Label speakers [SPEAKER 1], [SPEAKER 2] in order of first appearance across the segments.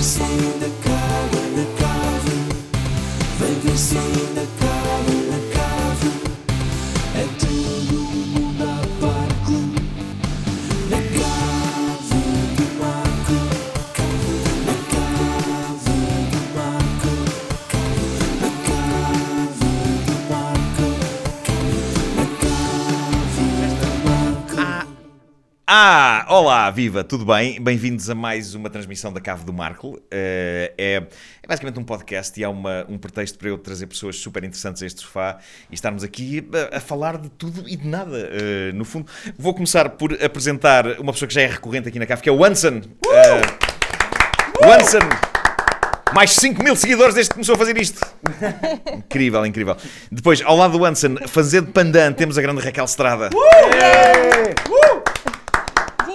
[SPEAKER 1] sair da cave, na cave. Vem ver sair da cave, na cave. É todo mundo a barco. Na cave do Marco. Na cave do Marco. Na cave do Marco. Na cave do Marco.
[SPEAKER 2] Ah, olá, viva, tudo bem? Bem-vindos a mais uma transmissão da Cave do Marco. Eh, é, é basicamente um podcast e há uma- um pretexto para eu trazer pessoas super interessantes a este sofá e estarmos aqui a, a falar de tudo e de nada, eh, no fundo. Vou começar por apresentar uma pessoa que já é recorrente aqui na Cave, que é o Anson. Eh, o Anson! Mais 5 mil seguidores desde que começou a fazer isto. incrível, incrível. Depois, ao lado do Anson, fazendo pandan, temos a grande Raquel Estrada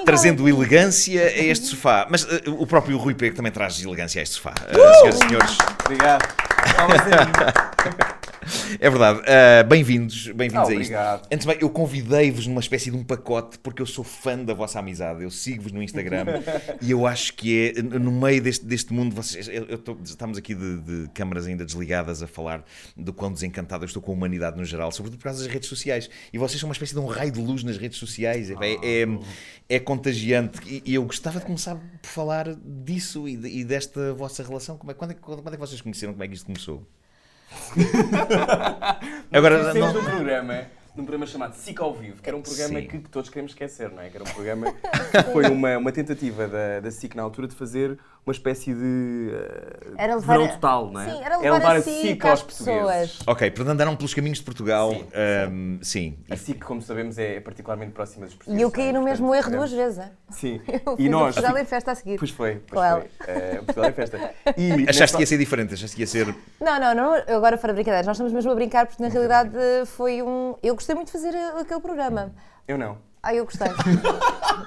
[SPEAKER 2] trazendo elegância a este sofá. Mas eh, o próprio Rui Pego também traz elegância a este sofá. Eh, senhoras e senhores,
[SPEAKER 3] Obrigado. Palmas a mim.
[SPEAKER 2] é verdade. Eh, bem-vindos, bem-vindos
[SPEAKER 3] Ah,
[SPEAKER 2] a isto.
[SPEAKER 3] obrigado.
[SPEAKER 2] Antes de bem, eu convidei-vos numa espécie de um pacote porque eu sou fã da vossa amizade. Eu sigo-vos no Instagram e eu acho que é no meio deste, deste mundo. Vocês, eu, eu tô- estamos aqui de, de câmaras ainda desligadas a falar do quão desencantado eu estou com a humanidade no geral, sobretudo por causa das redes sociais. E vocês são uma espécie de um raio de luz nas redes sociais. É, é, é, é contagiante. E, e eu gostava de começar por falar disso e, de- e desta vossa relação. Como é, quando, é, que- quando é que vocês conheceram? Como é que isto começou? Agora,
[SPEAKER 3] Conhecemos
[SPEAKER 2] não-
[SPEAKER 3] num um programa, num programa chamado SIC ao Vivo, que era um programa
[SPEAKER 2] Sim.
[SPEAKER 3] que, que todos queremos esquecer, não é? Que era um programa que foi uma, uma tentativa da, da SIC na altura de fazer uma espécie de. eh,
[SPEAKER 4] Era
[SPEAKER 3] de
[SPEAKER 4] levar
[SPEAKER 3] verão
[SPEAKER 4] a-
[SPEAKER 3] total, não é?
[SPEAKER 4] Sim, era levar a SIC às pessoas.
[SPEAKER 2] Ok, portanto andaram pelos caminhos de Portugal. ahm, Sim.
[SPEAKER 3] A SIC, como sabemos, é particularmente próxima dos portugueses.
[SPEAKER 4] E eu caí
[SPEAKER 3] não é?
[SPEAKER 4] no
[SPEAKER 3] Portanto,
[SPEAKER 4] mesmo erro
[SPEAKER 3] era-
[SPEAKER 4] duas vezes. hein?
[SPEAKER 3] Sim.
[SPEAKER 4] Eu fiz
[SPEAKER 3] E
[SPEAKER 4] o
[SPEAKER 3] nós.
[SPEAKER 4] Portugal em festa a seguir.
[SPEAKER 3] Pois foi, pois
[SPEAKER 4] Com ela.
[SPEAKER 3] foi. Eh, Portugal é festa. E
[SPEAKER 2] Achaste
[SPEAKER 3] nessa-
[SPEAKER 2] que ia ser diferente, achaste que ia ser.
[SPEAKER 4] Não, não, não. eu Agora fora brincadeiras. Nós estamos mesmo a brincar porque na realidade eh, foi um. Eu gostei muito de fazer eh, aquele programa.
[SPEAKER 3] Eu não.
[SPEAKER 4] Ah, eu gostei.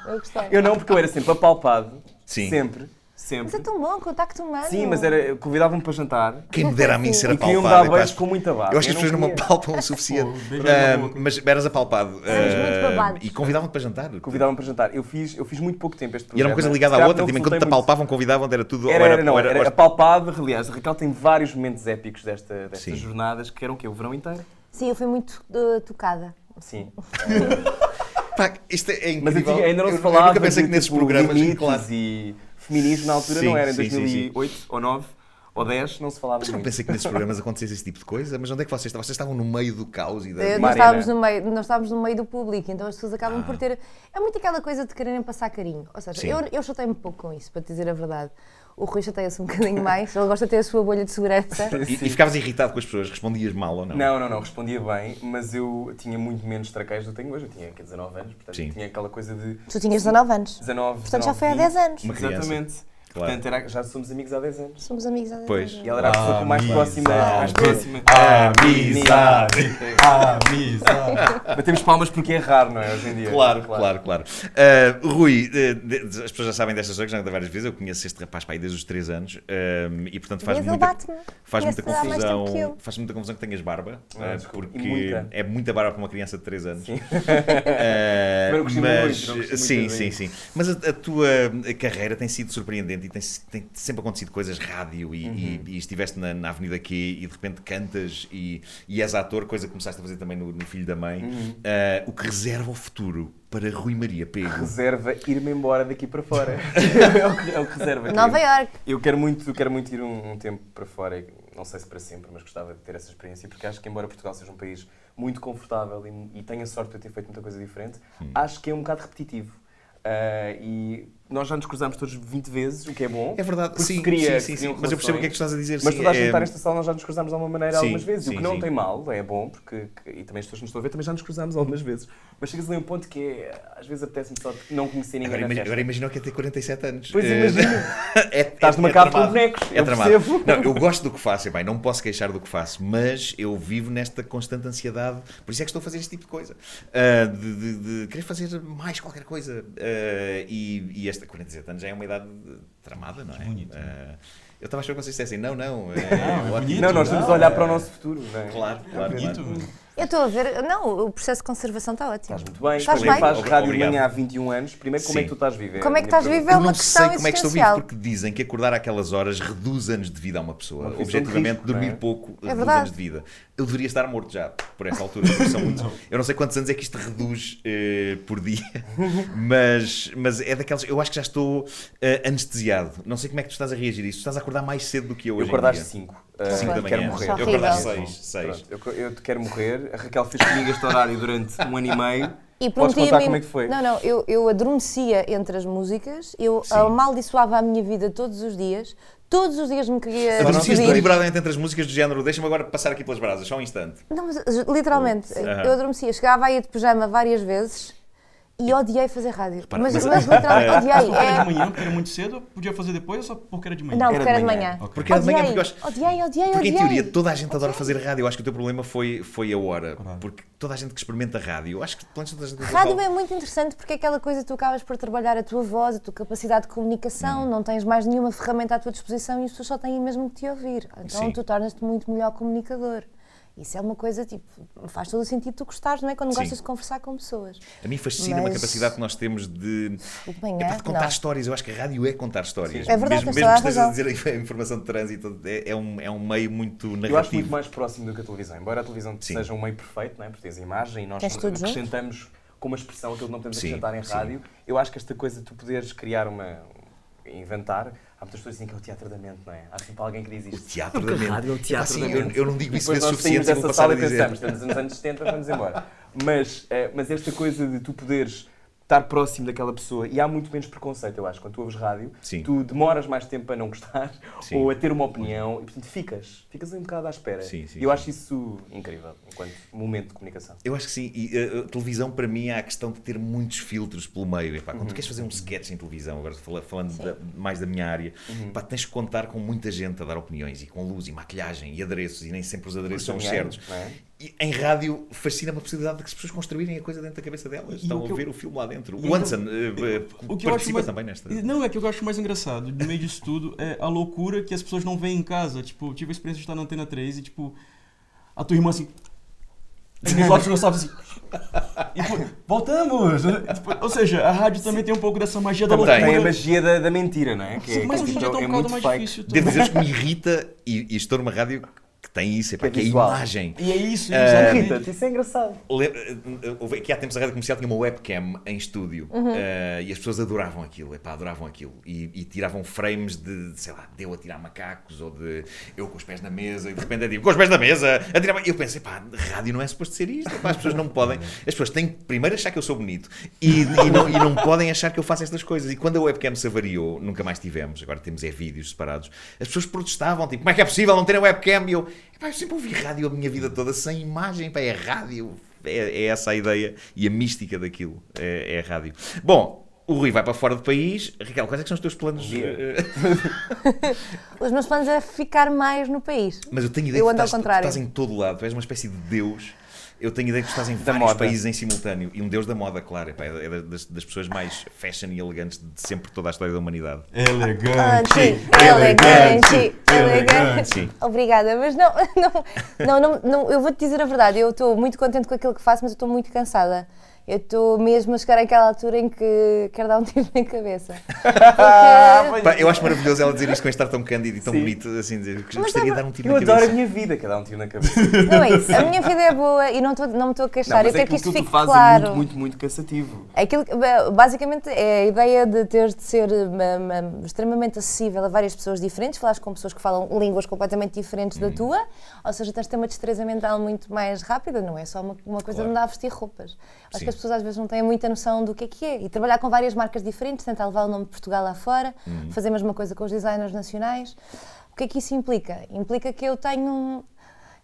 [SPEAKER 4] eu gostei.
[SPEAKER 3] Eu não, porque eu era sempre apalpado.
[SPEAKER 2] Sim.
[SPEAKER 3] Sempre. Sempre.
[SPEAKER 4] Mas é tão bom, contacto humano.
[SPEAKER 3] Sim, mas era, convidavam-me para jantar
[SPEAKER 2] Quem me dera a mim
[SPEAKER 4] Sim.
[SPEAKER 2] ser
[SPEAKER 3] e queriam-me
[SPEAKER 2] apalpado.
[SPEAKER 3] dar
[SPEAKER 2] epá,
[SPEAKER 3] beijos com muita barra.
[SPEAKER 2] Eu acho que as pessoas não me apalpam o suficiente. Ah, mas eras apalpado.
[SPEAKER 4] muito
[SPEAKER 2] ah,
[SPEAKER 4] babados.
[SPEAKER 2] e convidavam-te para jantar. E
[SPEAKER 3] Convidavam-me para jantar. Eu fiz, eu fiz muito pouco tempo este
[SPEAKER 2] era
[SPEAKER 3] programa.
[SPEAKER 2] uma coisa
[SPEAKER 3] Se
[SPEAKER 2] ligada à
[SPEAKER 3] calhar
[SPEAKER 2] outra,
[SPEAKER 3] não
[SPEAKER 2] tipo, enquanto te
[SPEAKER 3] resultei muito.
[SPEAKER 2] apalpavam, convidavam, te era tudo. ou
[SPEAKER 3] Era, era, não,
[SPEAKER 2] ou
[SPEAKER 3] era,
[SPEAKER 2] ou
[SPEAKER 3] apalpado. Aliás, a Raquel tem vários momentos épicos desta,
[SPEAKER 2] Sim.
[SPEAKER 3] destas jornadas, que eram o quê? O verão inteiro?
[SPEAKER 4] Sim, eu fui muito eh, tocada.
[SPEAKER 3] Sim.
[SPEAKER 2] Pá, isto é incrível.
[SPEAKER 3] Mas antiga- ainda não
[SPEAKER 2] eu,
[SPEAKER 3] se falava
[SPEAKER 2] eu nunca pensei
[SPEAKER 3] de,
[SPEAKER 2] que nesses
[SPEAKER 3] tipo,
[SPEAKER 2] programas.
[SPEAKER 3] limites
[SPEAKER 2] Claro,
[SPEAKER 3] e feminismo na altura
[SPEAKER 2] Sim,
[SPEAKER 3] não era. Em
[SPEAKER 2] sim, sim, sim.
[SPEAKER 3] 2008 ou 9 ou 10 não se falava
[SPEAKER 2] mas eu não
[SPEAKER 3] muito.
[SPEAKER 2] pensei que nesses programas acontecesse esse tipo de coisa. Mas onde é que vocês estavam? Vocês estavam no meio do caos e da.
[SPEAKER 3] Marina.
[SPEAKER 4] Eh,
[SPEAKER 3] Ah.
[SPEAKER 4] Nós estávamos, no meio, nós estávamos no meio do público, então as pessoas acabam por ter. É muito aquela coisa de quererem passar carinho. Ou seja,
[SPEAKER 2] Sim.
[SPEAKER 4] eu, eu chatei-me pouco com isso, para te dizer a verdade. O Rui chateia-se um bocadinho mais, ele gosta de ter a sua bolha de segurança.
[SPEAKER 2] E, e ficavas irritado com as pessoas? Respondias mal ou não?
[SPEAKER 3] Não, não, não, respondia bem, mas eu tinha muito menos traqueios do que tenho hoje. Eu tinha aqui 19 anos, portanto
[SPEAKER 2] Sim.
[SPEAKER 3] tinha aquela coisa de
[SPEAKER 4] Tu tinhas 19 anos.
[SPEAKER 3] 19.
[SPEAKER 4] Portanto, já
[SPEAKER 3] 19,
[SPEAKER 4] foi há 10
[SPEAKER 3] 20.
[SPEAKER 4] anos.
[SPEAKER 2] Uma criança.
[SPEAKER 3] Exatamente.
[SPEAKER 2] Claro.
[SPEAKER 3] Portanto, era- já somos amigos há 10 anos.
[SPEAKER 4] Somos amigos há 10
[SPEAKER 2] Pois.
[SPEAKER 4] anos.
[SPEAKER 3] E ela era a pessoa com
[SPEAKER 2] Ah,
[SPEAKER 3] mais próxima. Mais próxima.
[SPEAKER 5] Amizade! Amizade!
[SPEAKER 3] Batemos palmas porque é raro, não é? Hoje em dia.
[SPEAKER 2] Claro, claro, claro. Ah, Rui, eh, de- de- as pessoas já sabem destas coisas, já várias vezes. Eu conheço este rapaz pá, aí desde os 3 anos ahm, e, portanto, faz
[SPEAKER 4] Mas ele é um
[SPEAKER 2] muita,
[SPEAKER 4] bate-me.
[SPEAKER 2] faz muita
[SPEAKER 4] Conhece-me há mais tempo que
[SPEAKER 2] confusão.
[SPEAKER 4] eu.
[SPEAKER 2] Faz muita confusão que tenhas barba,
[SPEAKER 3] Ah,
[SPEAKER 2] ah,
[SPEAKER 3] desculpa.
[SPEAKER 2] porque
[SPEAKER 3] E muita.
[SPEAKER 2] é muita barba para uma criança de 3 anos.
[SPEAKER 3] Mas
[SPEAKER 2] Ah,
[SPEAKER 3] eu gostei muito,
[SPEAKER 2] mas,
[SPEAKER 3] eu gostei muito
[SPEAKER 2] sim,
[SPEAKER 3] dele.
[SPEAKER 2] sim, sim. Mas a, a tua carreira tem sido surpreendente e tem, tem sempre acontecido coisas rádio e,
[SPEAKER 3] Uhum.
[SPEAKER 2] e- e estiveste na, na Avenida aqui e de repente cantas e, e és ator, coisa que começaste a fazer também no, no Filho da Mãe.
[SPEAKER 3] Uhum.
[SPEAKER 2] Ah, o que reserva o futuro para Rui Maria
[SPEAKER 3] Ah,
[SPEAKER 2] Pego?
[SPEAKER 3] Reserva ir-me embora daqui para fora. é, o que, é o que reserva. querido.
[SPEAKER 4] Nova York.
[SPEAKER 3] Eu quero muito, eu quero muito ir um, um tempo para fora, e não sei se para sempre, mas gostava de ter essa experiência, porque acho que, embora Portugal seja um país muito confortável e, e tenha sorte de eu ter feito muita coisa diferente, acho que é um bocado repetitivo. Ah, e nós já nos cruzámos todos 20 vezes, o que é bom.
[SPEAKER 2] É verdade,
[SPEAKER 3] porque se
[SPEAKER 2] sim,
[SPEAKER 3] cria-
[SPEAKER 2] sim, sim,
[SPEAKER 3] se
[SPEAKER 2] sim.
[SPEAKER 3] criam
[SPEAKER 2] Mas eu percebo o que é que tu estás
[SPEAKER 3] relações.
[SPEAKER 2] a dizer.
[SPEAKER 3] um Mas
[SPEAKER 2] sim,
[SPEAKER 3] toda a gente
[SPEAKER 2] é-
[SPEAKER 3] está nesta sala, nós já nos cruzámos de alguma maneira
[SPEAKER 2] Sim,
[SPEAKER 3] algumas vezes, e o
[SPEAKER 2] sim,
[SPEAKER 3] que não
[SPEAKER 2] sim.
[SPEAKER 3] tem mal, é bom, porque que- e também as pessoas que nos estão a ver também já nos cruzámos algumas vezes. Mas chegas ali a um ponto que é, às vezes apetece-me só não conhecer ninguém.
[SPEAKER 2] Agora,
[SPEAKER 3] na
[SPEAKER 2] imagi-
[SPEAKER 3] festa.
[SPEAKER 2] agora imagina que é ter 47 anos.
[SPEAKER 3] Pois
[SPEAKER 2] Eh,
[SPEAKER 3] imagina.
[SPEAKER 2] é,
[SPEAKER 3] Estás numa cave com
[SPEAKER 2] tramado.
[SPEAKER 3] bonecos,
[SPEAKER 2] É
[SPEAKER 3] eu
[SPEAKER 2] tramado.
[SPEAKER 3] percebo.
[SPEAKER 2] Não, eu gosto do que faço, epá, e não posso queixar do que faço, mas eu vivo nesta constante ansiedade. Por isso é que estou a fazer este tipo de coisa. Ah, de, de- de querer fazer mais qualquer coisa. Ah, e, e esta 47 anos já é uma idade tramada, não é? Ah, Eu estava a achar que vocês dissessem, não, não, é,
[SPEAKER 5] é
[SPEAKER 2] ótimo.
[SPEAKER 5] bonito.
[SPEAKER 3] Não, nós estamos a olhar para o nosso futuro, não é?
[SPEAKER 2] Claro, claro,
[SPEAKER 5] Bonito.
[SPEAKER 2] claro.
[SPEAKER 4] Eu estou a ver. Não, o processo de conservação está ótimo.
[SPEAKER 3] Estás muito bem.
[SPEAKER 4] Estás
[SPEAKER 3] Também
[SPEAKER 4] bem?
[SPEAKER 3] Faz rádio
[SPEAKER 2] Obrigado.
[SPEAKER 3] de manhã há 21 anos. Primeiro, como é
[SPEAKER 2] Sim.
[SPEAKER 3] que tu estás viver?
[SPEAKER 4] Como é que estás vivo é
[SPEAKER 2] Eu
[SPEAKER 4] uma
[SPEAKER 2] não sei
[SPEAKER 4] questão
[SPEAKER 2] como é que estou vivo,
[SPEAKER 4] existencial.
[SPEAKER 2] porque dizem que acordar àquelas horas reduz anos de vida a uma pessoa.
[SPEAKER 3] Uma redução de
[SPEAKER 2] Objetivamente,
[SPEAKER 3] risco,
[SPEAKER 2] dormir
[SPEAKER 3] não é?
[SPEAKER 2] pouco reduz
[SPEAKER 4] verdade.
[SPEAKER 2] anos de vida. Eu deveria estar morto já, por essa altura. porque são muitos. Eu não sei quantos anos é que isto reduz eh, por dia, mas, mas é daquelas. Eu acho que já estou eh, anestesiado. Não sei como é que tu estás a reagir a isso. Tu estás a acordar mais cedo do que eu
[SPEAKER 3] Eu
[SPEAKER 2] hoje.
[SPEAKER 3] acordar às
[SPEAKER 2] em dia.
[SPEAKER 3] 5.
[SPEAKER 2] Cinco da
[SPEAKER 3] Quero
[SPEAKER 2] manhã.
[SPEAKER 3] morrer.
[SPEAKER 4] Só
[SPEAKER 2] Eu acordo às
[SPEAKER 4] é horrível.
[SPEAKER 2] 6. seis.
[SPEAKER 3] Pronto, eu, eu quero morrer. A Raquel fez comigo este horário durante um ano e meio.
[SPEAKER 4] E
[SPEAKER 3] Podes
[SPEAKER 4] prometia-me-
[SPEAKER 3] contar como é que foi?
[SPEAKER 4] Não, não, eu, eu adormecia entre as músicas, eu ah, amaldiçoava a minha vida todos os dias, todos os dias me queria
[SPEAKER 2] Adormeciste
[SPEAKER 4] despedir.
[SPEAKER 2] deliberadamente entre as músicas do género. Deixa-me agora passar aqui pelas brasas, só um instante.
[SPEAKER 4] Não, mas eh, literalmente,
[SPEAKER 2] Aham.
[SPEAKER 4] eu adormecia, chegava aí de pijama várias vezes e odiei fazer rádio.
[SPEAKER 2] Repara,
[SPEAKER 4] mas,
[SPEAKER 2] mas-
[SPEAKER 4] mas literalmente odiei.
[SPEAKER 5] Era de
[SPEAKER 4] É-
[SPEAKER 5] manhã, porque era muito cedo, podia fazer depois ou só porque era de manhã?
[SPEAKER 4] Não,
[SPEAKER 5] Era-
[SPEAKER 4] porque era de manhã.
[SPEAKER 2] Porque era de manhã,
[SPEAKER 4] Odiei,
[SPEAKER 2] porque eu acho-
[SPEAKER 4] Odiei, odiei,
[SPEAKER 2] Porque em
[SPEAKER 4] odiei.
[SPEAKER 2] teoria toda a gente adora fazer rádio. Eu acho que o teu problema foi, foi a hora.
[SPEAKER 5] Verdade.
[SPEAKER 2] Porque toda a gente que experimenta rádio, eu acho que pelo menos toda a gente.
[SPEAKER 4] Rádio é muito interessante porque é aquela coisa que tu acabas por trabalhar a tua voz, a tua capacidade de
[SPEAKER 2] Uhum.
[SPEAKER 4] comunicação, não tens mais nenhuma ferramenta à tua disposição e as pessoas só têm mesmo de te ouvir. Então
[SPEAKER 2] Sim.
[SPEAKER 4] tu tornas-te muito melhor comunicador. Isso é uma coisa, tipo, faz todo o sentido tu gostares, não é? Quando
[SPEAKER 2] Sim.
[SPEAKER 4] gostas de conversar com pessoas.
[SPEAKER 2] A mim fascina uma
[SPEAKER 4] Mas-
[SPEAKER 2] capacidade que nós temos de,
[SPEAKER 4] E de manhã,
[SPEAKER 2] é pá, de contar
[SPEAKER 4] não.
[SPEAKER 2] histórias. Eu acho que a rádio é contar histórias.
[SPEAKER 4] É verdade,
[SPEAKER 2] mesmo
[SPEAKER 4] tens
[SPEAKER 2] mesmo
[SPEAKER 4] toda
[SPEAKER 2] que
[SPEAKER 4] a
[SPEAKER 2] estejas a
[SPEAKER 4] razão.
[SPEAKER 2] dizer a informação de trânsito, é, é um, é um meio muito narrativo.
[SPEAKER 3] Eu acho muito mais próximo do que a televisão. Embora a televisão
[SPEAKER 2] Sim.
[SPEAKER 3] seja um meio perfeito, não é? porque tens a imagem e nós
[SPEAKER 4] Tens tudo junto?
[SPEAKER 3] acrescentamos com uma expressão aquilo que não podemos
[SPEAKER 2] Sim,
[SPEAKER 3] acrescentar em
[SPEAKER 2] sim.
[SPEAKER 3] rádio. Eu acho que esta coisa de tu poderes criar uma. inventar. Há muitas pessoas que dizem que é o teatro da mente, não é? Há sempre alguém que diz
[SPEAKER 2] O
[SPEAKER 3] isto.
[SPEAKER 2] teatro da mente.
[SPEAKER 3] rádio é o
[SPEAKER 2] Epá,
[SPEAKER 3] teatro
[SPEAKER 2] sim,
[SPEAKER 3] da
[SPEAKER 2] eu,
[SPEAKER 3] mente.
[SPEAKER 2] eu não digo
[SPEAKER 3] E
[SPEAKER 2] isso é vezes
[SPEAKER 3] depois nós saímos
[SPEAKER 2] suficientes e vou
[SPEAKER 3] dessa
[SPEAKER 2] passar
[SPEAKER 3] sala
[SPEAKER 2] a
[SPEAKER 3] e
[SPEAKER 2] dizer.
[SPEAKER 3] pensamos, estamos nos anos 70, vamos embora. Mas, eh, mas esta coisa de tu poderes estar próximo daquela pessoa, e há muito menos preconceito, eu acho, quando tu ouves rádio,
[SPEAKER 2] Sim.
[SPEAKER 3] tu demoras mais tempo a não gostar
[SPEAKER 2] Sim.
[SPEAKER 3] ou a ter uma opinião, e portanto ficas, ficas um bocado à espera.
[SPEAKER 2] Sim, sim,
[SPEAKER 3] E eu
[SPEAKER 2] sim.
[SPEAKER 3] acho isso incrível, enquanto momento de comunicação.
[SPEAKER 2] Eu acho que sim, e uh, a televisão para mim há a questão de ter muitos filtros pelo meio. Epá,
[SPEAKER 5] Uhum.
[SPEAKER 2] quando tu queres fazer um sketch em televisão, agora fala- falando da- mais da minha área,
[SPEAKER 5] Uhum.
[SPEAKER 2] pá, tens que contar com muita gente a dar opiniões e com luz e maquilhagem e adereços e nem sempre os adereços são os
[SPEAKER 3] Cozinhando,
[SPEAKER 2] certos.
[SPEAKER 3] não é?
[SPEAKER 2] E em rádio fascina-me a possibilidade de que as pessoas construírem a coisa dentro da cabeça delas,
[SPEAKER 5] E
[SPEAKER 2] estão
[SPEAKER 5] o
[SPEAKER 2] a
[SPEAKER 5] que eu-
[SPEAKER 2] ver o filme lá dentro.
[SPEAKER 5] E
[SPEAKER 2] O Anson
[SPEAKER 5] O que eu acho
[SPEAKER 2] É, participa
[SPEAKER 5] mais...
[SPEAKER 2] também nesta.
[SPEAKER 5] Não, é que eu acho mais engraçado, no meio disso tudo, é a loucura que as pessoas não veem em casa. Tipo, eu tive a experiência de estar na Antena 3 e, tipo, a tua irmã assim. Os olhos não sabem assim. E, pô, voltamos! Tipo, ou seja, a rádio também tem um pouco dessa magia da
[SPEAKER 3] Também
[SPEAKER 5] loucura.
[SPEAKER 3] Tem a magia da, da mentira, não é? Que é-
[SPEAKER 5] Sim, mas
[SPEAKER 3] que
[SPEAKER 5] hoje em dia
[SPEAKER 3] então
[SPEAKER 5] tá um
[SPEAKER 3] é
[SPEAKER 5] bocado
[SPEAKER 3] muito
[SPEAKER 5] mais
[SPEAKER 3] fake.
[SPEAKER 5] difícil.
[SPEAKER 2] Devo
[SPEAKER 5] também.
[SPEAKER 2] dizer que me irrita e, e estou numa rádio que tem isso, epá,
[SPEAKER 3] Que é
[SPEAKER 2] que é a
[SPEAKER 3] visual.
[SPEAKER 2] imagem.
[SPEAKER 5] E é isso,
[SPEAKER 3] Ah,
[SPEAKER 5] exatamente.
[SPEAKER 3] Rita, isso é engraçado.
[SPEAKER 2] Lem- eh, eh, houve- Aqui há tempos a rádio comercial tinha uma webcam em estúdio eh, e as pessoas adoravam aquilo, epá, adoravam aquilo. E, e tiravam frames de, de, sei lá, de eu a tirar macacos ou de eu com os pés na mesa e de repente é tipo, com os pés na mesa, a tirar ma-". E eu pensei, pá, rádio não é suposto ser isto, epá, as pessoas não podem. As pessoas têm que primeiro achar que eu sou bonito e, e não, e não podem achar que eu faço estas coisas. E quando a webcam se avariou, nunca mais tivemos, agora temos é vídeos separados, as pessoas protestavam, tipo, como é que é possível não terem webcam? E eu, epá, eu sempre ouvi rádio a minha vida toda sem imagem, pá, é rádio. É, é essa a ideia e a mística daquilo. É, é a rádio. Bom, o Rui vai para fora do país. Raquel, quais é que são os teus planos?
[SPEAKER 3] dia.
[SPEAKER 2] eh,
[SPEAKER 4] Os meus planos era ficar mais no país.
[SPEAKER 2] Mas eu tenho ideia
[SPEAKER 4] Eu
[SPEAKER 2] que
[SPEAKER 4] ando ao
[SPEAKER 2] estás, tu
[SPEAKER 4] contrário.
[SPEAKER 2] estás em todo lado. Tu és uma espécie de Deus. Eu tenho ideia que tu estás em
[SPEAKER 3] Da
[SPEAKER 2] vários
[SPEAKER 3] moda.
[SPEAKER 2] países em simultâneo. E um Deus da moda, claro. Epá, é da- das, das pessoas mais fashion e elegantes de sempre toda a história da humanidade.
[SPEAKER 5] Elegante,
[SPEAKER 4] Elegante, elegante, elegante. Obrigada, mas não, não, não, não, não, eu vou-te dizer a verdade, eu estou muito contente com aquilo que faço, mas eu estou muito cansada. Eu estou mesmo a chegar àquela altura em que quero dar um tiro na cabeça. Porque-
[SPEAKER 2] Pá, eu acho maravilhoso ela dizer isto com estar tão cândido e tão
[SPEAKER 3] Sim.
[SPEAKER 2] bonito. Assim, dizer, gostaria de dar um tiro
[SPEAKER 3] Eu
[SPEAKER 2] na
[SPEAKER 3] adoro a
[SPEAKER 2] cabeça.
[SPEAKER 3] minha vida, cada um tiro na cabeça.
[SPEAKER 4] não é isso, a minha vida é boa e não, tô, não me estou a
[SPEAKER 3] Não,
[SPEAKER 4] queixar,
[SPEAKER 3] mas
[SPEAKER 4] eu quero
[SPEAKER 3] é
[SPEAKER 4] que isto
[SPEAKER 3] aquilo
[SPEAKER 4] fique
[SPEAKER 3] tu fazes
[SPEAKER 4] claro. Então,
[SPEAKER 3] é muito, muito, muito cansativo.
[SPEAKER 4] Aquilo que, ba- basicamente é a ideia de teres de ser eh, ma- ma- extremamente acessível a várias pessoas diferentes, falares com pessoas que falam línguas completamente diferentes da tua, ou seja, tens de ter uma destreza mental muito mais rápida, não é só uma, uma coisa
[SPEAKER 2] Claro.
[SPEAKER 4] de andar a vestir roupas. Acho
[SPEAKER 2] Sim.
[SPEAKER 4] que as pessoas às vezes não têm muita noção do que é que é. E trabalhar com várias marcas diferentes, tentar levar o nome de Portugal lá fora,
[SPEAKER 2] Uhum.
[SPEAKER 4] fazer a mesma coisa com os designers nacionais. O que é que isso implica? Implica que eu tenho. um-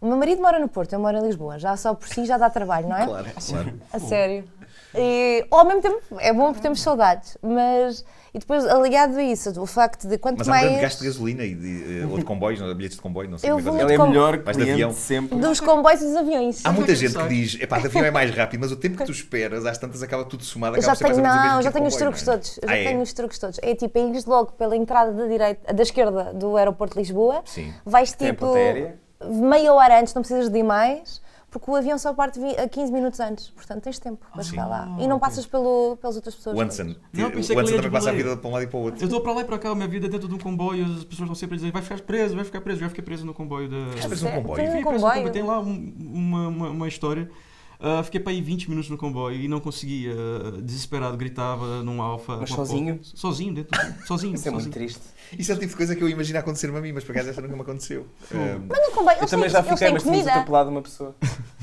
[SPEAKER 4] O meu marido mora no Porto, eu moro em Lisboa, já só por si já dá trabalho, não é?
[SPEAKER 2] Claro, claro.
[SPEAKER 4] A sério. E, ou ao mesmo tempo, é bom porque temos saudades, mas. E depois, aliado a isso, o facto de quanto
[SPEAKER 2] Mas há um
[SPEAKER 4] mais.
[SPEAKER 2] grande gasto de gasolina e de, eh, ou de comboios, não, bilhetes de comboio, não sei
[SPEAKER 4] Eu
[SPEAKER 2] como é que
[SPEAKER 4] vou-
[SPEAKER 2] eles-
[SPEAKER 3] Ele é
[SPEAKER 4] Com-
[SPEAKER 3] melhor
[SPEAKER 2] Vais de avião.
[SPEAKER 3] cliente sempre. é
[SPEAKER 4] Dos comboios e dos aviões.
[SPEAKER 2] Há muita gente que diz, epá, de avião é mais rápido, mas o tempo que tu esperas, às tantas acaba tudo somado,
[SPEAKER 4] Eu
[SPEAKER 2] acaba por
[SPEAKER 4] já
[SPEAKER 2] ser mais
[SPEAKER 4] tenho,
[SPEAKER 2] ou menos o
[SPEAKER 4] não,
[SPEAKER 2] mesmo
[SPEAKER 4] já
[SPEAKER 2] que
[SPEAKER 4] tenho
[SPEAKER 2] o
[SPEAKER 4] os
[SPEAKER 2] comboio,
[SPEAKER 4] truques
[SPEAKER 2] não é?
[SPEAKER 4] todos. Eu já
[SPEAKER 2] Ah, é?
[SPEAKER 4] tenho os truques todos. É tipo, ires logo pela entrada da, direita, da esquerda do aeroporto de Lisboa,
[SPEAKER 2] Sim.
[SPEAKER 4] vais
[SPEAKER 3] Tem a
[SPEAKER 4] tipo
[SPEAKER 3] platéia.
[SPEAKER 4] meia hora antes, não precisas de ir mais, porque o avião só parte vi- a 15 minutos antes. Portanto, tens tempo
[SPEAKER 2] Ah,
[SPEAKER 4] para chegar lá. E não passas pelo, pelas outras pessoas.
[SPEAKER 2] O Anson.
[SPEAKER 5] Não,
[SPEAKER 3] é
[SPEAKER 2] O
[SPEAKER 5] pensei que
[SPEAKER 2] Anson
[SPEAKER 5] ele ia
[SPEAKER 2] também passa a
[SPEAKER 5] de
[SPEAKER 2] vida
[SPEAKER 5] boleia.
[SPEAKER 2] para um lado e para o outro.
[SPEAKER 5] Eu estou pra lá e pra cá, a minha vida é dentro de um comboio, as pessoas estão sempre dizendo, vai ficar preso, vai ficar preso, já fiquei preso no comboio da.
[SPEAKER 2] Mas preso num
[SPEAKER 4] Sério?
[SPEAKER 2] um comboio.
[SPEAKER 4] Foi
[SPEAKER 5] Fiquei
[SPEAKER 4] num
[SPEAKER 5] preso no comboio. Tem
[SPEAKER 4] comboio.
[SPEAKER 5] lá um- uma, uma, uma história. Ah, fiquei pra ir 20 minutos no comboio e não conseguia. ah, desesperado, gritava num alfa.
[SPEAKER 3] Mas
[SPEAKER 5] com a porta.
[SPEAKER 3] sozinho?
[SPEAKER 5] Sozinho, dentro. do- Sozinho.
[SPEAKER 3] Isso é muito
[SPEAKER 5] sozinho.
[SPEAKER 3] triste.
[SPEAKER 2] Isso é o tipo de coisa que eu imagino acontecer-me a mim, mas por acaso essa nunca me aconteceu. Um,
[SPEAKER 4] Mas no Ah, comboio,
[SPEAKER 3] Eu
[SPEAKER 4] eles
[SPEAKER 3] também
[SPEAKER 4] têm,
[SPEAKER 3] já
[SPEAKER 4] eles
[SPEAKER 3] fiquei,
[SPEAKER 4] têm
[SPEAKER 3] mas tínhamos
[SPEAKER 4] comida.
[SPEAKER 3] atropelado uma pessoa.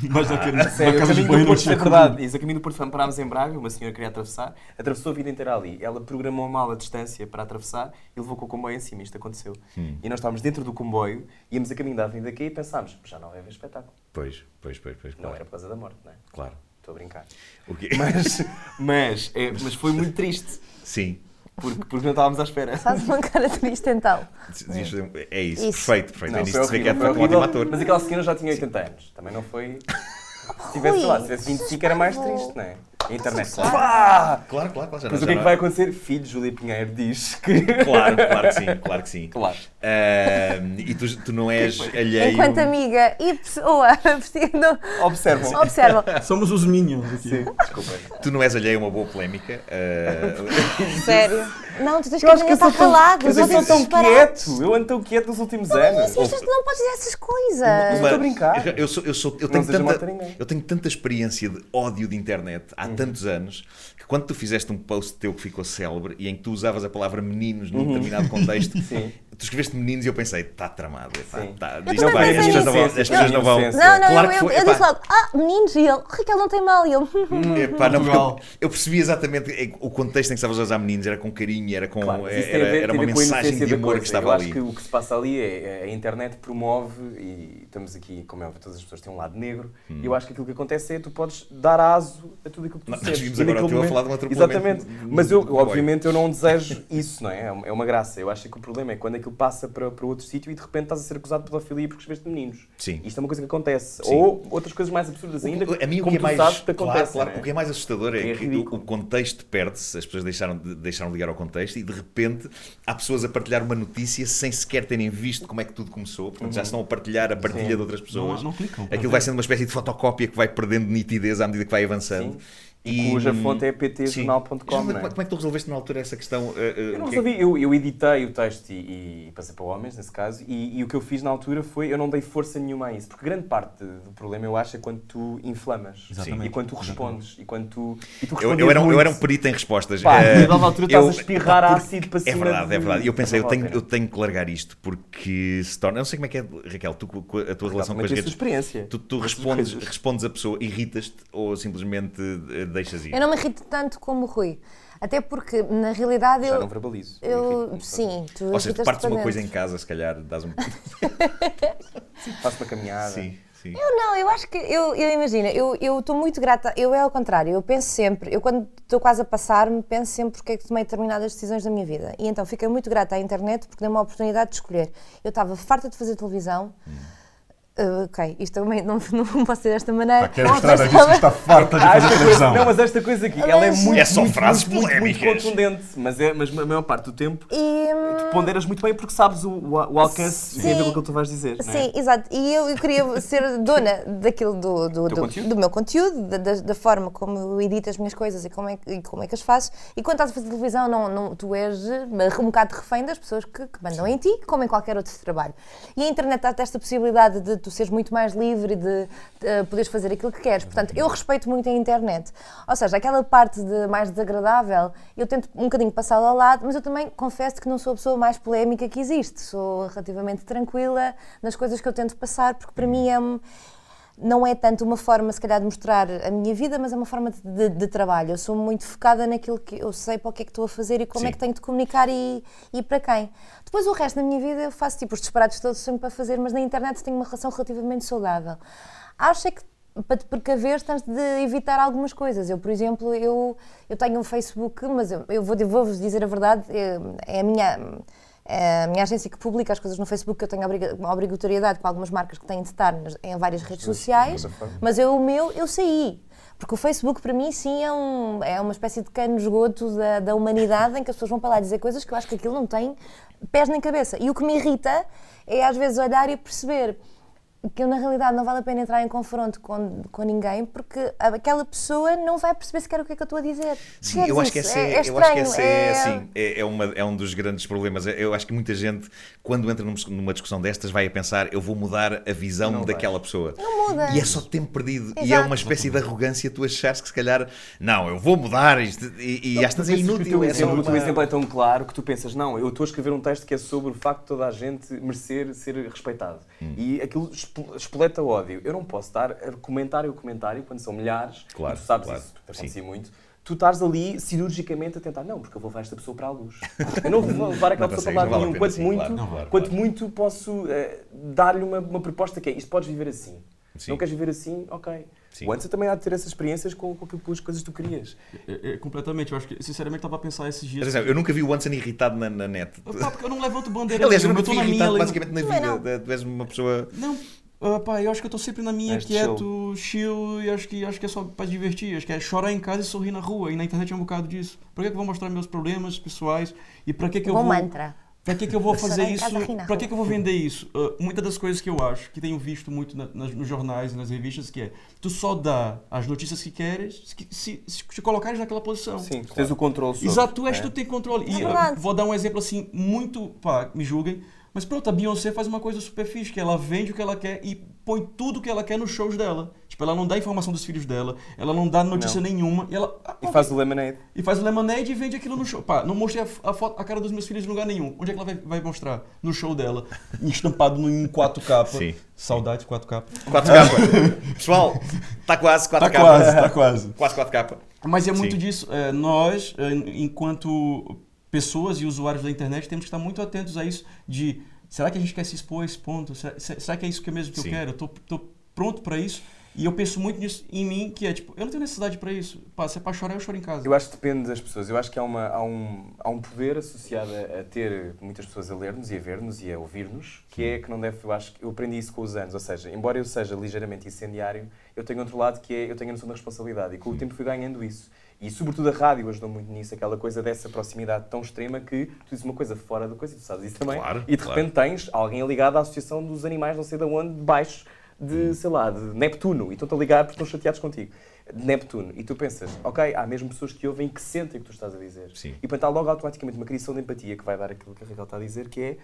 [SPEAKER 5] Mas naquele.
[SPEAKER 3] Sério, a caminho
[SPEAKER 5] naquele banho
[SPEAKER 3] do
[SPEAKER 5] não
[SPEAKER 3] Porto, é
[SPEAKER 5] tinha
[SPEAKER 3] verdade. Isso, a caminho do Porto Fã, parámos em Braga, uma senhora queria atravessar, atravessou a vida inteira ali. Ela programou mal a distância para atravessar e levou com o comboio em cima. Isto aconteceu.
[SPEAKER 2] Hum.
[SPEAKER 3] E nós estávamos dentro do comboio, íamos a caminho da Avenida Q e pensámos, já não vai haver espetáculo.
[SPEAKER 2] Pois, pois, pois, pois,
[SPEAKER 3] Não era
[SPEAKER 2] claro.
[SPEAKER 3] por causa da morte, não é?
[SPEAKER 2] Claro.
[SPEAKER 3] Estou a brincar.
[SPEAKER 2] O quê?
[SPEAKER 3] Mas, mas, é, mas foi muito triste,
[SPEAKER 2] Sim.
[SPEAKER 3] porque, porque não estávamos à espera.
[SPEAKER 4] Faz uma cara triste então.
[SPEAKER 2] Devias fazer- É isso,
[SPEAKER 4] Isso.
[SPEAKER 2] perfeito, perfeito. é
[SPEAKER 3] Não,
[SPEAKER 2] nisso
[SPEAKER 3] foi
[SPEAKER 2] que se vê que é de facto um
[SPEAKER 3] horrível, foi
[SPEAKER 2] ótimo
[SPEAKER 3] horrível,
[SPEAKER 2] ator.
[SPEAKER 3] Mas aquela senhora já tinha 80 anos. Também não foi. Se tivesse, sei lá, se tivesse 25 era mais triste, não é? A internet, claro. Pá!
[SPEAKER 2] Claro, claro, claro. já não-
[SPEAKER 3] Mas o que é
[SPEAKER 2] já
[SPEAKER 3] que
[SPEAKER 2] não
[SPEAKER 3] vai acontecer? Filho de Júlia Pinheiro diz que.
[SPEAKER 2] Claro, claro que sim, claro que sim.
[SPEAKER 3] Claro.
[SPEAKER 2] Ah, e tu, tu não és alheio.
[SPEAKER 4] Enquanto amiga e pessoa, não-
[SPEAKER 3] Observam.
[SPEAKER 4] observam.
[SPEAKER 5] Somos os Minions aqui.
[SPEAKER 3] Desculpa.
[SPEAKER 2] Tu não és alheio a uma boa polémica. ah,
[SPEAKER 4] Sério. Não, tu tens que estar calado.
[SPEAKER 3] Mas
[SPEAKER 4] Os
[SPEAKER 3] eu
[SPEAKER 4] outros
[SPEAKER 3] sou
[SPEAKER 4] estão
[SPEAKER 3] tão
[SPEAKER 4] parados.
[SPEAKER 3] quieto! Eu ando tão quieto nos últimos
[SPEAKER 4] Mas
[SPEAKER 3] anos.
[SPEAKER 4] tu não podes dizer essas coisas.
[SPEAKER 3] Mas- Estou a brincar.
[SPEAKER 2] Eu, sou, eu, sou, eu, tenho
[SPEAKER 3] seja mau
[SPEAKER 2] tanta,
[SPEAKER 3] para ninguém. Uhum.
[SPEAKER 2] eu tenho tanta experiência de ódio de internet há tantos anos que quando tu fizeste um post teu que ficou célebre e em que tu usavas a palavra meninos num determinado contexto,
[SPEAKER 3] Uhum. Sim.
[SPEAKER 2] tu escreveste meninos e eu pensei, está tramado. epá,
[SPEAKER 3] Sim.
[SPEAKER 2] tá,
[SPEAKER 4] Eu
[SPEAKER 2] isto
[SPEAKER 4] também
[SPEAKER 2] vai, as
[SPEAKER 4] pensei
[SPEAKER 2] pessoas não vão.
[SPEAKER 3] nisso.
[SPEAKER 2] As pessoas não vão
[SPEAKER 3] Inocência.
[SPEAKER 4] Não, não,
[SPEAKER 2] Claro
[SPEAKER 4] eu,
[SPEAKER 2] que
[SPEAKER 4] eu,
[SPEAKER 2] foi, epá.
[SPEAKER 4] eu
[SPEAKER 2] Hum.
[SPEAKER 4] disse logo, ah, meninos, e ele, Raquel não tem mal, e "Hum, ele,
[SPEAKER 2] Epá, não, porque eu,
[SPEAKER 5] Portugal.
[SPEAKER 2] eu percebi exatamente eh, o contexto em que estavas a usar meninos, era com carinho, era, com, é, eh,
[SPEAKER 3] Claro, mas isso tem a
[SPEAKER 2] era,
[SPEAKER 3] ver-
[SPEAKER 2] era
[SPEAKER 3] tem a
[SPEAKER 2] uma
[SPEAKER 3] ver com a
[SPEAKER 2] mensagem
[SPEAKER 3] inocência
[SPEAKER 2] de
[SPEAKER 3] da
[SPEAKER 2] amor
[SPEAKER 3] coisa.
[SPEAKER 2] que estava
[SPEAKER 3] Eu
[SPEAKER 2] ali.
[SPEAKER 3] acho que o que se passa ali é é- a internet promove, e estamos aqui, como é óbvio, todas as pessoas têm um lado negro, e eu acho que aquilo que acontece é tu podes dar aso a tudo aquilo que tu
[SPEAKER 2] Hum. Nós
[SPEAKER 3] sentes.
[SPEAKER 2] vimos
[SPEAKER 3] E
[SPEAKER 2] agora o
[SPEAKER 3] naquele
[SPEAKER 2] teu a
[SPEAKER 3] momento-
[SPEAKER 2] falar de um atropelamento
[SPEAKER 3] Exatamente.
[SPEAKER 2] no- no-
[SPEAKER 3] Mas eu,
[SPEAKER 2] no comboio.
[SPEAKER 3] obviamente, eu não desejo isso, não é? É uma- É uma graça. Eu acho que o problema é quando aquilo passa para, para outro sítio e de repente estás a ser acusado pela filia porque escreveste meninos.
[SPEAKER 2] Sim.
[SPEAKER 3] Isto é uma coisa que acontece.
[SPEAKER 2] Sim.
[SPEAKER 3] Ou outras coisas mais absurdas ainda,
[SPEAKER 2] a mim o
[SPEAKER 3] como
[SPEAKER 2] que é
[SPEAKER 3] tu
[SPEAKER 2] mais
[SPEAKER 3] sabes, te
[SPEAKER 2] claro,
[SPEAKER 3] acontece,
[SPEAKER 2] claro,
[SPEAKER 3] não é?
[SPEAKER 2] o que é mais assustador é,
[SPEAKER 3] É
[SPEAKER 2] que o,
[SPEAKER 3] ridículo.
[SPEAKER 2] o contexto perde-se, as pessoas deixaram de, deixaram de ligar ao contexto e de repente há pessoas a partilhar uma notícia sem sequer terem visto como é que tudo começou, portanto
[SPEAKER 3] Uhum.
[SPEAKER 2] já estão a partilhar a partilha de outras pessoas.
[SPEAKER 5] Não- não clicam,
[SPEAKER 2] Aquilo
[SPEAKER 5] portanto.
[SPEAKER 3] é?
[SPEAKER 2] vai sendo uma espécie de fotocópia que vai perdendo nitidez à medida que vai avançando.
[SPEAKER 3] Sim. Cuja fonte é
[SPEAKER 2] sim.
[SPEAKER 3] ptjornal.com,
[SPEAKER 2] Como
[SPEAKER 3] não
[SPEAKER 2] é
[SPEAKER 3] é?
[SPEAKER 2] como é que tu resolveste na altura essa questão? Eh,
[SPEAKER 3] Eu
[SPEAKER 2] é
[SPEAKER 3] não resolvi, eu, eu editei o texto e, e passei para homens, nesse caso, e, e o que eu fiz na altura foi, eu não dei força nenhuma a isso, porque grande parte do problema, eu acho, é quando tu inflamas,
[SPEAKER 5] Exatamente.
[SPEAKER 3] e quando tu respondes, e quando tu, e tu
[SPEAKER 2] Eu,
[SPEAKER 3] respondes
[SPEAKER 2] eu, era, um- eu
[SPEAKER 3] muito.
[SPEAKER 2] era um perito em respostas.
[SPEAKER 3] Pá,
[SPEAKER 2] Eh,
[SPEAKER 3] e a dada altura estás a espirrar
[SPEAKER 2] pá, porque-
[SPEAKER 3] ácido para
[SPEAKER 2] É
[SPEAKER 3] cima
[SPEAKER 2] verdade, é
[SPEAKER 3] de-
[SPEAKER 2] verdade. Eu pensei, eu
[SPEAKER 3] Não
[SPEAKER 2] tenho,
[SPEAKER 3] vale a
[SPEAKER 2] eu tenho que largar isto porque se torna. Eu não sei como é que é, Raquel, tu, com a tua relação com
[SPEAKER 3] também
[SPEAKER 2] as
[SPEAKER 3] tem a sua
[SPEAKER 2] redes.
[SPEAKER 3] experiência.
[SPEAKER 2] Tu, tu respondes,
[SPEAKER 3] coisas.
[SPEAKER 2] respondes a pessoa, irritas-te ou simplesmente eh, deixas ir?
[SPEAKER 4] Eu não me irrito tanto como o Rui. Até porque, na realidade,
[SPEAKER 3] Já não
[SPEAKER 4] eu.
[SPEAKER 3] verbalizo.
[SPEAKER 4] Eu,
[SPEAKER 3] Enfim,
[SPEAKER 4] sim, tu
[SPEAKER 2] Ou seja, tu
[SPEAKER 4] irritas-te
[SPEAKER 2] partes uma
[SPEAKER 4] para
[SPEAKER 2] coisa em
[SPEAKER 4] dentro.
[SPEAKER 2] casa, se calhar dás um.
[SPEAKER 3] Faço uma caminhada.
[SPEAKER 2] sim, sim.
[SPEAKER 4] Eu não, eu acho que, eu, eu imagino, eu eu estou muito grata, eu é ao contrário, eu penso sempre, eu quando estou quase a passar-me, penso sempre porque é que tomei determinadas decisões da minha vida. E então fiquei muito grata à internet porque deu-me a oportunidade de escolher. Eu estava farta de fazer televisão,
[SPEAKER 6] Hum.
[SPEAKER 4] Ah, ok, isto também não, não posso ser desta maneira.
[SPEAKER 6] Quer mostrar a gente que está farta de
[SPEAKER 3] Ah, esta
[SPEAKER 6] fazer
[SPEAKER 3] coisa,
[SPEAKER 6] televisão.
[SPEAKER 3] não, mas esta coisa aqui, ela é
[SPEAKER 4] Mas-
[SPEAKER 3] muito,
[SPEAKER 2] É só
[SPEAKER 3] muito,
[SPEAKER 2] frases
[SPEAKER 3] muito, muito, muito
[SPEAKER 2] polémicas.
[SPEAKER 3] contundente, mas, é, mas a maior parte do tempo
[SPEAKER 4] E, hum,
[SPEAKER 3] tu ponderas muito bem porque sabes o, o, o alcance
[SPEAKER 4] Sim.
[SPEAKER 3] de aquilo que tu vais dizer, não é?
[SPEAKER 4] Sim, exato. E eu eu queria ser dona daquilo do, do, do,
[SPEAKER 3] conteúdo?
[SPEAKER 4] do meu conteúdo, da, da- da forma como eu edito as minhas coisas e como é, que- e como é que as faço. E quando estás a fazer televisão, não, não, tu és eh, um bocado refém das pessoas que, que mandam em ti, como em qualquer outro trabalho. E a internet dá-te esta possibilidade de tu seres muito mais livre e de, eh, poderes fazer aquilo que queres. Portanto, eu respeito muito a internet. Ou seja, aquela parte de mais desagradável, eu tento um bocadinho passá-la ao lado, mas eu também confesso que não sou a pessoa mais polémica que existe. Sou relativamente tranquila nas coisas que eu tento passar, porque para mim é. um- Não é tanto uma forma, se calhar, de mostrar a minha vida, mas é uma forma de, de- de trabalho. Eu sou muito focada naquilo que eu sei para o que é que estou a fazer e como
[SPEAKER 2] Sim.
[SPEAKER 4] é que tenho de comunicar e, e para quem. Depois, o resto da minha vida, eu faço tipo os disparados todos sempre para fazer, mas na internet tenho uma relação relativamente saudável. Acho é que para te precaver, tens de evitar algumas coisas. Eu, por exemplo, eu, eu tenho um Facebook, mas eu, eu vou- vou-vos dizer a verdade, eh, é a minha. é a minha agência que publica as coisas no Facebook, eu tenho a obriga- uma obrigatoriedade com algumas marcas que têm de estar nas- em várias redes sociais, mas eu, o meu, eu saí. Porque o Facebook, para mim, sim, é, um, é uma espécie de cano de esgoto da, da humanidade em que as pessoas vão para lá dizer coisas que eu acho que aquilo não tem pés nem cabeça. E o que me irrita é, às vezes, olhar e perceber que eu, na realidade, não vale a pena entrar em confronto com, com ninguém porque aquela pessoa não vai perceber sequer o que é que eu estou a dizer.
[SPEAKER 2] Sim,
[SPEAKER 4] Percebes
[SPEAKER 2] eu acho que
[SPEAKER 4] isso?
[SPEAKER 2] essa é,
[SPEAKER 4] é
[SPEAKER 2] eu acho que
[SPEAKER 4] estranho,
[SPEAKER 2] essa é,
[SPEAKER 4] é-
[SPEAKER 2] assim, é, é uma- é um dos grandes problemas. Eu acho que muita gente, quando entra num- numa discussão destas, vai a pensar: eu vou mudar a visão daquela pessoa. Não
[SPEAKER 4] muda.
[SPEAKER 2] E é só tempo perdido. E é
[SPEAKER 4] Exato.
[SPEAKER 2] uma espécie de arrogância tu achares que, se calhar, não, eu vou mudar isto. E, e às vezes é
[SPEAKER 3] Mas
[SPEAKER 2] inútil.
[SPEAKER 3] O teu,
[SPEAKER 2] é só
[SPEAKER 3] exemplo, o teu
[SPEAKER 2] uma-
[SPEAKER 3] exemplo é tão claro que tu pensas, não, eu estou a escrever um texto que é sobre o facto de toda a gente merecer ser respeitado.
[SPEAKER 2] Hum.
[SPEAKER 3] E aquilo espo- espoleta o ódio. Eu não posso estar a comentário a comentário quando são milhares,
[SPEAKER 2] Claro,
[SPEAKER 3] e tu sabes
[SPEAKER 2] claro,
[SPEAKER 3] isso, porque acontecia muito. Tu estás ali cirurgicamente a tentar, não, porque eu vou levar esta pessoa para a luz. Eu não vou levar aquela
[SPEAKER 2] Não consegues,
[SPEAKER 3] pessoa para
[SPEAKER 2] não
[SPEAKER 3] lado
[SPEAKER 2] vale a
[SPEAKER 3] nenhum.
[SPEAKER 2] pena,
[SPEAKER 3] quanto
[SPEAKER 2] sim,
[SPEAKER 3] muito,
[SPEAKER 2] claro. Não, claro,
[SPEAKER 3] quanto
[SPEAKER 2] claro.
[SPEAKER 3] muito posso eh, dar-lhe uma, uma proposta que é isto podes viver assim.
[SPEAKER 2] Sim.
[SPEAKER 3] Não queres viver assim? Ok.
[SPEAKER 2] Sim.
[SPEAKER 3] O antes também há de ter essas experiências com, com, aquilo- com as coisas que tu querias.
[SPEAKER 5] É, é, completamente, eu acho que, sinceramente, estava a pensar esses
[SPEAKER 3] é
[SPEAKER 2] Mas,
[SPEAKER 5] dias.
[SPEAKER 2] atenção, eu nunca vi o Anson irritado na, na net.
[SPEAKER 5] Pá, porque eu não levanto bandeira
[SPEAKER 2] Aliás, eu
[SPEAKER 5] nenhuma,
[SPEAKER 2] nunca
[SPEAKER 5] eu
[SPEAKER 2] te vi
[SPEAKER 5] tô na minha.
[SPEAKER 2] irritado
[SPEAKER 5] ali-
[SPEAKER 2] basicamente na
[SPEAKER 4] Não é não.
[SPEAKER 2] vida. Tu és uma pessoa.
[SPEAKER 5] Não, ah, pá, eu acho que eu tô sempre na minha,
[SPEAKER 3] Mas
[SPEAKER 5] quieto, chill, e acho que, acho que é só pra divertir. Acho que é chorar em casa e sorrir na rua. E na internet é um bocado disso. Pra que, que eu vou mostrar meus problemas pessoais? E pra que, que eu
[SPEAKER 4] Bom
[SPEAKER 5] vou.
[SPEAKER 4] mantra.
[SPEAKER 5] Pra que, que eu vou fazer
[SPEAKER 4] Chorar em
[SPEAKER 5] isso?
[SPEAKER 4] casa, rir na
[SPEAKER 5] Pra
[SPEAKER 4] rua.
[SPEAKER 5] que, que eu vou vender isso? Ah, muitas das coisas que eu acho, que tenho visto muito na- nas- nos jornais e nas revistas, que é tu só dá as notícias que queres se, se, se te colocares naquela posição.
[SPEAKER 3] Sim, tu tens o controle sobre.
[SPEAKER 5] Exato, tu és,
[SPEAKER 3] né?
[SPEAKER 5] tu tem controle. E
[SPEAKER 4] É
[SPEAKER 5] eu
[SPEAKER 4] verdade.
[SPEAKER 5] vou dar um exemplo assim, muito. Pá, me julguem. Mas pronto, a Beyoncé faz uma coisa super fixe, que ela vende o que ela quer e põe tudo o que ela quer nos shows dela. Tipo, ela não dá informação dos filhos dela, ela não dá notícia nenhuma, e ela. ah,
[SPEAKER 3] E faz o lemonade.
[SPEAKER 5] e faz o lemonade e vende aquilo no show. Pá, não mostrei a, f- a foto, a cara dos meus filhos em lugar nenhum. Onde é que ela vai, vai mostrar? No show dela, estampado no- em 4K.
[SPEAKER 2] Sim.
[SPEAKER 5] Saudades 4K.
[SPEAKER 2] 4K. Pessoal, está quase 4K.
[SPEAKER 5] Tá quase, tá quase.
[SPEAKER 2] Quase 4K.
[SPEAKER 5] Mas é muito
[SPEAKER 2] Sim.
[SPEAKER 5] disso. É, nós, é, enquanto pessoas e usuários da internet, temos que estar muito atentos a isso de será que a gente quer se expor a esse ponto? Será, se- será que é isso que é mesmo que
[SPEAKER 2] Sim.
[SPEAKER 5] eu quero? Eu tô, tô pronto para isso? E eu penso muito nisso em mim, que é tipo, eu não tenho necessidade para isso. Pá, se é pra chorar, eu choro em casa.
[SPEAKER 3] Eu acho que depende das pessoas. Eu acho que há, uma, há, um, há um poder associado a a ter muitas pessoas a ler-nos e a ver-nos e a ouvir-nos, que é que não deve. Eu acho que eu aprendi isso com os anos. Ou seja, embora eu seja ligeiramente incendiário, eu tenho outro lado que é eu tenho a noção da responsabilidade. E com o tempo fui ganhando isso. E sobretudo a rádio ajudou muito nisso, aquela coisa dessa proximidade tão extrema que tu dizes uma coisa fora da coisa e tu sabes isso também.
[SPEAKER 2] Claro,
[SPEAKER 3] e de
[SPEAKER 2] claro.
[SPEAKER 3] repente tens alguém ligado à Associação dos Animais, não sei de onde, de baixo, de,
[SPEAKER 2] Hum.
[SPEAKER 3] sei lá, de Neptuno, e estão-te a ligar porque estão chateados contigo. De Neptuno. E tu pensas, ok, há mesmo pessoas que ouvem que sentem o que tu estás a dizer.
[SPEAKER 2] Sim.
[SPEAKER 3] E portanto há logo automaticamente uma criação de empatia que vai dar aquilo que a Raquel está a dizer, que é,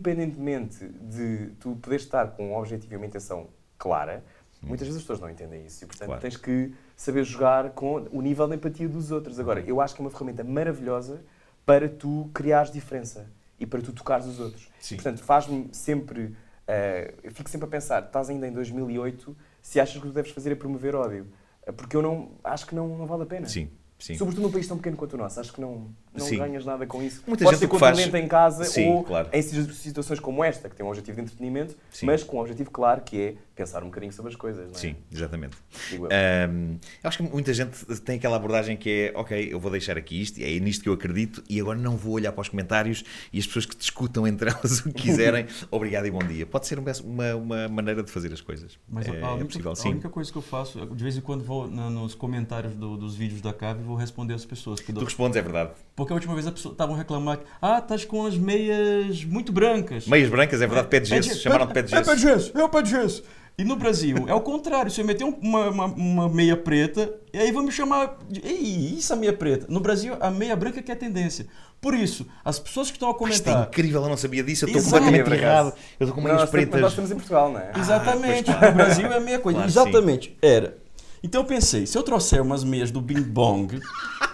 [SPEAKER 3] independentemente de tu poderes estar com um objetivo e uma intenção clara, muitas vezes as pessoas não entendem isso. E portanto
[SPEAKER 2] Hum. Claro.
[SPEAKER 3] tens que saber jogar com o nível de empatia dos outros.
[SPEAKER 2] Uhum.
[SPEAKER 3] Agora, eu acho que é uma ferramenta maravilhosa para tu criares diferença e para tu tocares os outros.
[SPEAKER 2] Sim.
[SPEAKER 3] Portanto, faz-me sempre. eh, eu fico sempre a pensar, estás ainda em 2008, se achas que o que deves fazer é promover ódio. Eh, Porque eu não acho que não, não vale a pena.
[SPEAKER 2] Sim, sim.
[SPEAKER 3] Sobretudo num país tão pequeno quanto o nosso, acho que não, não
[SPEAKER 2] Sim.
[SPEAKER 3] ganhas nada com isso.
[SPEAKER 2] Muita
[SPEAKER 3] Podes
[SPEAKER 2] gente
[SPEAKER 3] ser
[SPEAKER 2] o que faz-
[SPEAKER 3] contundente em casa
[SPEAKER 2] Sim,
[SPEAKER 3] ou
[SPEAKER 2] claro.
[SPEAKER 3] em situ- situações como esta, que tem um objetivo de entretenimento,
[SPEAKER 2] Sim.
[SPEAKER 3] mas com um objetivo claro que é pensar um bocadinho sobre as coisas. Não é?
[SPEAKER 2] Sim, Ah, exatamente.
[SPEAKER 3] Digo eu.
[SPEAKER 2] Ahm, eu acho que muita gente tem aquela abordagem que é: ok, eu vou deixar aqui isto, é nisto que eu acredito, e agora não vou olhar para os comentários e as pessoas que discutam entre elas o que quiserem. Obrigado e bom dia. Pode ser uma, uma- uma maneira de fazer as coisas.
[SPEAKER 5] Mas
[SPEAKER 2] é,
[SPEAKER 5] a, a
[SPEAKER 2] é
[SPEAKER 5] única,
[SPEAKER 2] possível,
[SPEAKER 5] a
[SPEAKER 2] sim.
[SPEAKER 5] única coisa que eu faço, eu, de vez em quando vou na- nos comentários do- dos vídeos da Cave e vou responder as pessoas. porque
[SPEAKER 2] Tu
[SPEAKER 5] do-
[SPEAKER 2] respondes, é verdade.
[SPEAKER 5] Porque a última vez as pessoas estavam reclamando, ah, estás com as meias muito brancas.
[SPEAKER 2] Meias brancas, é verdade, pé de gesso. Chamaram de pé de
[SPEAKER 5] É pé
[SPEAKER 2] gesso.
[SPEAKER 5] de gesso, é o pé de gesso. E no Brasil, é o contrário. Você meteu uma, uma, uma meia preta, e aí vão me chamar. De, Ei, isso é meia preta. No Brasil, a meia branca que é a tendência. Por isso, as pessoas que estão a
[SPEAKER 2] Isto é
[SPEAKER 5] comentar.
[SPEAKER 2] incrível, eu não sabia disso, eu estou
[SPEAKER 5] então. Exato.
[SPEAKER 2] completamente
[SPEAKER 3] Por acaso.
[SPEAKER 2] errado. Eu estou com
[SPEAKER 3] Não,
[SPEAKER 2] meias
[SPEAKER 3] nós temos- mas nós
[SPEAKER 2] pretas.
[SPEAKER 3] estamos em Portugal, não é?
[SPEAKER 5] Exatamente. No Brasil é a meia coisa.
[SPEAKER 2] Claro,
[SPEAKER 5] Exatamente. Era. Então eu pensei, se eu trouxer umas meias do Bing Bong,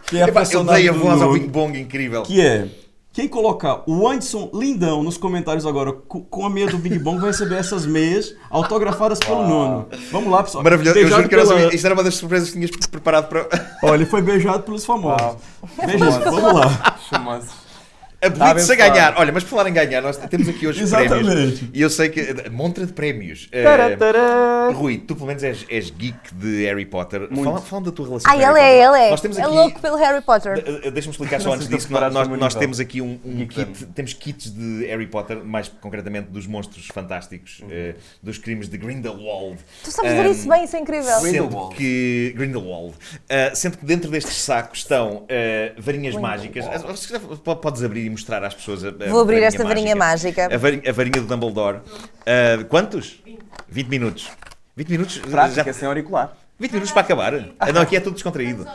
[SPEAKER 5] que é a
[SPEAKER 2] Epá, eu dei
[SPEAKER 5] personagem
[SPEAKER 2] a
[SPEAKER 5] do
[SPEAKER 2] voz ao
[SPEAKER 5] Nuno,
[SPEAKER 2] Bing Bong, incrível.
[SPEAKER 5] que é quem colocar o Anderson Lindão nos comentários agora co- com a meia do Big Bang vai receber essas meias autografadas pelo Nuno. Vamos lá, pessoal.
[SPEAKER 2] Maravilhoso, eu
[SPEAKER 5] Beijado
[SPEAKER 2] juro que eu não
[SPEAKER 5] pela-
[SPEAKER 2] sabia. Isto era uma das surpresas que tinhas preparado para.
[SPEAKER 5] Olha, ele foi beijado pelos famosos. Beijado, vamos lá.
[SPEAKER 3] Famosos.
[SPEAKER 2] Apelidos
[SPEAKER 3] Está
[SPEAKER 2] a
[SPEAKER 3] abençoado.
[SPEAKER 2] É ganhar. Olha, mas por falar em ganhar, nós temos aqui hoje os prémios.
[SPEAKER 6] Exatamente.
[SPEAKER 2] E eu sei que. eh, Montra de prémios. Eh, Rui, tu pelo menos és, és geek de Harry Potter. Fala, fala da tua relação
[SPEAKER 4] Ah,
[SPEAKER 2] com Harry
[SPEAKER 4] ele
[SPEAKER 2] Potter.
[SPEAKER 4] é, ele é.
[SPEAKER 2] Nós temos
[SPEAKER 4] É
[SPEAKER 2] aqui-
[SPEAKER 4] louco pelo Harry Potter.
[SPEAKER 2] Eh, eh, Deixa-me explicar só
[SPEAKER 3] Não
[SPEAKER 2] antes
[SPEAKER 3] sei se
[SPEAKER 2] disso.
[SPEAKER 3] tu
[SPEAKER 2] que Nós,
[SPEAKER 3] reparaste
[SPEAKER 2] nós,
[SPEAKER 3] no meu
[SPEAKER 2] nós
[SPEAKER 3] nível.
[SPEAKER 2] temos aqui um, um
[SPEAKER 3] Geek
[SPEAKER 2] kit, temos kits de Harry Potter, mais concretamente dos monstros fantásticos, eh, dos crimes de Grindelwald.
[SPEAKER 4] Tu sabes ver isso bem, isso é incrível.
[SPEAKER 3] Sim.
[SPEAKER 2] Sendo
[SPEAKER 3] Grindelwald.
[SPEAKER 2] que, Grindelwald. Ah, sendo que dentro destes sacos estão ah, varinhas mágicas. Ah, se quiser, p- Podes abrir e mostrar às pessoas. A, a
[SPEAKER 4] Vou abrir esta varinha mágica.
[SPEAKER 2] A varinha, a varinha do Dumbledore. Ah, quantos? 20 minutos. 20 minutos?
[SPEAKER 3] Prática,
[SPEAKER 2] Já-
[SPEAKER 3] é sem auricular.
[SPEAKER 2] 20 minutos para acabar. Ah, não, aqui é tudo descontraído.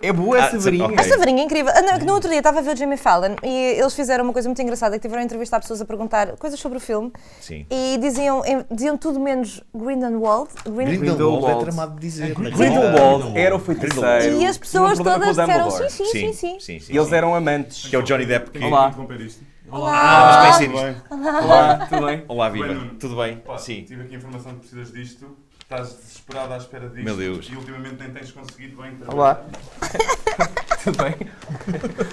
[SPEAKER 3] É boa
[SPEAKER 2] essa Ah, varinha. ok.
[SPEAKER 4] Esta varinha é incrível. Ah, não, que No outro dia estava a ver o Jimmy Fallon e eles fizeram uma coisa muito engraçada que tiveram a entrevistar pessoas a perguntar coisas sobre o filme
[SPEAKER 2] Sim.
[SPEAKER 4] e diziam, em- diziam tudo menos Grindelwald. Grindel-
[SPEAKER 2] Grindelwald é
[SPEAKER 3] Grindelwald.
[SPEAKER 2] tramado de dizer. é na realidade.
[SPEAKER 3] Grindelwald era o feiticeiro.
[SPEAKER 4] E as pessoas
[SPEAKER 3] Tinha um problema com
[SPEAKER 4] todas
[SPEAKER 3] o
[SPEAKER 4] disseram
[SPEAKER 3] Dumbledore.
[SPEAKER 4] sim, sim, sim, sim.
[SPEAKER 2] sim, sim,
[SPEAKER 3] E eles
[SPEAKER 2] sim.
[SPEAKER 3] eram amantes.
[SPEAKER 2] Que é o Johnny Depp que...
[SPEAKER 3] Olá.
[SPEAKER 6] Interromper isto.
[SPEAKER 2] Ah, mas pensem nisto.
[SPEAKER 6] Bem,
[SPEAKER 3] Olá, tudo bem?
[SPEAKER 2] Olá, Viva.
[SPEAKER 6] Bem, Nuno.
[SPEAKER 2] Tudo bem?
[SPEAKER 6] pá,
[SPEAKER 2] Sim.
[SPEAKER 6] Tive aqui a informação que precisas disto. Estás desesperado à espera disto.
[SPEAKER 2] Meu Deus.
[SPEAKER 6] E ultimamente nem tens conseguido bem
[SPEAKER 3] Olá.
[SPEAKER 6] trabalhar.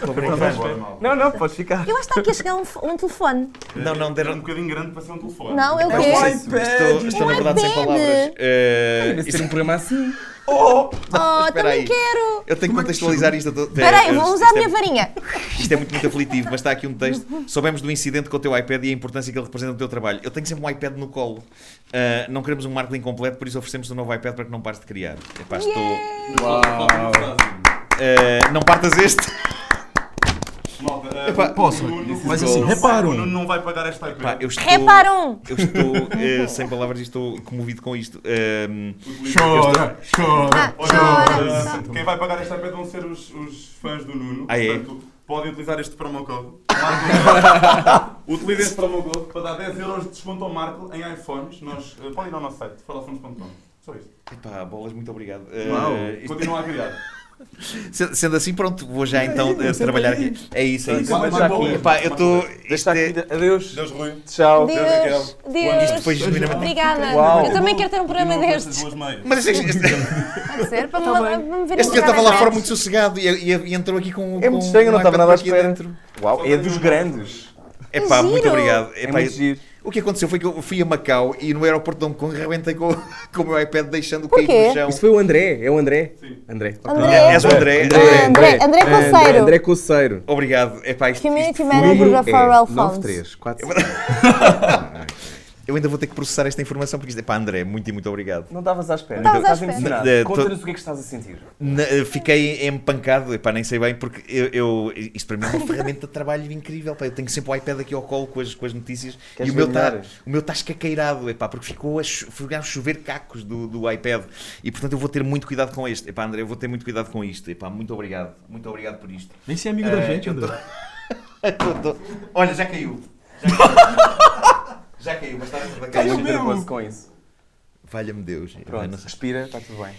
[SPEAKER 3] Tudo bem?
[SPEAKER 6] Vai embora, mal.
[SPEAKER 3] Não, não, podes ficar.
[SPEAKER 4] Eu acho que está aqui a chegar um, f- um telefone.
[SPEAKER 2] Não, não,
[SPEAKER 6] Era um
[SPEAKER 2] deram...
[SPEAKER 6] bocadinho grande para ser um telefone.
[SPEAKER 4] Não, é o
[SPEAKER 3] Mas
[SPEAKER 4] quê?
[SPEAKER 3] não é
[SPEAKER 2] Estou, estou, estou na verdade sem
[SPEAKER 4] iPad.
[SPEAKER 2] palavras. Ah,
[SPEAKER 3] Deve ser um programa assim.
[SPEAKER 4] Oh,
[SPEAKER 2] espera
[SPEAKER 4] também
[SPEAKER 2] aí.
[SPEAKER 4] quero!
[SPEAKER 2] Eu tenho é que contextualizar isto. eu tô-
[SPEAKER 4] Espera
[SPEAKER 2] é,
[SPEAKER 4] aí,
[SPEAKER 2] isto
[SPEAKER 4] vou usar a
[SPEAKER 2] é-
[SPEAKER 4] minha varinha.
[SPEAKER 2] Isto é muito, muito aflitivo, mas está aqui um texto. Soubemos do incidente com o teu iPad e a importância que ele representa no teu trabalho. Eu tenho sempre um iPad no colo. Ah, não queremos um marketing completo, por isso oferecemos um novo iPad para que não pares de criar. Epá, estou... Ah, não partas este.
[SPEAKER 6] Malta, ah,
[SPEAKER 2] Epá,
[SPEAKER 5] posso? Mas assim, reparam.
[SPEAKER 6] Não, não vai pagar esta iPad.
[SPEAKER 2] Pá, eu estou...
[SPEAKER 4] Reparam!
[SPEAKER 2] Eu estou ah, sem palavras e estou comovido com isto. Ah,
[SPEAKER 6] Chora, chora,
[SPEAKER 4] Ah, chora.
[SPEAKER 6] Quem vai pagar esta iPad vão ser os, os fãs do Nuno.
[SPEAKER 2] Ah, é?
[SPEAKER 6] Portanto, podem utilizar este promo code. Marco- Utilizem este promo code para dar 10 euros de desconto ao Marco em iPhones. Nós, eh, podem ir ao nosso site, falafones.com. Só isto.
[SPEAKER 2] epá, bolas, muito obrigado. Ah, isto-
[SPEAKER 6] Continuam É, a criar.
[SPEAKER 2] Se- Sendo assim, pronto, vou já então eh, trabalhar aqui. É isso, é isso.
[SPEAKER 6] Vai já aqui.
[SPEAKER 2] Epá, eu estou. Isto,
[SPEAKER 3] Deixa
[SPEAKER 2] é-
[SPEAKER 3] aqui. Adeus.
[SPEAKER 6] Deus, Rui.
[SPEAKER 3] Tchau.
[SPEAKER 4] Deus,
[SPEAKER 2] isto foi
[SPEAKER 4] Deus.
[SPEAKER 2] genuinamente.
[SPEAKER 4] Obrigada.
[SPEAKER 3] Uau.
[SPEAKER 4] Eu também quero ter um programa
[SPEAKER 6] Continuam com
[SPEAKER 4] deste.
[SPEAKER 6] estas boas meias.
[SPEAKER 2] Mas este, este,
[SPEAKER 4] Pode ser? Para me, para me verem
[SPEAKER 2] este senhor
[SPEAKER 4] jogar
[SPEAKER 2] estava lá
[SPEAKER 4] às
[SPEAKER 2] fora
[SPEAKER 4] vezes.
[SPEAKER 2] muito sossegado e, e- e entrou aqui com.
[SPEAKER 3] É
[SPEAKER 2] com
[SPEAKER 3] muito estranho, eu não
[SPEAKER 2] um
[SPEAKER 3] estava
[SPEAKER 2] iPad
[SPEAKER 3] nada à
[SPEAKER 2] aqui
[SPEAKER 3] espera.
[SPEAKER 2] dentro.
[SPEAKER 3] Uau, é dos grandes.
[SPEAKER 2] Epá,
[SPEAKER 4] giro.
[SPEAKER 2] muito obrigado.
[SPEAKER 3] É
[SPEAKER 2] Epá,
[SPEAKER 3] muito giro.
[SPEAKER 2] o que aconteceu foi que eu fui a Macau e no aeroporto de Hong Kong arrebentei com, com o meu iPad deixando
[SPEAKER 4] Porquê?
[SPEAKER 2] cair no chão.
[SPEAKER 3] Isso foi o André, é o André. André.
[SPEAKER 2] É,
[SPEAKER 4] André,
[SPEAKER 2] És o André.
[SPEAKER 4] Ah,
[SPEAKER 2] André.
[SPEAKER 4] André, André, André Coceiro.
[SPEAKER 3] André é Coceiro.
[SPEAKER 2] Obrigado. Epá, isto, isto,
[SPEAKER 4] Community Manager da Farrell Funds.
[SPEAKER 3] 9345.
[SPEAKER 2] eu ainda vou ter que processar esta informação porque isto é para André. Muito e muito obrigado.
[SPEAKER 3] Não estavas à espera.
[SPEAKER 4] Não estavas à
[SPEAKER 3] Estás
[SPEAKER 4] espera.
[SPEAKER 3] emocionado.
[SPEAKER 2] Eh, tô-
[SPEAKER 3] Conta-nos o que é que estás a sentir.
[SPEAKER 2] Na- eh, fiquei empancado, epá, nem sei bem, porque eu, eu- isto para mim é uma ferramenta de trabalho incrível. pá, eu tenho sempre o iPad aqui ao colo com as, com as notícias e
[SPEAKER 3] Queres
[SPEAKER 2] o meu está
[SPEAKER 3] melhorar?
[SPEAKER 2] o meu tá escaqueirado, epá, porque ficou a, cho- ficaram a chover cacos do, do iPad e portanto eu vou ter muito cuidado com este. Epá, André, eu vou ter muito cuidado com isto. Epá, muito obrigado, muito obrigado por isto.
[SPEAKER 5] Nem ser amigo da
[SPEAKER 2] Eh,
[SPEAKER 5] gente,
[SPEAKER 2] eu
[SPEAKER 5] André.
[SPEAKER 2] Eu tô- Olha, já caiu. Já caiu, já caiu, mas está dentro da
[SPEAKER 3] Estás
[SPEAKER 2] caixa.
[SPEAKER 3] muito nervoso com isso.
[SPEAKER 2] Valha-me Deus. epá,
[SPEAKER 3] Pronto,
[SPEAKER 2] não sei.
[SPEAKER 3] respira, está tudo bem.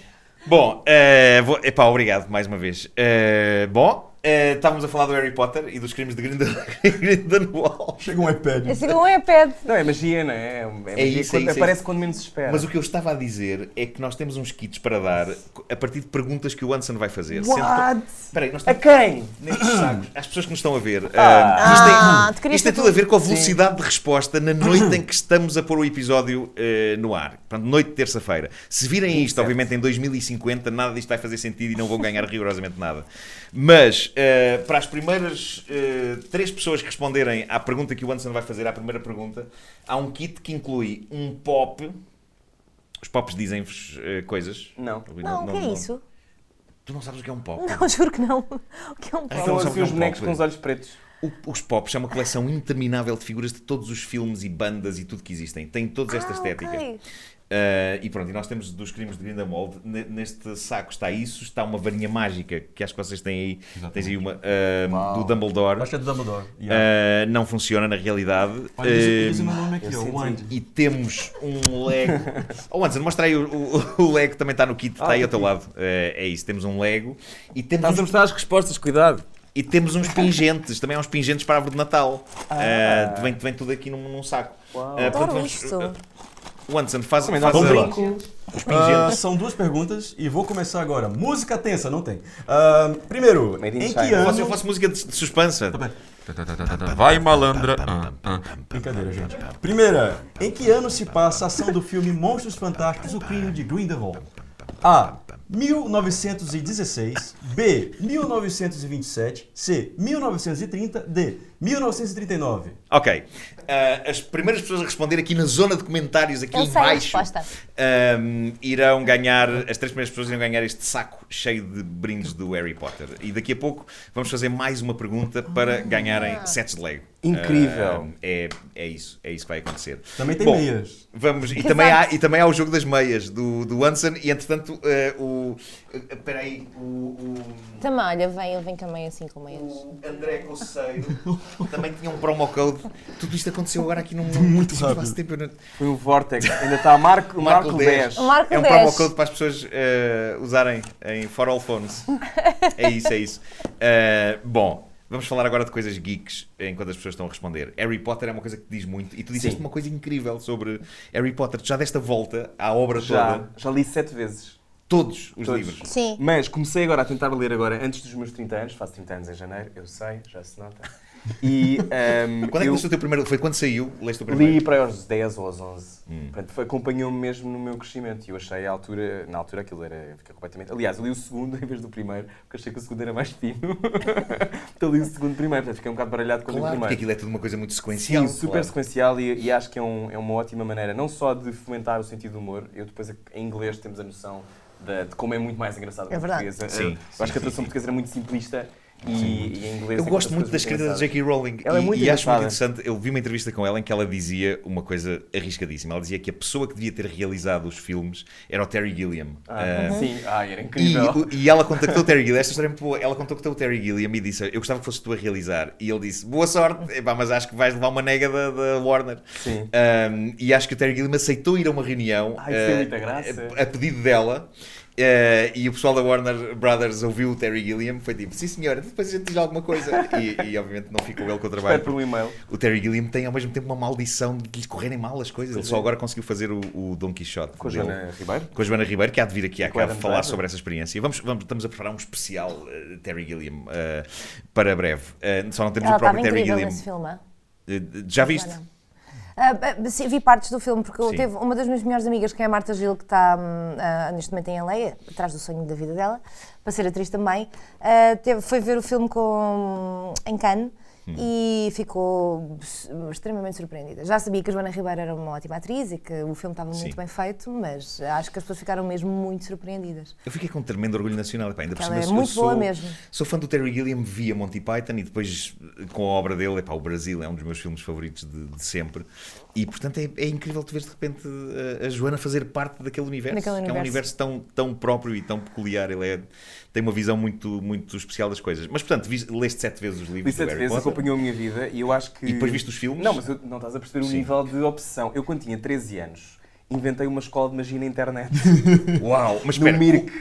[SPEAKER 2] Bom, eh, vou, epá, obrigado mais uma vez. Eh, bom, eh, estávamos a falar do Harry Potter e dos crimes de Grindel- Grindelwald.
[SPEAKER 6] Chega um iPad.
[SPEAKER 4] Esse não é pad.
[SPEAKER 3] Não, é magia, não é? É,
[SPEAKER 2] isso, é
[SPEAKER 3] magia quando-
[SPEAKER 2] isso, é isso.
[SPEAKER 3] aparece quando menos se espera.
[SPEAKER 2] Mas o que eu estava a dizer é que nós temos uns kits para dar a partir de perguntas que o Anson vai fazer. Sendo
[SPEAKER 3] What?
[SPEAKER 2] que- Espera aí, nós
[SPEAKER 3] A
[SPEAKER 2] estamos
[SPEAKER 3] quem?
[SPEAKER 2] nestes sacos. Às pessoas que nos estão a ver, eh,
[SPEAKER 4] Ah,
[SPEAKER 2] isto,
[SPEAKER 4] te
[SPEAKER 2] tem,
[SPEAKER 4] queria
[SPEAKER 2] isto tem
[SPEAKER 4] saber
[SPEAKER 2] tudo a ver com a velocidade de resposta na noite em que estamos a pôr o episódio eh, no ar. Portanto, noite de terça-feira. Se virem isto, obviamente, em 2050, nada disto vai fazer sentido e não vão ganhar rigorosamente nada. Mas, eh, para as primeiras eh, três pessoas que responderem à pergunta que o Anderson vai fazer, à primeira pergunta, há um kit que inclui um pop. Os pops dizem-vos eh, coisas?
[SPEAKER 3] Não.
[SPEAKER 4] Não, o que é isso?
[SPEAKER 2] Tu não sabes o que é um pop?
[SPEAKER 4] Não, juro que não. O que é um pad?
[SPEAKER 2] não
[SPEAKER 3] São
[SPEAKER 2] sabe
[SPEAKER 3] assim
[SPEAKER 2] o que é
[SPEAKER 3] os
[SPEAKER 2] um
[SPEAKER 3] bonecos
[SPEAKER 2] pop.
[SPEAKER 3] com os olhos pretos.
[SPEAKER 2] O- os Pops é uma coleção interminável de figuras de todos os filmes e bandas e tudo que existem. Tem todas
[SPEAKER 4] Ah,
[SPEAKER 2] estas estéticas.
[SPEAKER 4] ok.
[SPEAKER 2] Ah, e pronto, e nós temos dos crimes de Grindelwald. Ne- Neste saco está isso, está uma varinha mágica, que acho que vocês têm aí. Tens aí uma ah, do Dumbledore.
[SPEAKER 5] Acho que é do Dumbledore.
[SPEAKER 2] Ah, não funciona na realidade.
[SPEAKER 5] Olha, diz-
[SPEAKER 2] Ah,
[SPEAKER 5] diz o meu nome aqui, ó. Wand.
[SPEAKER 2] e temos um Lego. Oh, Anderson, mostra aí o, o- o Lego que também está no kit, está aí ao teu lado. Ah, é isso, temos um Lego e temos um uns
[SPEAKER 3] mostrar as respostas, cuidado.
[SPEAKER 2] e temos uns pingentes, também há uns pingentes para a árvore de Natal. Ah, vem, vem tudo aqui num, num saco.
[SPEAKER 3] Uau.
[SPEAKER 2] Ah, portanto,
[SPEAKER 4] Adoro
[SPEAKER 2] vamos-
[SPEAKER 4] isso.
[SPEAKER 2] O Anderson, faz,
[SPEAKER 3] Também
[SPEAKER 2] faz
[SPEAKER 3] dá
[SPEAKER 2] a-
[SPEAKER 3] para
[SPEAKER 2] os
[SPEAKER 3] brinco.
[SPEAKER 5] Ah,
[SPEAKER 2] pingentes.
[SPEAKER 5] são duas perguntas e vou começar agora. Música tensa, não tem. Ah, primeiro,
[SPEAKER 3] Made in
[SPEAKER 5] em que
[SPEAKER 3] China.
[SPEAKER 2] eu, faço, eu
[SPEAKER 5] ano...
[SPEAKER 2] faço música de, de suspense.
[SPEAKER 5] Tá bem.
[SPEAKER 7] Vai, malandra. Ah, ah. Brincadeira, gente. Primeira, em que ano se passa a ação do filme Monstros Fantásticos, o crime de Grindelwald? A. 1916, B. 1927, C. 1930, D. 1939.
[SPEAKER 2] Ok. Ah, as primeiras pessoas a responder aqui na zona de comentários, aqui
[SPEAKER 4] Eu
[SPEAKER 2] em
[SPEAKER 4] sei a
[SPEAKER 2] baixo,
[SPEAKER 4] resposta.
[SPEAKER 2] ahm, irão ganhar, as três primeiras pessoas irão ganhar este saco cheio de brindes do Harry Potter. E daqui a pouco vamos fazer mais uma pergunta para ganharem
[SPEAKER 4] Ah.
[SPEAKER 2] sets de Lego.
[SPEAKER 3] Incrível.
[SPEAKER 2] Ah, é, é isso, é isso que vai acontecer.
[SPEAKER 7] Também tem
[SPEAKER 2] Bom,
[SPEAKER 7] meias.
[SPEAKER 2] Vamos, e, também há, e também há o jogo das meias do, do Anson, e entretanto eh, o. Espera aí, o, o-
[SPEAKER 4] Também, olha, vem, ele vem também assim com meias.
[SPEAKER 2] o André Conceiro também tinha um promo code. Tudo isto aconteceu agora aqui num muito espaço de tempo. eu não-
[SPEAKER 3] Foi um Vortex. Ainda está Marco, Marco,
[SPEAKER 2] Marco 10.
[SPEAKER 3] 10.
[SPEAKER 4] O Marco
[SPEAKER 2] É um
[SPEAKER 4] 10.
[SPEAKER 2] promo code para as pessoas eh, usarem em For All Phones. É isso, é isso. Eh, bom, vamos falar agora de coisas geeks enquanto as pessoas estão a responder. Harry Potter é uma coisa que te diz muito e tu disseste
[SPEAKER 3] Sim.
[SPEAKER 2] uma coisa incrível sobre Harry Potter. Tu já deste a volta à obra
[SPEAKER 3] Já,
[SPEAKER 2] toda,
[SPEAKER 3] já li sete vezes.
[SPEAKER 2] todos os
[SPEAKER 3] Todos.
[SPEAKER 2] livros.
[SPEAKER 4] Sim.
[SPEAKER 3] Mas comecei agora a tentar ler agora antes dos meus 30 anos. Faço 30 anos em janeiro, eu sei, já se nota. E ehm,
[SPEAKER 2] Quando é que
[SPEAKER 3] eu
[SPEAKER 2] leste o teu primeiro? Foi quando saiu? Leste o primeiro? Hum.
[SPEAKER 3] li para aí aos 10 ou aos 11. Portanto, foi- acompanhou-me mesmo no meu crescimento. E eu achei, à altura, na altura, aquilo era fica completamente... Aliás, eu li o segundo em vez do primeiro, porque achei que o segundo era mais fino. então li o segundo primeiro, portanto, fiquei um bocado baralhado quando li o
[SPEAKER 2] Claro, porque aquilo
[SPEAKER 3] primeiro.
[SPEAKER 2] é tudo uma coisa muito sequencial.
[SPEAKER 3] Sim, super
[SPEAKER 2] claro.
[SPEAKER 3] sequencial e, e acho que é, um- é uma ótima maneira não só de fomentar o sentido do humor, eu depois em inglês temos a noção da- de, como é muito mais engraçado que
[SPEAKER 4] É
[SPEAKER 3] a
[SPEAKER 4] verdade.
[SPEAKER 3] portuguesa.
[SPEAKER 2] Sim,
[SPEAKER 3] eu
[SPEAKER 2] sim,
[SPEAKER 3] acho que a tradução
[SPEAKER 2] sim, sim.
[SPEAKER 3] portuguesa era muito simplista e, e em inglês.
[SPEAKER 2] Eu
[SPEAKER 3] é
[SPEAKER 2] gosto
[SPEAKER 3] que
[SPEAKER 2] muito da
[SPEAKER 3] as coisas
[SPEAKER 2] escrita da
[SPEAKER 3] muito engraçadas.
[SPEAKER 2] J.K. Rowling
[SPEAKER 3] Ela é
[SPEAKER 2] e,
[SPEAKER 3] muito
[SPEAKER 2] e acho muito
[SPEAKER 3] engraçada.
[SPEAKER 2] interessante. Eu vi uma entrevista com ela em que ela dizia uma coisa arriscadíssima. Ela dizia que a pessoa que devia ter realizado os filmes era o Terry Gilliam. Ah,
[SPEAKER 3] Ah, sim, ai, era
[SPEAKER 2] E,
[SPEAKER 3] incrível.
[SPEAKER 2] o- e ela contactou o Terry Gilliam, esta história é muito boa. Ela contactou o Terry Gilliam e disse: Eu gostava que fosse tu a realizar. E ele disse: Boa sorte, Epá, mas acho que vais levar uma nega da, da Warner.
[SPEAKER 3] Sim.
[SPEAKER 2] Um, e acho que o Terry Gilliam aceitou ir a uma reunião
[SPEAKER 3] Ai, isso tem
[SPEAKER 2] eh,
[SPEAKER 3] muita graça.
[SPEAKER 2] a, a pedido dela. eh, e o pessoal da Warner Brothers ouviu o Terry Gilliam, foi tipo: Sim, senhora, depois a gente diz alguma coisa. E, e, obviamente não ficou ele com o trabalho.
[SPEAKER 3] Espero por um e-mail.
[SPEAKER 2] O Terry Gilliam tem ao mesmo tempo uma maldição de lhe correrem mal as coisas. Ele só agora conseguiu fazer o, o Don Quixote.
[SPEAKER 3] é. Com a
[SPEAKER 2] dele
[SPEAKER 3] Joana Ribeiro.
[SPEAKER 2] com a Joana Ribeiro, que há de vir aqui à
[SPEAKER 3] com
[SPEAKER 2] cá
[SPEAKER 3] o Adam
[SPEAKER 2] falar
[SPEAKER 3] Driver.
[SPEAKER 2] sobre essa experiência. E Vamos, vamos, estamos a preparar um especial eh, Terry Gilliam eh, para breve. Eh, só não temos
[SPEAKER 4] Ela
[SPEAKER 2] o próprio
[SPEAKER 4] estava
[SPEAKER 2] Terry
[SPEAKER 4] incrível
[SPEAKER 2] Gilliam.
[SPEAKER 4] nesse filme. ah?
[SPEAKER 2] Eh, já viste?
[SPEAKER 4] não. Ah, ah, sim, vi partes do filme, porque eu
[SPEAKER 2] Sim.
[SPEAKER 4] teve uma das minhas melhores amigas, que é a Marta Gil, que está hum, ah, neste momento em LA, atrás do sonho da vida dela, para ser atriz também, ah, teve- foi ver o filme com, em Cannes
[SPEAKER 2] Hum.
[SPEAKER 4] e ficou s- extremamente surpreendida. Já sabia que a Joana Ribeiro era uma ótima atriz e que o filme estava
[SPEAKER 2] Sim.
[SPEAKER 4] muito bem feito, mas acho que as pessoas ficaram mesmo muito surpreendidas.
[SPEAKER 2] Eu fiquei com um tremendo orgulho nacional. Epá, ainda por
[SPEAKER 4] Ela
[SPEAKER 2] cima
[SPEAKER 4] é
[SPEAKER 2] eu- eu
[SPEAKER 4] muito
[SPEAKER 2] sou,
[SPEAKER 4] boa mesmo.
[SPEAKER 2] Sou fã do Terry Gilliam via Monty Python e depois eh, com a obra dele, epá, o Brasil é um dos meus filmes favoritos de, de sempre. E portanto é, é incrível tu veres de repente eh, a Joana fazer parte daquele universo.
[SPEAKER 4] Daquele
[SPEAKER 2] que é um
[SPEAKER 4] universo.
[SPEAKER 2] universo tão, tão próprio e tão peculiar. Ele é- tem uma visão muito, muito especial das coisas. Mas portanto, vis- leste sete vezes os livros
[SPEAKER 3] Li
[SPEAKER 2] do
[SPEAKER 3] sete
[SPEAKER 2] Harry
[SPEAKER 3] vezes,
[SPEAKER 2] Potter.
[SPEAKER 3] acompanhou a minha vida e eu acho que.
[SPEAKER 2] E depois viste os filmes?
[SPEAKER 3] Não, mas eu- não estás a perceber o nível de obsessão. Eu, quando tinha 13 anos, inventei uma escola de magia na internet.
[SPEAKER 2] Uau, mas
[SPEAKER 3] no
[SPEAKER 2] espera.
[SPEAKER 3] Mirk.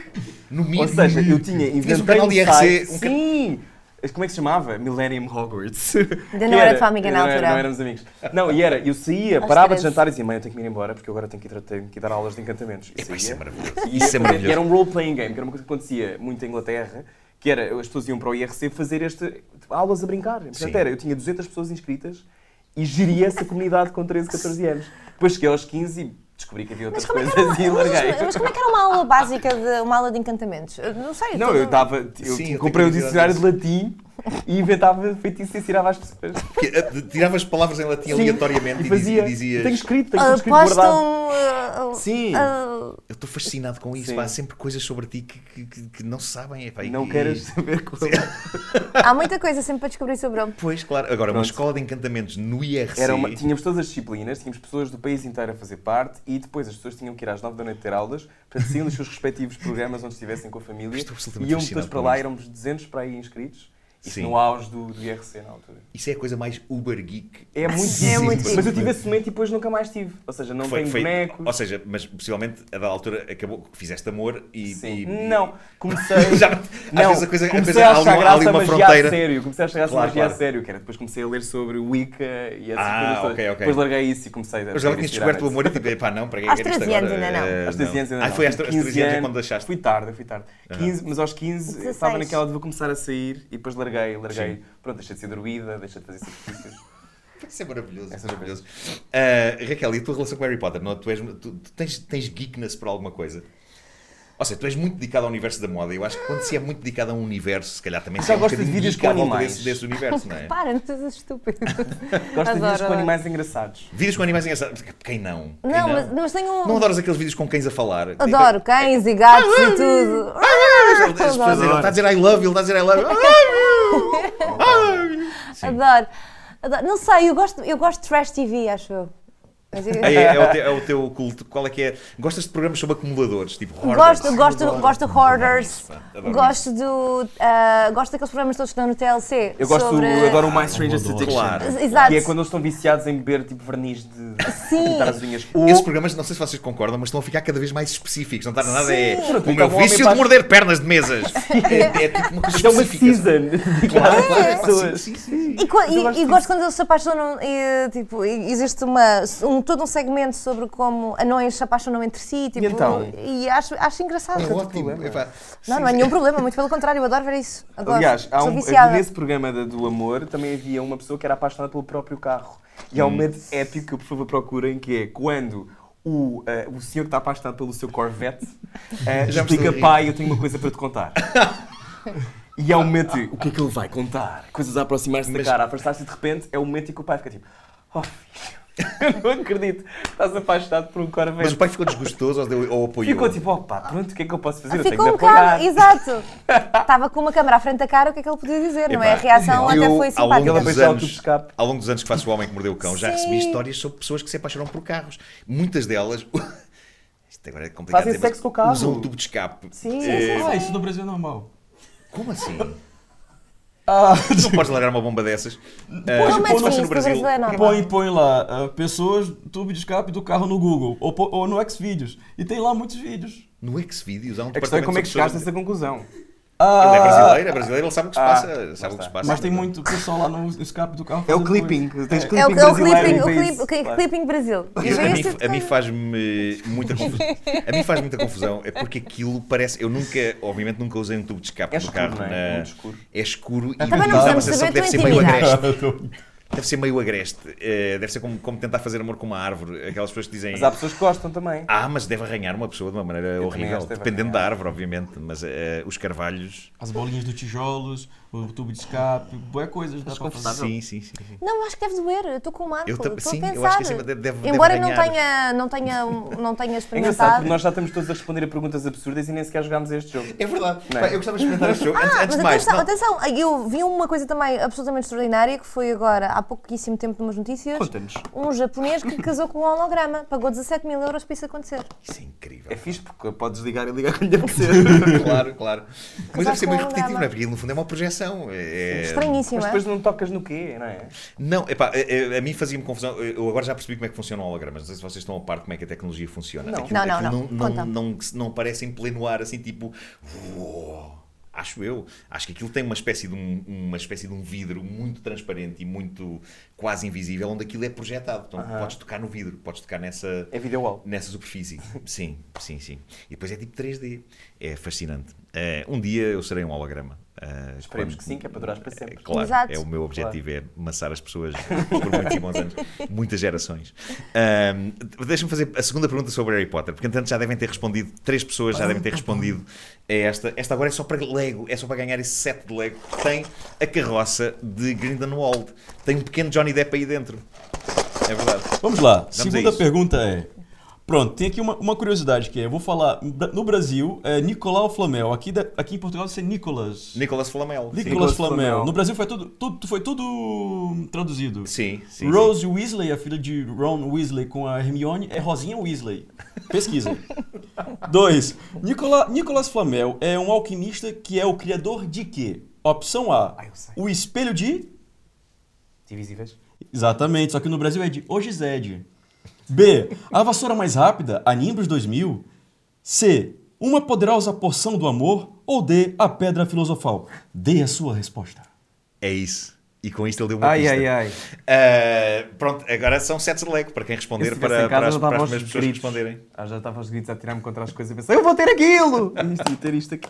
[SPEAKER 2] No Mirk.
[SPEAKER 3] Ou seja, eu tinha
[SPEAKER 2] Tinhas
[SPEAKER 3] inventei
[SPEAKER 2] um canal de IRC,
[SPEAKER 3] site-
[SPEAKER 2] um can-
[SPEAKER 3] Sim! Como é que se chamava? Millennium Hogwarts. Ainda
[SPEAKER 4] não era tua amiga na altura.
[SPEAKER 3] Não éramos amigos. Não, e era, eu saía,
[SPEAKER 4] Aos
[SPEAKER 3] parava de
[SPEAKER 4] 13.
[SPEAKER 3] jantar e dizia, mãe, eu tenho que me ir embora porque eu agora tenho que ir, tenho que ir dar aulas de encantamentos. E
[SPEAKER 2] Epá, isso é
[SPEAKER 3] saía.
[SPEAKER 2] maravilhoso.
[SPEAKER 3] E
[SPEAKER 2] Isso é
[SPEAKER 3] era-
[SPEAKER 2] maravilhoso.
[SPEAKER 3] E era um role-playing game, que era uma coisa que acontecia muito em Inglaterra, que era, as pessoas iam para o IRC fazer este, aulas a brincar. Portanto,
[SPEAKER 2] Sim.
[SPEAKER 3] era, eu tinha 200 pessoas inscritas e geria essa comunidade com 13, 14 anos. Depois cheguei aos 15 e descobri que havia outras
[SPEAKER 4] Mas como, é
[SPEAKER 3] coisas
[SPEAKER 4] que era uma,
[SPEAKER 3] e larguei.
[SPEAKER 4] mas- mas como é que era uma aula básica, de, uma aula de encantamentos? Eu Não sei.
[SPEAKER 3] Não,
[SPEAKER 4] É tudo- um
[SPEAKER 3] eu estava. Eu
[SPEAKER 2] Sim, eu
[SPEAKER 3] comprei o
[SPEAKER 2] tenho curiosidade
[SPEAKER 3] dicionário de latim e inventava feitiço e tirava às pessoas.
[SPEAKER 2] Porque, eh, tiravas palavras em latim
[SPEAKER 3] Sim,
[SPEAKER 2] aleatoriamente e,
[SPEAKER 3] fazia.
[SPEAKER 2] dizi- e dizias.
[SPEAKER 3] Tenho escrito, tenho tudo escrito
[SPEAKER 4] Aposto
[SPEAKER 3] guardado.
[SPEAKER 4] um. ah,
[SPEAKER 3] Sim.
[SPEAKER 4] ah,
[SPEAKER 2] Eu estou fascinado com isso.
[SPEAKER 3] Sim.
[SPEAKER 2] pá, Há sempre coisas sobre ti que, que- que- que não se sabem. Epá, e
[SPEAKER 3] Não
[SPEAKER 2] que-
[SPEAKER 3] queres saber é. como.
[SPEAKER 4] Há muita coisa sempre para descobrir sobre ele.
[SPEAKER 2] Pois, claro. Agora, uma
[SPEAKER 3] Pronto.
[SPEAKER 2] escola de encantamentos no IRC.
[SPEAKER 3] Era uma- tínhamos todas as disciplinas, tínhamos pessoas do país inteiro a fazer parte e depois as pessoas tinham que ir às 9 da noite ter aulas, portanto saíam dos seus respectivos programas onde estivessem com a família.
[SPEAKER 2] Estou absolutamente
[SPEAKER 3] Iam
[SPEAKER 2] fascinado
[SPEAKER 3] todas para
[SPEAKER 2] por
[SPEAKER 3] lá,
[SPEAKER 2] isto.
[SPEAKER 3] éramos 200 para aí inscritos. Isso
[SPEAKER 2] Sim.
[SPEAKER 3] no auge do, do IRC na altura.
[SPEAKER 2] Isso é a coisa mais uber geek.
[SPEAKER 3] É muito
[SPEAKER 4] Sim, é muito
[SPEAKER 3] Mas eu tive esse momento e depois nunca mais tive. Ou seja, não tenho bonecos.
[SPEAKER 2] ou seja, mas possivelmente a da altura acabou que fizeste amor e.
[SPEAKER 3] Sim.
[SPEAKER 2] e-
[SPEAKER 3] Tipo, não, comecei.
[SPEAKER 2] Já- às vezes a coisa- às
[SPEAKER 3] comecei
[SPEAKER 2] vezes
[SPEAKER 3] a
[SPEAKER 2] há ali
[SPEAKER 3] achar
[SPEAKER 2] uma- há
[SPEAKER 3] graça
[SPEAKER 2] ali uma
[SPEAKER 3] a magia
[SPEAKER 2] fronteira.
[SPEAKER 3] a sério. Comecei a achar graça
[SPEAKER 2] Claro,
[SPEAKER 3] a magia
[SPEAKER 2] claro.
[SPEAKER 3] a sério, que era depois comecei a ler sobre Wicca e essas
[SPEAKER 2] Ah,
[SPEAKER 3] coisas todas.
[SPEAKER 2] ok, ok.
[SPEAKER 3] Depois larguei isso e comecei a.
[SPEAKER 2] Mas já
[SPEAKER 3] a
[SPEAKER 2] tinhas
[SPEAKER 3] tirar
[SPEAKER 2] descoberto o
[SPEAKER 3] isso.
[SPEAKER 2] amor e tipo, epá, não, para que é que
[SPEAKER 4] Aos
[SPEAKER 2] era isto
[SPEAKER 4] 13 anos
[SPEAKER 2] agora?
[SPEAKER 4] ainda não.
[SPEAKER 2] Eh,
[SPEAKER 3] Aos 13 anos ainda
[SPEAKER 2] Ah,
[SPEAKER 3] não.
[SPEAKER 2] foi aos
[SPEAKER 3] Tive
[SPEAKER 2] 13 anos é
[SPEAKER 3] 15
[SPEAKER 2] quando achaste.
[SPEAKER 3] Fui tarde, fui tarde. 15, mas aos 15 eu estava
[SPEAKER 4] 16.
[SPEAKER 3] naquela de vou começar a sair e depois larguei larguei, larguei. Pronto, deixei de ser druida, deixei de fazer sacrifícios.
[SPEAKER 2] Isso é maravilhoso.
[SPEAKER 3] Essas
[SPEAKER 2] maravilhoso. Ah, Raquel, e a tua relação com Harry Potter? Não? Tu, és, tu, tu tens, tens geekness por alguma coisa? Ou seja, tu és muito dedicado ao universo da moda. Eu acho que quando se é muito dedicado a um universo, se calhar também se
[SPEAKER 3] Já
[SPEAKER 2] é um
[SPEAKER 3] Ah, gosto de
[SPEAKER 2] bocadinho
[SPEAKER 3] vídeos
[SPEAKER 2] geek
[SPEAKER 3] com
[SPEAKER 2] à volta
[SPEAKER 3] animais.
[SPEAKER 2] Desse, desse universo, não é?
[SPEAKER 4] Para, não sejas estúpido.
[SPEAKER 3] Gosto de vídeos
[SPEAKER 4] Adoro.
[SPEAKER 3] com animais engraçados.
[SPEAKER 2] Vídeos com animais engraçados. Quem não? Quem
[SPEAKER 4] Não, mas, mas tenho um.
[SPEAKER 2] Não adoras aqueles vídeos com cães a falar? Ah,
[SPEAKER 4] Adoro cães e gatos e tudo.
[SPEAKER 2] Ele está a dizer- ele está ah, tá a dizer I love you, ele está a dizer I love you.
[SPEAKER 4] Adoro. Adoro. Não sei, eu gosto, eu gosto de trash TV, acho eu. Mas eu-
[SPEAKER 2] É, é o teu, é o teu culto. Qual é que é? Gostas de programas sobre acumuladores? Tipo hoarders?
[SPEAKER 4] Gosto, gosto, gosto de Hoarders,
[SPEAKER 2] Adoro isso, pá. Adoro
[SPEAKER 4] gosto do, ah, gosto daqueles programas todos que estão no TLC.
[SPEAKER 3] Eu gosto,
[SPEAKER 4] sobre...
[SPEAKER 3] eu adoro o My Strangest
[SPEAKER 2] Claro.
[SPEAKER 3] Addiction.
[SPEAKER 4] Exato.
[SPEAKER 3] Que é quando eles estão viciados em beber tipo verniz de
[SPEAKER 4] Sim.
[SPEAKER 3] pintar as unhas.
[SPEAKER 2] Esses programas, não sei se vocês concordam, mas estão a ficar cada vez mais específicos. Não está nada é
[SPEAKER 3] Pronto,
[SPEAKER 2] o
[SPEAKER 3] então
[SPEAKER 2] meu
[SPEAKER 3] o homem
[SPEAKER 2] vício de
[SPEAKER 3] faz-
[SPEAKER 2] morder pernas de mesas. é, é tipo uma coisa
[SPEAKER 3] Isto é uma
[SPEAKER 2] específica.
[SPEAKER 3] season.
[SPEAKER 2] Claro, claro, é,
[SPEAKER 3] As pessoas.
[SPEAKER 2] sim, sim, sim.
[SPEAKER 4] E, co- e-
[SPEAKER 3] eu gosto
[SPEAKER 4] e
[SPEAKER 3] disso.
[SPEAKER 4] gosto quando eles se apaixonam, e, tipo, e- existe uma, um, todo um segmento sobre como anões se apaixonam entre si, tipo,
[SPEAKER 3] então?
[SPEAKER 4] e acho, acho engraçado.
[SPEAKER 2] É ótimo.
[SPEAKER 3] problema.
[SPEAKER 2] Epá,
[SPEAKER 4] Não, não é nenhum problema, muito pelo contrário, eu adoro ver isso. Adoro.
[SPEAKER 3] Aliás, há
[SPEAKER 4] Sou
[SPEAKER 3] um,
[SPEAKER 4] viciada.
[SPEAKER 3] nesse programa da- do amor também havia uma pessoa que era apaixonada pelo próprio carro. E
[SPEAKER 2] Hum.
[SPEAKER 3] há um medo épico que eu, por favor, procurem, que é quando o, eh, o senhor que está apaixonado pelo seu Corvette eh,
[SPEAKER 2] Já me estou a
[SPEAKER 3] explica,
[SPEAKER 2] rir.
[SPEAKER 3] pai, eu tenho uma coisa para te contar. E há um momento, de, o que é que ele vai contar? Coisas a aproximar-se da
[SPEAKER 2] Mas-
[SPEAKER 3] cara, a afastar-se e de repente, é o momento em que o pai fica tipo, oh filho, eu não acredito, estás apaixonado por um
[SPEAKER 2] Mas
[SPEAKER 3] Corvette.
[SPEAKER 2] o pai ficou desgostoso ou, deu- ou apoiou?
[SPEAKER 3] Ficou tipo, opá, pronto, o que é que eu posso fazer? eu tenho
[SPEAKER 4] Ficou
[SPEAKER 3] de
[SPEAKER 4] um
[SPEAKER 3] apoiar.
[SPEAKER 4] bocado, exato. Estava com uma câmera à frente da cara, o que é que ele podia dizer, não é? A
[SPEAKER 2] Epá, eu,
[SPEAKER 4] reação até foi
[SPEAKER 2] ao longo
[SPEAKER 4] simpática.
[SPEAKER 3] Ele
[SPEAKER 2] dos
[SPEAKER 3] apertou o tubo de
[SPEAKER 2] anos,
[SPEAKER 3] escape.
[SPEAKER 2] Ao longo dos anos que faço o Homem que Mordeu o Cão, já recebi histórias sobre pessoas que se apaixonaram por carros. Muitas delas. Isto agora é complicado.
[SPEAKER 3] Fazem
[SPEAKER 2] dizer, mas
[SPEAKER 3] sexo com o carro.
[SPEAKER 2] Usam o tubo de escape.
[SPEAKER 3] Sim,
[SPEAKER 2] Eh,
[SPEAKER 5] Ah, isso no Brasil é normal.
[SPEAKER 2] Como assim?
[SPEAKER 3] Ah.
[SPEAKER 2] Não podes largar uma bomba dessas. Eh,
[SPEAKER 4] Como
[SPEAKER 2] isso
[SPEAKER 4] assim?
[SPEAKER 2] passa
[SPEAKER 4] Isso
[SPEAKER 2] no
[SPEAKER 4] no Brasil é normal.
[SPEAKER 5] Põe, põe lá ah, pessoas, tubo de escape do carro no Google ou, pô- ou no Xvideos. E tem lá muitos vídeos.
[SPEAKER 2] No Xvideos há um
[SPEAKER 3] A questão é como é que chegaste a
[SPEAKER 2] departamento
[SPEAKER 3] essa conclusão.
[SPEAKER 5] Ah,
[SPEAKER 2] Ele é brasileiro, é brasileiro, ele sabe o que se
[SPEAKER 3] Ah,
[SPEAKER 2] passa.
[SPEAKER 3] lá
[SPEAKER 2] sabe o que se
[SPEAKER 3] está.
[SPEAKER 2] passa.
[SPEAKER 5] mas tem muito pessoal lá no escape do carro.
[SPEAKER 3] É o
[SPEAKER 5] fazendo
[SPEAKER 3] clipping.
[SPEAKER 5] coisa.
[SPEAKER 3] Tens
[SPEAKER 4] É o,
[SPEAKER 3] clipping
[SPEAKER 4] é o clipping,
[SPEAKER 3] brasileiro e
[SPEAKER 4] o
[SPEAKER 3] vê
[SPEAKER 4] clip,
[SPEAKER 3] isso.
[SPEAKER 4] o cli-
[SPEAKER 3] Claro.
[SPEAKER 4] clipping Brasil. E
[SPEAKER 2] Eu-
[SPEAKER 4] vê
[SPEAKER 2] a mim,
[SPEAKER 4] esse tipo de
[SPEAKER 2] a mim
[SPEAKER 4] coisa.
[SPEAKER 2] faz-me muita confusão. A mim faz muita confusão. É porque aquilo parece. Eu nunca, obviamente, nunca usei um tubo de escape
[SPEAKER 3] É
[SPEAKER 2] do
[SPEAKER 3] escuro,
[SPEAKER 2] carro.
[SPEAKER 3] não é?
[SPEAKER 2] na-
[SPEAKER 3] É muito escuro.
[SPEAKER 2] É escuro e
[SPEAKER 4] Também não
[SPEAKER 2] dá uma
[SPEAKER 4] precisamos
[SPEAKER 2] sensação que
[SPEAKER 4] saber
[SPEAKER 2] deve
[SPEAKER 4] a
[SPEAKER 2] ser
[SPEAKER 4] tua
[SPEAKER 2] meio
[SPEAKER 4] intimidade.
[SPEAKER 2] agreste. Deve ser meio agreste. Eh, deve ser como, como tentar fazer amor com uma árvore. Aquelas pessoas que dizem.
[SPEAKER 3] Mas há pessoas que gostam também.
[SPEAKER 2] Ah, mas deve arranhar uma pessoa de uma maneira horrível.
[SPEAKER 3] acho que deve
[SPEAKER 2] Dependendo
[SPEAKER 3] arranhar.
[SPEAKER 2] da árvore, obviamente. Mas eh, os carvalhos.
[SPEAKER 5] As bolinhas do tijolos, o tubo de escape, boa coisa. Dá pra fazer.
[SPEAKER 2] Sim, sim, sim. sim.
[SPEAKER 4] Não, acho que deve doer. Eu estou com o Marco.
[SPEAKER 2] Eu tam-
[SPEAKER 4] Estou a
[SPEAKER 2] sim,
[SPEAKER 4] pensar.
[SPEAKER 2] eu acho que assim deve- deve
[SPEAKER 4] Embora eu não
[SPEAKER 2] ganhar.
[SPEAKER 4] tenha, não tenha, um- não
[SPEAKER 3] É
[SPEAKER 4] tenha
[SPEAKER 3] engraçado
[SPEAKER 4] experimentado.
[SPEAKER 3] porque nós já estamos todos a responder a perguntas absurdas e nem sequer jogámos a este jogo.
[SPEAKER 2] É verdade.
[SPEAKER 3] Não é?
[SPEAKER 2] Pá, eu gostava de experimentar este jogo. antes,
[SPEAKER 4] Ah,
[SPEAKER 2] antes
[SPEAKER 4] mas
[SPEAKER 2] de mais,
[SPEAKER 4] atenção,
[SPEAKER 2] não,
[SPEAKER 4] atenção, eu vi uma coisa também absolutamente extraordinária que foi agora, há pouquíssimo tempo, numas notícias.
[SPEAKER 3] Conta-nos.
[SPEAKER 4] Um japonês que casou com um holograma, pagou 17 mil euros para isso acontecer.
[SPEAKER 2] Isso é incrível.
[SPEAKER 3] É fixe porque podes ligar e ligar quando lhe apetecer.
[SPEAKER 2] claro, claro. Mas deve ser
[SPEAKER 4] com
[SPEAKER 2] meio
[SPEAKER 4] um
[SPEAKER 2] repetitivo,
[SPEAKER 4] holograma.
[SPEAKER 2] não é? Porque no fundo é uma projeção. É...
[SPEAKER 4] Estranhíssimo,
[SPEAKER 3] Mas
[SPEAKER 4] é?
[SPEAKER 3] depois não tocas no quê, não é?
[SPEAKER 2] Não, epá, é, a, a- a mim fazia-me confusão. Eu agora já percebi como é que funciona o holograma. Não sei se vocês estão a par de como é que a tecnologia funciona.
[SPEAKER 3] Não.
[SPEAKER 4] Não, não, não.
[SPEAKER 2] não,
[SPEAKER 4] Conta.
[SPEAKER 2] não, não, não aparece em pleno ar, assim, tipo... uou, Acho eu. Acho que aquilo tem uma espécie, de um, uma espécie de um vidro muito transparente e muito quase invisível, onde aquilo é projetado. Então, podes tocar no vidro, podes tocar nessa...
[SPEAKER 3] É video wall.
[SPEAKER 2] Nessa superfície, sim, sim, sim. E depois é tipo 3D. É fascinante. Eh, um dia eu serei um holograma. Eh,
[SPEAKER 3] Esperemos
[SPEAKER 2] quando-
[SPEAKER 3] que sim, que é para durar para sempre.
[SPEAKER 2] Eh, Claro,
[SPEAKER 4] Exato.
[SPEAKER 2] é o meu objetivo, é maçar as pessoas por muitos e bons anos, muitas gerações. Ahm, Deixa-me fazer a segunda pergunta sobre Harry Potter, porque entretanto já devem ter respondido, três pessoas já devem ter respondido a esta. Esta agora é só para Lego, é só para ganhar esse set de Lego que tem a carroça de Grindelwald. Tem um pequeno Johnny Depp aí dentro. É verdade.
[SPEAKER 7] Vamos lá.
[SPEAKER 2] a
[SPEAKER 7] Segunda
[SPEAKER 2] isso.
[SPEAKER 7] pergunta é. Pronto, tem aqui uma, uma curiosidade que é, eu vou falar, no Brasil é Nicolau Flamel, aqui, da- aqui em Portugal isso é Nicolas.
[SPEAKER 2] Nicolas Flamel. sim.
[SPEAKER 7] Nicolas
[SPEAKER 3] Nicolas Flamel.
[SPEAKER 7] Flamel. No Brasil foi tudo, tudo, foi tudo traduzido.
[SPEAKER 2] Sim, sim. sim.
[SPEAKER 7] Rose Weasley, a filha de Ron Weasley com a Hermione, é Rosinha Weasley. Pesquisa. 2. Nicola, Nicolas Flamel é um alquimista que é o criador de quê? Opção A.
[SPEAKER 3] Ah, eu sei.
[SPEAKER 7] O espelho de.
[SPEAKER 2] é.
[SPEAKER 3] Divisíveis.
[SPEAKER 7] Exatamente, só que no Brasil é de Hoje Zed. B. A vassoura mais rápida, a Nimbus 2000. C. Uma poderosa porção do amor. Ou D. A pedra filosofal. Dê a sua resposta.
[SPEAKER 2] É isso. E com isto ele deu uma
[SPEAKER 8] Ai,
[SPEAKER 2] pista.
[SPEAKER 8] ai, ai.
[SPEAKER 2] Ah, pronto, agora são sets de leque para quem
[SPEAKER 8] Eu, se
[SPEAKER 2] responder,
[SPEAKER 8] estivesse
[SPEAKER 2] para,
[SPEAKER 8] em casa,
[SPEAKER 2] para, as,
[SPEAKER 8] já
[SPEAKER 2] para
[SPEAKER 8] dava
[SPEAKER 2] as
[SPEAKER 8] aos
[SPEAKER 2] mesmas pessoas
[SPEAKER 8] gritos.
[SPEAKER 2] responderem.
[SPEAKER 8] Ah, já estava aos gritos a tirar-me contra as coisas e pensei, eu vou ter aquilo! E Isto, e ter isto aqui.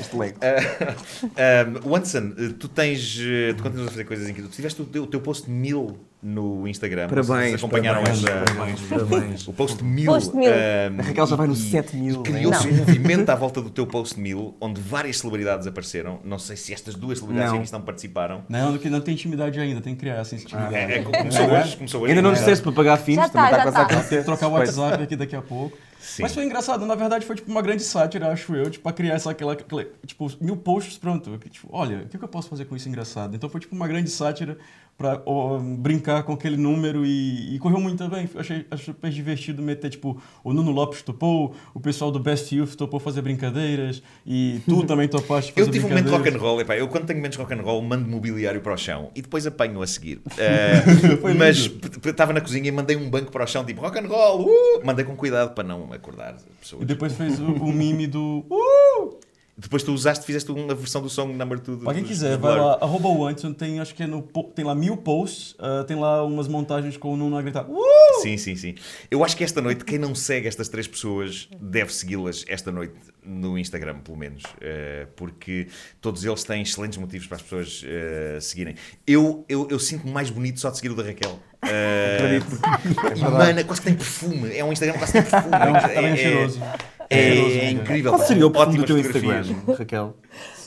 [SPEAKER 8] Este Lego.
[SPEAKER 2] Ah, Um, Wanson, eh, tu tens. eh, Tu continuas a fazer coisas incríveis. Tu tiveste o teu, o teu post mil no Instagram.
[SPEAKER 8] Parabéns,
[SPEAKER 2] Vocês acompanharam
[SPEAKER 8] parabéns,
[SPEAKER 2] essa-
[SPEAKER 8] parabéns, parabéns.
[SPEAKER 2] O post mil.
[SPEAKER 4] Post mil.
[SPEAKER 2] um,
[SPEAKER 8] A Raquel já vai no
[SPEAKER 2] e-
[SPEAKER 8] 7 mil,
[SPEAKER 2] e Criou-se
[SPEAKER 4] né?
[SPEAKER 2] um movimento à volta do teu post mil, onde várias celebridades apareceram. Não sei se estas duas celebridades
[SPEAKER 8] Não.
[SPEAKER 2] em questão participaram.
[SPEAKER 5] Não, do que não tem intimidade ainda, tem que criar essa intimidade.
[SPEAKER 2] É, é, começou hoje, começou hoje.
[SPEAKER 8] Ainda não disseste
[SPEAKER 2] né?
[SPEAKER 8] para pagar fins,
[SPEAKER 4] Já
[SPEAKER 8] também
[SPEAKER 4] tá,
[SPEAKER 8] está
[SPEAKER 4] já
[SPEAKER 8] quase a
[SPEAKER 4] tá.
[SPEAKER 8] acontecer.
[SPEAKER 5] Trocar o WhatsApp aqui daqui a pouco.
[SPEAKER 2] Sim.
[SPEAKER 5] Mas foi engraçado, na verdade foi tipo uma grande sátira, acho eu, tipo, pra criar essa aquela, aquela- tipo, mil posts, pronto, que, tipo, olha, o que que eu posso fazer com isso engraçado? Então foi tipo uma grande sátira pra ó, brincar com aquele número e, e correu muito bem, achei, achei super divertido meter, tipo, o Nuno Lopes topou, o pessoal do Best Youth topou fazer brincadeiras e tu também topaste fazer
[SPEAKER 2] Eu tive um momento
[SPEAKER 5] brincadeiras.
[SPEAKER 2] de rock and roll, epá, eu quando tenho menos rock and roll mando mobiliário para o chão e depois apanho a seguir. Eh, mas p- p- estava na cozinha e mandei um banco para o chão, tipo rock and roll, uh! mandei com cuidado para não acordar as pessoas.
[SPEAKER 5] E depois fez o, o mime do... Uh!
[SPEAKER 2] Depois tu usaste, fizeste uma versão do song number 2
[SPEAKER 5] Pra quem quiser, vai lá, arroba o Anson, tem acho que é no, po- tem lá mil posts, ah, tem lá umas montagens com o Nuno a gritar "Uh!"
[SPEAKER 2] Sim, sim, sim. Eu acho que esta noite, quem não segue estas três pessoas deve segui-las esta noite no Instagram, pelo menos, eh, porque todos eles têm excelentes motivos para as pessoas eh, seguirem. Eu, eu, eu sinto-me mais bonito só de seguir o da Raquel. Eh, porque emana, quase que tem perfume. É um Instagram quase que tem perfume.
[SPEAKER 5] É um Instagram cheiroso.
[SPEAKER 2] é- é
[SPEAKER 5] Cheiroso, né?
[SPEAKER 2] incrível.
[SPEAKER 8] Qual
[SPEAKER 2] pá.
[SPEAKER 8] seria o perfume do
[SPEAKER 2] Ótimas
[SPEAKER 8] teu
[SPEAKER 2] fotografias.
[SPEAKER 8] Instagram, Raquel?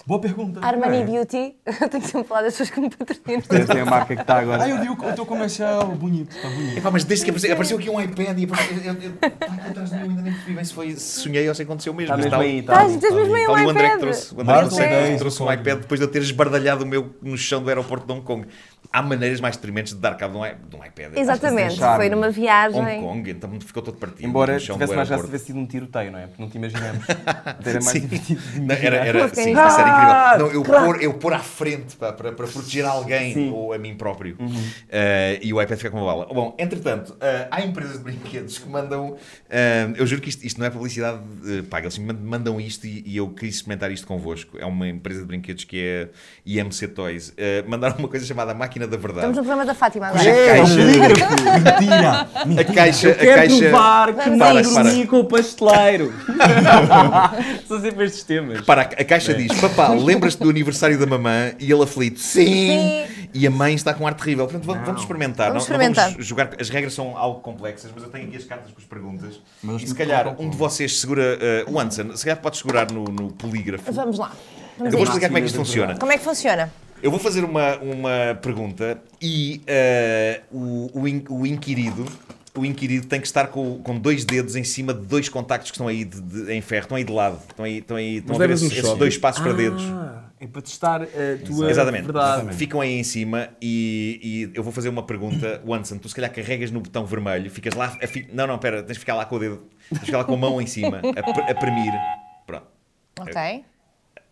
[SPEAKER 5] Boa pergunta.
[SPEAKER 4] Armani Beauty. Eu tenho sempre falado das pessoas que me patrocinam.
[SPEAKER 8] Essa é a marca que está
[SPEAKER 3] tá
[SPEAKER 5] Ah,
[SPEAKER 8] agora.
[SPEAKER 5] eu vi o, o teu comercial bonito, tá bonito.
[SPEAKER 2] Epá, É mas desde que apareceu, apareceu aqui um iPad e apareceu, eu, eu, eu, ai, atrás de mim, eu ainda nem percebi bem se, foi, se sonhei ou se aconteceu mesmo. mas
[SPEAKER 3] Está mesmo
[SPEAKER 2] tá-
[SPEAKER 3] aí, está
[SPEAKER 4] Estás
[SPEAKER 3] ali,
[SPEAKER 4] estás
[SPEAKER 3] está
[SPEAKER 4] mesmo aí
[SPEAKER 2] Tal, e
[SPEAKER 4] um
[SPEAKER 2] o André que
[SPEAKER 4] iPad.
[SPEAKER 2] trouxe, o André
[SPEAKER 5] Marta,
[SPEAKER 2] Fonseca
[SPEAKER 5] dez,
[SPEAKER 2] trouxe um
[SPEAKER 5] concordo.
[SPEAKER 2] iPad depois de eu ter esbardalhado o meu no chão do aeroporto de Hong Kong. Há maneiras mais dementes de dar cabo de um, i- de um iPad.
[SPEAKER 4] Exatamente, é.
[SPEAKER 8] Charme.
[SPEAKER 4] foi numa
[SPEAKER 2] Hong
[SPEAKER 4] viagem.
[SPEAKER 2] Kong, então ficou todo partido
[SPEAKER 3] Embora
[SPEAKER 2] no chão do
[SPEAKER 3] tivesse mais já se
[SPEAKER 2] aeroporto.
[SPEAKER 3] tivesse sido um tiroteio, não é? Porque não te imaginamos. Era é mais
[SPEAKER 2] Sim.
[SPEAKER 3] divertido de
[SPEAKER 2] Não, era,
[SPEAKER 3] imaginar.
[SPEAKER 2] era,
[SPEAKER 4] Porque tá
[SPEAKER 2] sim,
[SPEAKER 4] ninguém-
[SPEAKER 2] isso era incrível. Não, eu, pôr, eu pôr à frente pá, para, para proteger alguém ou a mim próprio.
[SPEAKER 4] Uhum.
[SPEAKER 2] Eh, e o iPad fica com uma bala. Bom, entretanto, eh, há empresas de brinquedos que mandam. eh, eu juro que isto, isto não é publicidade eh, paga, eles simplesmente mandam isto e, e eu queria experimentar isto convosco. É uma empresa de brinquedos que é IMC Toys. Eh, mandaram uma coisa chamada Máquina da
[SPEAKER 4] Estamos
[SPEAKER 2] Verdade.
[SPEAKER 4] no programa da Fátima agora.
[SPEAKER 2] Cuja caixa.
[SPEAKER 8] Mentira!
[SPEAKER 2] A caixa. A
[SPEAKER 8] Quero
[SPEAKER 2] caixa
[SPEAKER 8] provar que
[SPEAKER 4] Vamos
[SPEAKER 8] não
[SPEAKER 2] aí.
[SPEAKER 8] dormi com o pasteleiro. São sempre estes temas.
[SPEAKER 2] Para, a caixa diz: Papá, lembras-te do aniversário da mamã? E ele aflito: Sim! E a mãe está com ar terrível. Portanto, vamos, vamos experimentar.
[SPEAKER 4] Vamos
[SPEAKER 2] Não- não
[SPEAKER 4] experimentar.
[SPEAKER 2] jogar. As regras são algo complexas, mas eu tenho aqui as cartas com as perguntas. e se calhar um de vocês segura. eh, o Anson, se calhar pode segurar no, no polígrafo.
[SPEAKER 4] Mas Vamos lá.
[SPEAKER 2] Eu vou
[SPEAKER 4] Vamos a isto.
[SPEAKER 2] explicar como é que isto funciona.
[SPEAKER 4] Como é que funciona?
[SPEAKER 2] Eu vou fazer uma, uma pergunta e eh, o, o, in- o inquirido. O inquirido tem que estar com, com dois dedos em cima de dois contactos que estão aí de- de- em ferro, estão aí de lado, estão aí, estão aí, estão a ver
[SPEAKER 8] levas um
[SPEAKER 2] esses, esses
[SPEAKER 8] choque.
[SPEAKER 2] dois passos
[SPEAKER 3] Ah,
[SPEAKER 2] para dedos.
[SPEAKER 8] É para testar a tua
[SPEAKER 3] é
[SPEAKER 2] Exatamente.
[SPEAKER 8] verdade.
[SPEAKER 2] Ficam aí em cima e, e eu vou fazer uma pergunta. Wanson, tu se calhar carregas no botão vermelho, ficas lá. a fi- Não, não, pera, tens de ficar lá com o dedo. Tens de ficar lá com a mão em cima, a, pre- a premir. Pronto. É.
[SPEAKER 4] Ok.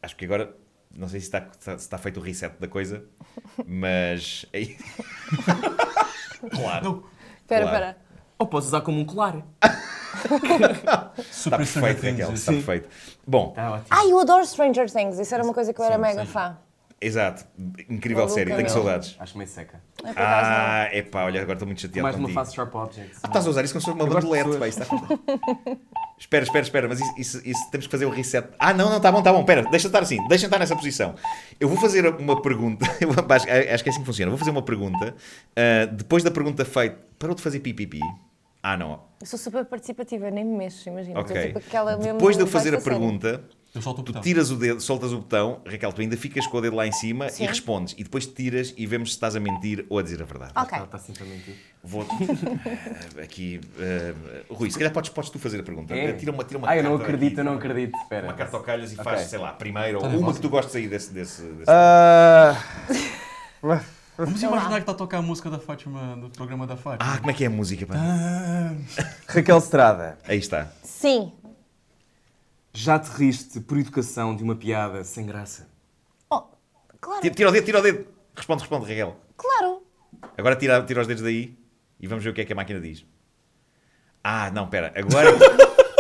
[SPEAKER 2] Acho que agora. Não sei se está, se está feito o reset da coisa, mas. é isso. claro.
[SPEAKER 4] Espera,
[SPEAKER 2] Claro.
[SPEAKER 4] espera.
[SPEAKER 8] Ou posso usar como um colar.
[SPEAKER 2] Está perfeito, Raquel. Está perfeito. Bom,
[SPEAKER 8] Ah.
[SPEAKER 3] Ah,
[SPEAKER 4] Ai, Ah, eu adoro Stranger Things. Isso era uma coisa que eu era mega fã.
[SPEAKER 2] exato. Incrível
[SPEAKER 4] Maluca,
[SPEAKER 2] série. Tenho
[SPEAKER 4] não.
[SPEAKER 2] saudades.
[SPEAKER 3] Acho meio seca.
[SPEAKER 4] É
[SPEAKER 2] Ah, epá, olha, agora estou muito chateado
[SPEAKER 8] Mais uma
[SPEAKER 2] tá contigo.
[SPEAKER 8] face Sharp Objects.
[SPEAKER 2] Ah, estás a usar isso como se fosse uma
[SPEAKER 8] gosto de
[SPEAKER 2] bandolete,
[SPEAKER 8] pessoas.
[SPEAKER 2] pá, isso está... Espera, espera, espera, mas isso, isso- isso temos que fazer o reset. Ah, não, não, tá bom, tá bom, espera, deixa estar assim, deixa estar nessa posição. Eu vou fazer uma pergunta, eu acho, acho que é assim que funciona, vou fazer uma pergunta, ah, depois da pergunta feita, parou de fazer pipipi? Ah, não,
[SPEAKER 4] Eu sou super participativa, nem me mexo, imagina. Estou
[SPEAKER 2] ok.
[SPEAKER 4] tipo aquela mesmo
[SPEAKER 2] Depois de eu
[SPEAKER 4] voz
[SPEAKER 2] fazer a
[SPEAKER 4] da série.
[SPEAKER 2] pergunta,
[SPEAKER 5] Eu solto o
[SPEAKER 2] tu
[SPEAKER 5] botão.
[SPEAKER 2] tiras o dedo, soltas o botão, Raquel, tu ainda ficas com o dedo lá em cima e respondes, e depois tiras e vemos se estás a mentir ou a dizer a verdade.
[SPEAKER 4] Ok.
[SPEAKER 3] Está sempre a tá assim mentir.
[SPEAKER 2] Vou Ah, aqui. ah, Rui, se calhar podes, podes tu fazer a pergunta. Eh,
[SPEAKER 3] É?
[SPEAKER 2] Tira uma, tira uma
[SPEAKER 3] Ah, eu não
[SPEAKER 2] carta
[SPEAKER 3] acredito,
[SPEAKER 2] aqui.
[SPEAKER 3] eu não acredito. Espera.
[SPEAKER 2] Uma carta ao calhas e faz,
[SPEAKER 3] Ok. Tá
[SPEAKER 2] sei lá, a primeira ou uma que tu gostes aí desse. desse, desse-
[SPEAKER 3] Ah.
[SPEAKER 5] Vamos imaginar que tá tocando a música da Fátima, do programa da Fátima.
[SPEAKER 2] Ah, como é que é a música, pá?
[SPEAKER 8] Raquel Estrada.
[SPEAKER 2] Aí está.
[SPEAKER 4] Sim.
[SPEAKER 3] Já te riste por educação de uma piada sem graça?
[SPEAKER 4] Oh, claro,
[SPEAKER 2] Tira, tira o dedo, tira o dedo. Responde, responde, Raquel.
[SPEAKER 4] claro.
[SPEAKER 2] Agora tira, tira os dedos daí e vamos ver o que é que a máquina diz. Ah, não, pera. Agora.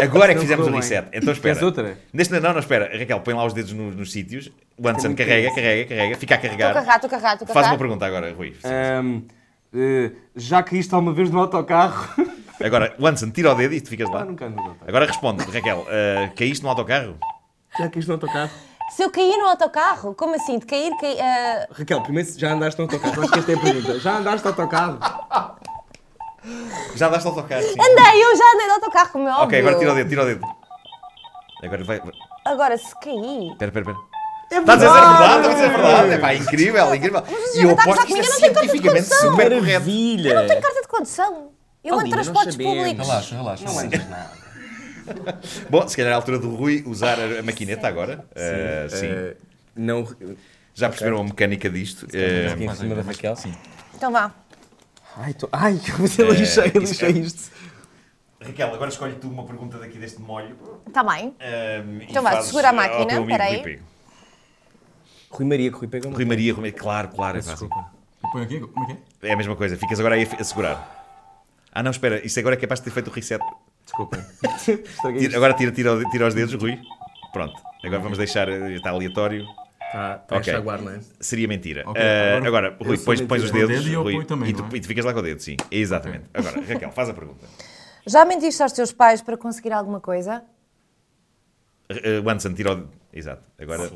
[SPEAKER 2] Agora é que
[SPEAKER 8] Não
[SPEAKER 2] fizemos o
[SPEAKER 8] correu bem.
[SPEAKER 2] reset. Então espera.
[SPEAKER 8] Queres outra?
[SPEAKER 2] Neste, não, não, espera. Raquel, põe lá os dedos no- nos sítios. O Anderson
[SPEAKER 3] é
[SPEAKER 2] carrega, carrega, carrega. Fica a
[SPEAKER 4] Estou
[SPEAKER 2] carregar.
[SPEAKER 4] carrado, estou carrado, estou
[SPEAKER 2] Faz uma
[SPEAKER 4] carrado.
[SPEAKER 2] pergunta agora, Rui.
[SPEAKER 3] Ah.
[SPEAKER 8] Ahm, eh, já caíste alguma vez no autocarro?
[SPEAKER 2] Agora, o Anderson, tira o dedo e tu ficas
[SPEAKER 8] Ah,
[SPEAKER 2] lá.
[SPEAKER 8] nunca ando no autocarro.
[SPEAKER 2] Agora responde, Raquel. ah, caíste no autocarro?
[SPEAKER 8] Já caíste no autocarro?
[SPEAKER 4] Se eu cair no autocarro, como assim? De cair, cair. ah,
[SPEAKER 8] Raquel, primeiro já andaste no autocarro? Acho que esta é a pergunta. Já andaste no autocarro?
[SPEAKER 2] Já andaste no autocarro, sim.
[SPEAKER 4] Andei, eu já andei no autocarro, como é óbvio.
[SPEAKER 2] Ok, agora tira o dedo, tira o dedo. Agora vai. vai-
[SPEAKER 4] Agora, se cair.
[SPEAKER 2] Espera, espera, espera. Está a dizer a verdade, está a dizer a verdade. É pá, incrível, incrível.
[SPEAKER 4] Mas
[SPEAKER 2] E eu
[SPEAKER 4] já está a
[SPEAKER 2] aposto
[SPEAKER 4] gozar
[SPEAKER 2] que isto é
[SPEAKER 4] comigo, eu não tenho carta de
[SPEAKER 2] cientificamente
[SPEAKER 4] condução.
[SPEAKER 2] super correto.
[SPEAKER 7] Maravilha!
[SPEAKER 4] Tenho carta de condução. Eu ando de transportes
[SPEAKER 2] Ah,
[SPEAKER 4] públicos.
[SPEAKER 9] Relaxa, relaxa. Não é.
[SPEAKER 2] Bom, se calhar é a altura do Rui usar a a maquineta agora. Ah, Sim.
[SPEAKER 3] Eh, não.
[SPEAKER 2] Já perceberam a mecânica disto? Ah,
[SPEAKER 3] Em cima da Raquel? Sim.
[SPEAKER 4] Então vá.
[SPEAKER 8] Ai, tô... Ai,
[SPEAKER 2] Eh,
[SPEAKER 8] eu lixei, eu lixei
[SPEAKER 2] é-
[SPEAKER 8] isto.
[SPEAKER 2] Raquel, agora escolhe tu uma pergunta daqui deste molho.
[SPEAKER 4] Está bem.
[SPEAKER 2] ahm, e
[SPEAKER 4] Então vá,
[SPEAKER 2] fazes eh,
[SPEAKER 4] segura a
[SPEAKER 2] ao
[SPEAKER 4] máquina,
[SPEAKER 2] teu amigo
[SPEAKER 4] espera aí.
[SPEAKER 2] Rui Pego.
[SPEAKER 3] Rui Maria, que Rui pega uma.
[SPEAKER 2] Rui Maria, Rui Maria, claro, claro. É, fácil.
[SPEAKER 5] Põe aqui, como é que é?
[SPEAKER 2] É a mesma coisa, ficas agora aí a fi- a segurar. Ah não, espera, isso agora é capaz de ter feito o reset.
[SPEAKER 5] Tá
[SPEAKER 3] Desculpem.
[SPEAKER 8] Estraguei
[SPEAKER 2] Tira- agora tira, tira, o- tira os dedos, Rui. Pronto, agora vamos deixar, eh, está aleatório.
[SPEAKER 3] Está tá
[SPEAKER 2] Ok.
[SPEAKER 3] a chaguar, não é?
[SPEAKER 2] Seria mentira.
[SPEAKER 5] Ok,
[SPEAKER 2] Ah,
[SPEAKER 5] agora-
[SPEAKER 2] agora, Rui,
[SPEAKER 8] sou
[SPEAKER 2] pões, pões os
[SPEAKER 8] mentira.
[SPEAKER 2] dedos.
[SPEAKER 5] O dedo e eu
[SPEAKER 2] Rui,
[SPEAKER 5] aponto também,
[SPEAKER 2] e, tu,
[SPEAKER 5] não é?
[SPEAKER 2] e tu ficas lá com o dedo, sim. Exatamente. Agora, Raquel, faz a pergunta.
[SPEAKER 4] Já mentiste aos teus pais para conseguir alguma coisa?
[SPEAKER 2] Uh, Wanson, tira o. Exato. Agora...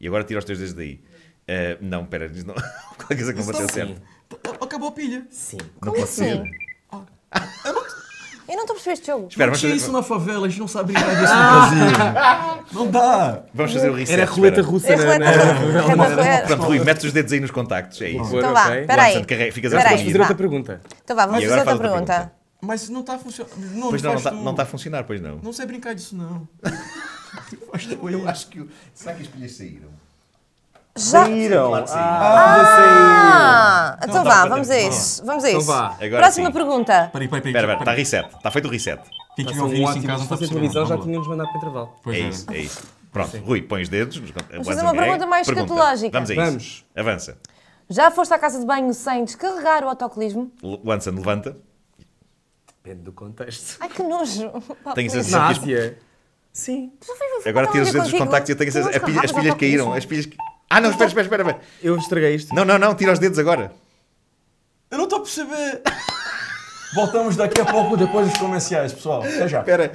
[SPEAKER 2] E agora tira os teus dedos daí. Ah, não, espera, isto não... qualquer coisa que não bateu certo.
[SPEAKER 5] Tá- Acabou a pilha.
[SPEAKER 2] Não
[SPEAKER 4] Como
[SPEAKER 2] pode ser.
[SPEAKER 4] assim? Eu não estou a perceber este jogo.
[SPEAKER 2] Espera, vamos
[SPEAKER 5] Tinha
[SPEAKER 2] fazer,
[SPEAKER 5] isso na favela, a gente não sabe brincar disso no Brasil. Não dá.
[SPEAKER 2] vamos fazer o reset.
[SPEAKER 3] Era roleta
[SPEAKER 2] espera.
[SPEAKER 3] russa,
[SPEAKER 4] É
[SPEAKER 3] não é?
[SPEAKER 4] relata- relata-
[SPEAKER 2] Pronto, Rui, metes os dedos aí nos contactos. É isso.
[SPEAKER 4] Então vá,
[SPEAKER 3] ok.
[SPEAKER 4] peraí.
[SPEAKER 2] Wanson, carrega- ficas a
[SPEAKER 4] Espera aí,
[SPEAKER 2] seguir.
[SPEAKER 3] Fazer outra
[SPEAKER 4] vá.
[SPEAKER 3] pergunta.
[SPEAKER 4] Então vá, vamos
[SPEAKER 2] E
[SPEAKER 4] fazer
[SPEAKER 2] agora
[SPEAKER 4] outra
[SPEAKER 2] faz outra
[SPEAKER 4] pergunta.
[SPEAKER 5] Mas não tá funcionando. Não,
[SPEAKER 2] Pois
[SPEAKER 5] não,
[SPEAKER 2] não, não
[SPEAKER 5] faz
[SPEAKER 2] está
[SPEAKER 5] tu.
[SPEAKER 2] não tá está a funcionar, pois não.
[SPEAKER 5] Não sei brincar disso, não. faz tu
[SPEAKER 2] Eu acho que. Será que as pilhas saíram?
[SPEAKER 4] Já.
[SPEAKER 7] Tiram.
[SPEAKER 2] Claro que sim.
[SPEAKER 4] Ah, então
[SPEAKER 2] dá
[SPEAKER 4] vá,
[SPEAKER 2] para
[SPEAKER 4] vamos a
[SPEAKER 2] ter-
[SPEAKER 4] isso. Vamos a isso.
[SPEAKER 8] vá.
[SPEAKER 2] Agora
[SPEAKER 4] Próxima
[SPEAKER 2] sim.
[SPEAKER 4] pergunta.
[SPEAKER 5] Peraí, peraí,
[SPEAKER 2] Espera,
[SPEAKER 5] peraí.
[SPEAKER 2] espera, está reset. Está feito o reset.
[SPEAKER 5] Quem tiver
[SPEAKER 3] São
[SPEAKER 5] ouvido isso em
[SPEAKER 3] ótimos.
[SPEAKER 5] casa não
[SPEAKER 3] Se
[SPEAKER 5] tá
[SPEAKER 3] fosse a
[SPEAKER 5] percebendo.
[SPEAKER 3] um televisão já tá-
[SPEAKER 5] Vamos lá.
[SPEAKER 3] tinham-nos mandado para intervalo.
[SPEAKER 5] Pois
[SPEAKER 2] É
[SPEAKER 5] era.
[SPEAKER 2] isso, é isso. Pronto, Rui, põe os dedos. Vamos
[SPEAKER 4] fazer uma pergunta mais escatológica.
[SPEAKER 2] Vamos a isso.
[SPEAKER 8] Vamos.
[SPEAKER 2] Avança.
[SPEAKER 4] Já foste à casa de banho sem descarregar o autocolismo?
[SPEAKER 2] L- Wanson, levanta.
[SPEAKER 3] Depende do contexto.
[SPEAKER 4] Ai, que nojo. Pá,
[SPEAKER 2] Tenho a
[SPEAKER 4] please.
[SPEAKER 2] sensação
[SPEAKER 3] Na
[SPEAKER 2] que as-
[SPEAKER 3] Ásia. Sim.
[SPEAKER 2] Agora tira os
[SPEAKER 4] Então,
[SPEAKER 2] dedos dos
[SPEAKER 4] olha contigo.
[SPEAKER 2] contactos e eu tenho a certeza.
[SPEAKER 4] Duas
[SPEAKER 2] As pilhas, as
[SPEAKER 4] garrafas
[SPEAKER 2] pilhas
[SPEAKER 4] de
[SPEAKER 2] caíram.
[SPEAKER 4] autocolismo.
[SPEAKER 2] As pilhas. ca- Ah, não, espera, espera, espera. espera.
[SPEAKER 3] Eu estraguei isto.
[SPEAKER 2] Não, não, não, tira os dedos agora.
[SPEAKER 7] Eu não tô a perceber. Voltamos daqui a pouco depois dos comerciais, pessoal. Até já.
[SPEAKER 2] Espera.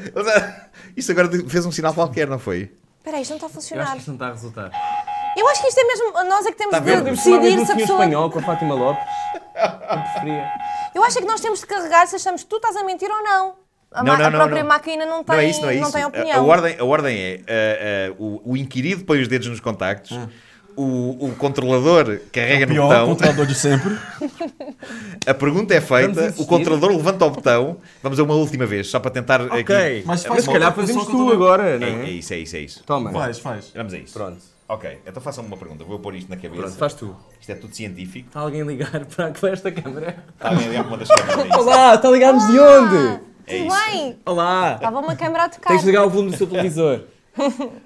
[SPEAKER 2] Isto agora fez um sinal qualquer, não foi?
[SPEAKER 4] Espera aí, isto não
[SPEAKER 3] Eu
[SPEAKER 4] está a
[SPEAKER 3] acho
[SPEAKER 4] funcionar.
[SPEAKER 3] que isto não está a resultar. Tá
[SPEAKER 4] Eu acho que isto é mesmo. Nós é que temos
[SPEAKER 2] Está a ver?
[SPEAKER 4] de
[SPEAKER 2] Podemos assim
[SPEAKER 4] decidir se a
[SPEAKER 3] um
[SPEAKER 4] pessoa.
[SPEAKER 3] espanhol com a Fátima Lopes. Eu preferia.
[SPEAKER 4] Eu acho é que nós temos de carregar se achamos que tu estás a mentir ou não. A, ma-
[SPEAKER 2] não,
[SPEAKER 4] a própria máquina não tem,
[SPEAKER 2] não é isso, não é isso.
[SPEAKER 4] tem
[SPEAKER 2] A-
[SPEAKER 4] opinião.
[SPEAKER 2] A, ordem, a ordem é: ah, ah, o, o inquirido põe os dedos nos contactos.
[SPEAKER 3] Hum.
[SPEAKER 2] O, o controlador
[SPEAKER 3] É
[SPEAKER 2] carrega no
[SPEAKER 7] Pior
[SPEAKER 2] botão,
[SPEAKER 7] controlador de sempre.
[SPEAKER 2] a pergunta é feita,
[SPEAKER 3] Vamos
[SPEAKER 2] o controlador levanta o botão. Vamos a uma última vez, só para tentar.
[SPEAKER 3] Ok.
[SPEAKER 2] Aqui.
[SPEAKER 5] Mas
[SPEAKER 3] Mas,
[SPEAKER 5] faz
[SPEAKER 3] se calhar
[SPEAKER 5] outra
[SPEAKER 3] fazemos
[SPEAKER 5] pessoa
[SPEAKER 3] tu
[SPEAKER 5] que eu tô-
[SPEAKER 3] agora,
[SPEAKER 2] É,
[SPEAKER 3] não
[SPEAKER 2] é
[SPEAKER 3] é?
[SPEAKER 2] isso, é isso, é isso.
[SPEAKER 8] Toma.
[SPEAKER 5] Faz, faz.
[SPEAKER 2] Vamos a isso.
[SPEAKER 3] Pronto.
[SPEAKER 2] Ok, então faça-me uma pergunta. Vou pôr isto na
[SPEAKER 3] Pronto,
[SPEAKER 2] cabeça.
[SPEAKER 3] faz tu.
[SPEAKER 2] Isto é tudo científico.
[SPEAKER 3] Está alguém a ligar para com esta câmera?
[SPEAKER 2] Está alguém ali a uma das câmeras. é isso?
[SPEAKER 3] Olá, está a ligar-nos de onde?
[SPEAKER 2] É
[SPEAKER 4] Tudo
[SPEAKER 2] isso.
[SPEAKER 4] bem.
[SPEAKER 3] Olá.
[SPEAKER 4] Estava uma câmera a tocar.
[SPEAKER 3] Tens de ligar o volume do seu televisor.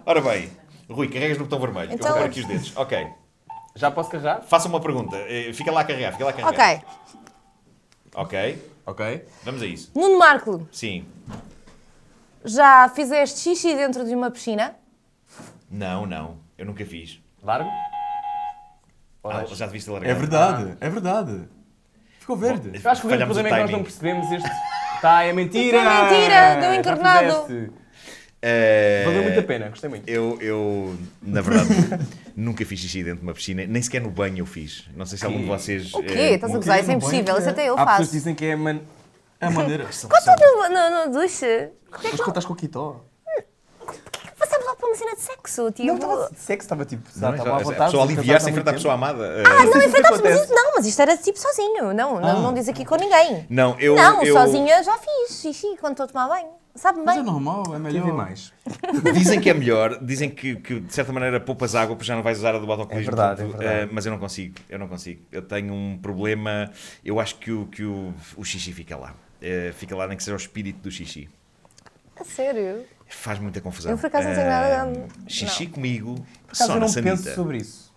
[SPEAKER 2] Ora bem, Rui, carregas no botão vermelho, que eu vou
[SPEAKER 4] Então-
[SPEAKER 2] pôr aqui os dedos. Ok.
[SPEAKER 3] Já posso carregar?
[SPEAKER 2] Faça uma pergunta. Eh, Fica lá a carregar, fica lá a
[SPEAKER 4] Ok.
[SPEAKER 2] carregar. Ok. Ok.
[SPEAKER 3] Ok.
[SPEAKER 2] Vamos a isso.
[SPEAKER 4] Nuno Marco,
[SPEAKER 2] Sim.
[SPEAKER 4] já fizeste xixi dentro de uma piscina?
[SPEAKER 2] Não, não. Eu nunca fiz.
[SPEAKER 3] Largo?
[SPEAKER 2] Ah, já deviste largar.
[SPEAKER 7] É verdade, é verdade. Ficou verde.
[SPEAKER 3] Eu acho que o grande
[SPEAKER 2] Falhamos o
[SPEAKER 3] problema é que nós não
[SPEAKER 2] timing.
[SPEAKER 3] percebemos este. Tá, é mentira!
[SPEAKER 4] É mentira, deu
[SPEAKER 3] Já
[SPEAKER 4] encarnado.
[SPEAKER 3] fizeste.
[SPEAKER 2] Eh,
[SPEAKER 3] Valeu muito a pena, gostei muito.
[SPEAKER 2] Eu, eu, na verdade, nunca fiz xixi dentro de uma piscina. Nem sequer no banho eu fiz. Não sei se algum de vocês...
[SPEAKER 4] O quê?
[SPEAKER 2] eh,
[SPEAKER 4] Estás a gozar? Isso é impossível. Isso até eu
[SPEAKER 3] Há pessoas que
[SPEAKER 4] faço.
[SPEAKER 3] dizem que é man...
[SPEAKER 5] É a maneira.
[SPEAKER 4] Quanto no, no, no duche?
[SPEAKER 8] Mas quando estás com o Kitó?
[SPEAKER 4] Passamos logo para uma cena de sexo, tipo.
[SPEAKER 8] Não, estava de sexo, estava tipo,
[SPEAKER 4] tá
[SPEAKER 2] não é?
[SPEAKER 8] estava à vontade.
[SPEAKER 2] a pessoa aliviar-se em
[SPEAKER 8] cantar
[SPEAKER 2] frente à
[SPEAKER 8] muito
[SPEAKER 2] pessoa amada. eh,
[SPEAKER 4] Ah, não,
[SPEAKER 8] Isso
[SPEAKER 3] é
[SPEAKER 4] enfrentámos, mas
[SPEAKER 8] acontece.
[SPEAKER 4] isso, não, mas isto era tipo sozinho. Não, não, não diz aqui com ninguém.
[SPEAKER 2] Não, eu-
[SPEAKER 4] Não,
[SPEAKER 2] eu-
[SPEAKER 4] sozinha já fiz xixi quando estou a tomar banho. Sabe-me
[SPEAKER 5] Mas é
[SPEAKER 4] bem.
[SPEAKER 5] normal, é
[SPEAKER 8] tempo. Quer ver
[SPEAKER 5] melhor.
[SPEAKER 8] mais?
[SPEAKER 2] Dizem que é melhor, dizem que, que, de certa maneira poupas água porque já não vais usar a do autocolismo.
[SPEAKER 8] É verdade,
[SPEAKER 2] portanto,
[SPEAKER 8] é verdade.
[SPEAKER 2] eh, mas eu não consigo, eu não consigo. Eu tenho um problema, eu acho que o, que o, o xixi fica lá. Eh, fica lá, nem que seja o espírito do xixi.
[SPEAKER 4] A sério.
[SPEAKER 2] Faz muita confusão.
[SPEAKER 4] Eu, por acaso, não tenho
[SPEAKER 2] Eh,
[SPEAKER 4] nada-
[SPEAKER 2] Xixi comigo,
[SPEAKER 8] Por
[SPEAKER 2] só
[SPEAKER 8] acaso eu
[SPEAKER 2] na
[SPEAKER 8] não penso
[SPEAKER 2] sanita.
[SPEAKER 8] sobre isso.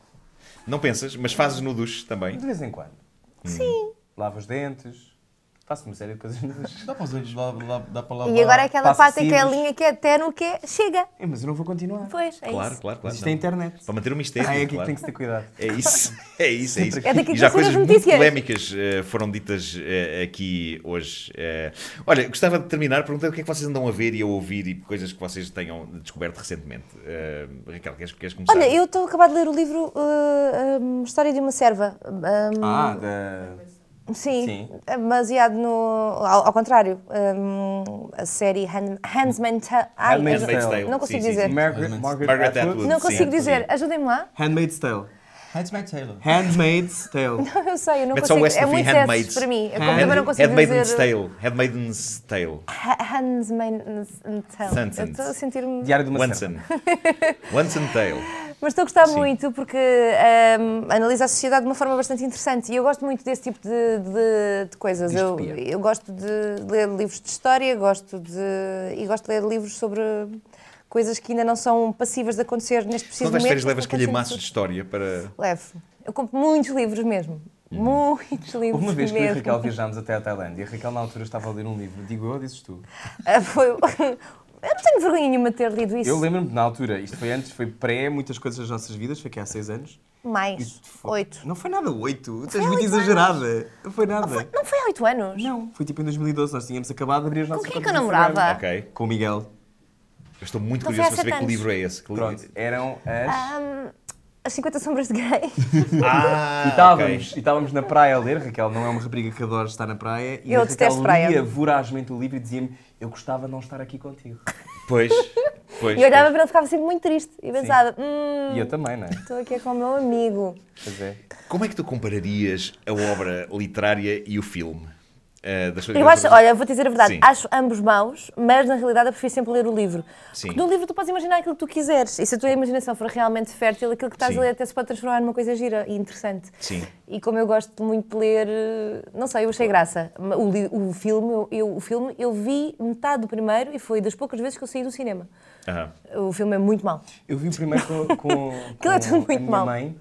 [SPEAKER 2] Não pensas, mas fazes no duche também.
[SPEAKER 8] Hum. De vez em quando.
[SPEAKER 4] Sim.
[SPEAKER 8] Lava os dentes.
[SPEAKER 3] Faço uma série de coisas.
[SPEAKER 7] Dá para usar lá, lá, dá para lá.
[SPEAKER 4] E agora é aquela
[SPEAKER 8] passa
[SPEAKER 4] parte, aquela
[SPEAKER 8] cílios.
[SPEAKER 4] linha que é até no que é, chega.
[SPEAKER 8] É, mas eu não vou continuar.
[SPEAKER 4] Pois, é
[SPEAKER 2] Claro,
[SPEAKER 4] isso.
[SPEAKER 2] claro, claro.
[SPEAKER 8] Isto
[SPEAKER 2] não.
[SPEAKER 8] é internet.
[SPEAKER 2] Para manter o mistério.
[SPEAKER 8] Ah, é aqui que
[SPEAKER 2] claro.
[SPEAKER 8] tem que se ter cuidado.
[SPEAKER 2] É isso, é isso, é isso.
[SPEAKER 4] É daqui
[SPEAKER 2] e
[SPEAKER 4] que
[SPEAKER 2] já
[SPEAKER 4] vão sair
[SPEAKER 2] coisas
[SPEAKER 4] as
[SPEAKER 2] muito
[SPEAKER 4] notícias.
[SPEAKER 2] polémicas eh, foram ditas eh, aqui hoje. Eh, olha, gostava de terminar perguntando o que é que vocês andam a ver e a ouvir e coisas que vocês tenham descoberto recentemente. Eh, Raquel, queres, queres começar?
[SPEAKER 4] Olha, eu estou a acabar de ler o livro ah, ah, História de uma Serva. Ah,
[SPEAKER 8] Ah, da.
[SPEAKER 4] Sim,
[SPEAKER 8] Sim.
[SPEAKER 4] é baseado no. Ao, ao contrário, hum, a série Hand, Handsman Tale. Ai,
[SPEAKER 8] Handmaid's
[SPEAKER 4] eu-
[SPEAKER 8] Tale.
[SPEAKER 4] Não consigo
[SPEAKER 2] Sim, sim,
[SPEAKER 4] dizer.
[SPEAKER 2] sim.
[SPEAKER 8] Margaret, Margaret,
[SPEAKER 2] Margaret
[SPEAKER 8] Atwood.
[SPEAKER 2] Atwood.
[SPEAKER 4] Não
[SPEAKER 2] Sim,
[SPEAKER 4] consigo
[SPEAKER 2] sim.
[SPEAKER 4] dizer. Ajudem-me lá.
[SPEAKER 8] Handmaid's Tale.
[SPEAKER 7] Hands Mac Taylor.
[SPEAKER 8] Handmaid's Tale.
[SPEAKER 4] Eu sei, eu não
[SPEAKER 2] Mete só o
[SPEAKER 4] consigo.
[SPEAKER 2] S no
[SPEAKER 4] É
[SPEAKER 2] fim,
[SPEAKER 4] muito
[SPEAKER 2] Handmaid's.
[SPEAKER 4] S para mim. Eu
[SPEAKER 8] Hand-
[SPEAKER 4] também não consigo
[SPEAKER 2] Handmaiden's
[SPEAKER 4] dizer.
[SPEAKER 2] Tale. Handmaiden's Tale.
[SPEAKER 4] Ha- Handmaid's Tale.
[SPEAKER 2] Sentence.
[SPEAKER 4] Eu estou a sentir-me.
[SPEAKER 8] Diário de uma Serva.
[SPEAKER 2] Wanson. Wanson Tale.
[SPEAKER 4] Mas estou a gostar
[SPEAKER 2] Sim.
[SPEAKER 4] muito porque hum, analisa a sociedade de uma forma bastante interessante e eu gosto muito desse tipo de, de- de coisas. Eu,
[SPEAKER 8] Distopia.
[SPEAKER 4] eu gosto de ler livros de história gosto de, e gosto de ler livros sobre coisas que ainda não são passivas de acontecer neste preciso
[SPEAKER 2] Quando vais
[SPEAKER 4] momento.
[SPEAKER 2] férias
[SPEAKER 4] mas
[SPEAKER 2] levas
[SPEAKER 4] que vão acontecer
[SPEAKER 2] calhamaços
[SPEAKER 4] no
[SPEAKER 2] de história para...
[SPEAKER 4] futuro. Levo. Eu compro muitos livros mesmo.
[SPEAKER 2] Hum.
[SPEAKER 4] Muitos livros
[SPEAKER 3] Houve uma vez que eu e a
[SPEAKER 4] mesmo.
[SPEAKER 3] Raquel viajámos até à Tailândia. A Raquel, na altura, estava a ler um livro. Digo eu, dizes tu.
[SPEAKER 4] Ah, foi- Eu não tenho vergonha nenhuma de ter lido isso.
[SPEAKER 3] Eu lembro-me, na altura, isto foi antes, foi pré muitas coisas das nossas vidas, foi aqui há seis anos.
[SPEAKER 4] Mais.
[SPEAKER 3] Isto foi-
[SPEAKER 4] Oito.
[SPEAKER 8] Não foi nada oito. Tu és muito exagerada. Não foi nada.
[SPEAKER 4] Não foi há oito anos?
[SPEAKER 8] Não, foi tipo em 2012. Nós tínhamos acabado de abrir as
[SPEAKER 4] Com
[SPEAKER 8] nossas
[SPEAKER 4] quem é que eu
[SPEAKER 8] contas no
[SPEAKER 3] Ah.
[SPEAKER 4] namorava?
[SPEAKER 2] Ok.
[SPEAKER 8] Instagram. Com o Miguel.
[SPEAKER 2] Eu estou muito
[SPEAKER 4] Então foi
[SPEAKER 2] curioso
[SPEAKER 4] há
[SPEAKER 2] para saber
[SPEAKER 4] sete
[SPEAKER 2] que
[SPEAKER 4] anos.
[SPEAKER 2] livro é esse. Que livro-
[SPEAKER 3] Pronto, eram as...
[SPEAKER 4] Ahm, as 50 Sombras de Grey.
[SPEAKER 2] Ah,
[SPEAKER 3] E
[SPEAKER 2] ok.
[SPEAKER 3] estávamos, e estávamos na praia a ler, Raquel não é uma rapariga que adora estar na praia, e
[SPEAKER 4] Eu
[SPEAKER 3] a
[SPEAKER 4] detesto
[SPEAKER 3] Raquel
[SPEAKER 4] praia.
[SPEAKER 3] lia vorazmente o livro e dizia-me eu gostava de não estar aqui contigo.
[SPEAKER 2] Pois, pois.
[SPEAKER 4] E eu olhava para ele ficava sempre muito triste e pensava, hum,
[SPEAKER 3] E eu também, não é?
[SPEAKER 4] estou aqui com o meu amigo.
[SPEAKER 3] Pois é.
[SPEAKER 2] Como é que tu compararias a obra literária e o filme? Eh, das coisas
[SPEAKER 4] Eu
[SPEAKER 2] que
[SPEAKER 4] acho,
[SPEAKER 2] nós-
[SPEAKER 4] olha, vou dizer a verdade,
[SPEAKER 2] Sim.
[SPEAKER 4] acho ambos maus, mas na realidade eu prefiro sempre ler o livro.
[SPEAKER 2] Sim.
[SPEAKER 4] Porque no livro tu podes imaginar aquilo que tu quiseres e se a tua imaginação for realmente fértil, aquilo que estás
[SPEAKER 2] Sim.
[SPEAKER 4] a ler até se pode transformar numa coisa gira e interessante.
[SPEAKER 2] Sim.
[SPEAKER 4] E como eu gosto muito de ler, eh, não sei, eu achei graça. O, li- o filme, eu, eu- o filme, eu vi metade do primeiro e foi das poucas vezes que eu saí do cinema.
[SPEAKER 2] Aham.
[SPEAKER 4] O filme é muito mau.
[SPEAKER 3] Eu vi o primeiro com, com, com
[SPEAKER 4] é tudo muito
[SPEAKER 3] a minha
[SPEAKER 4] mau.
[SPEAKER 3] mãe.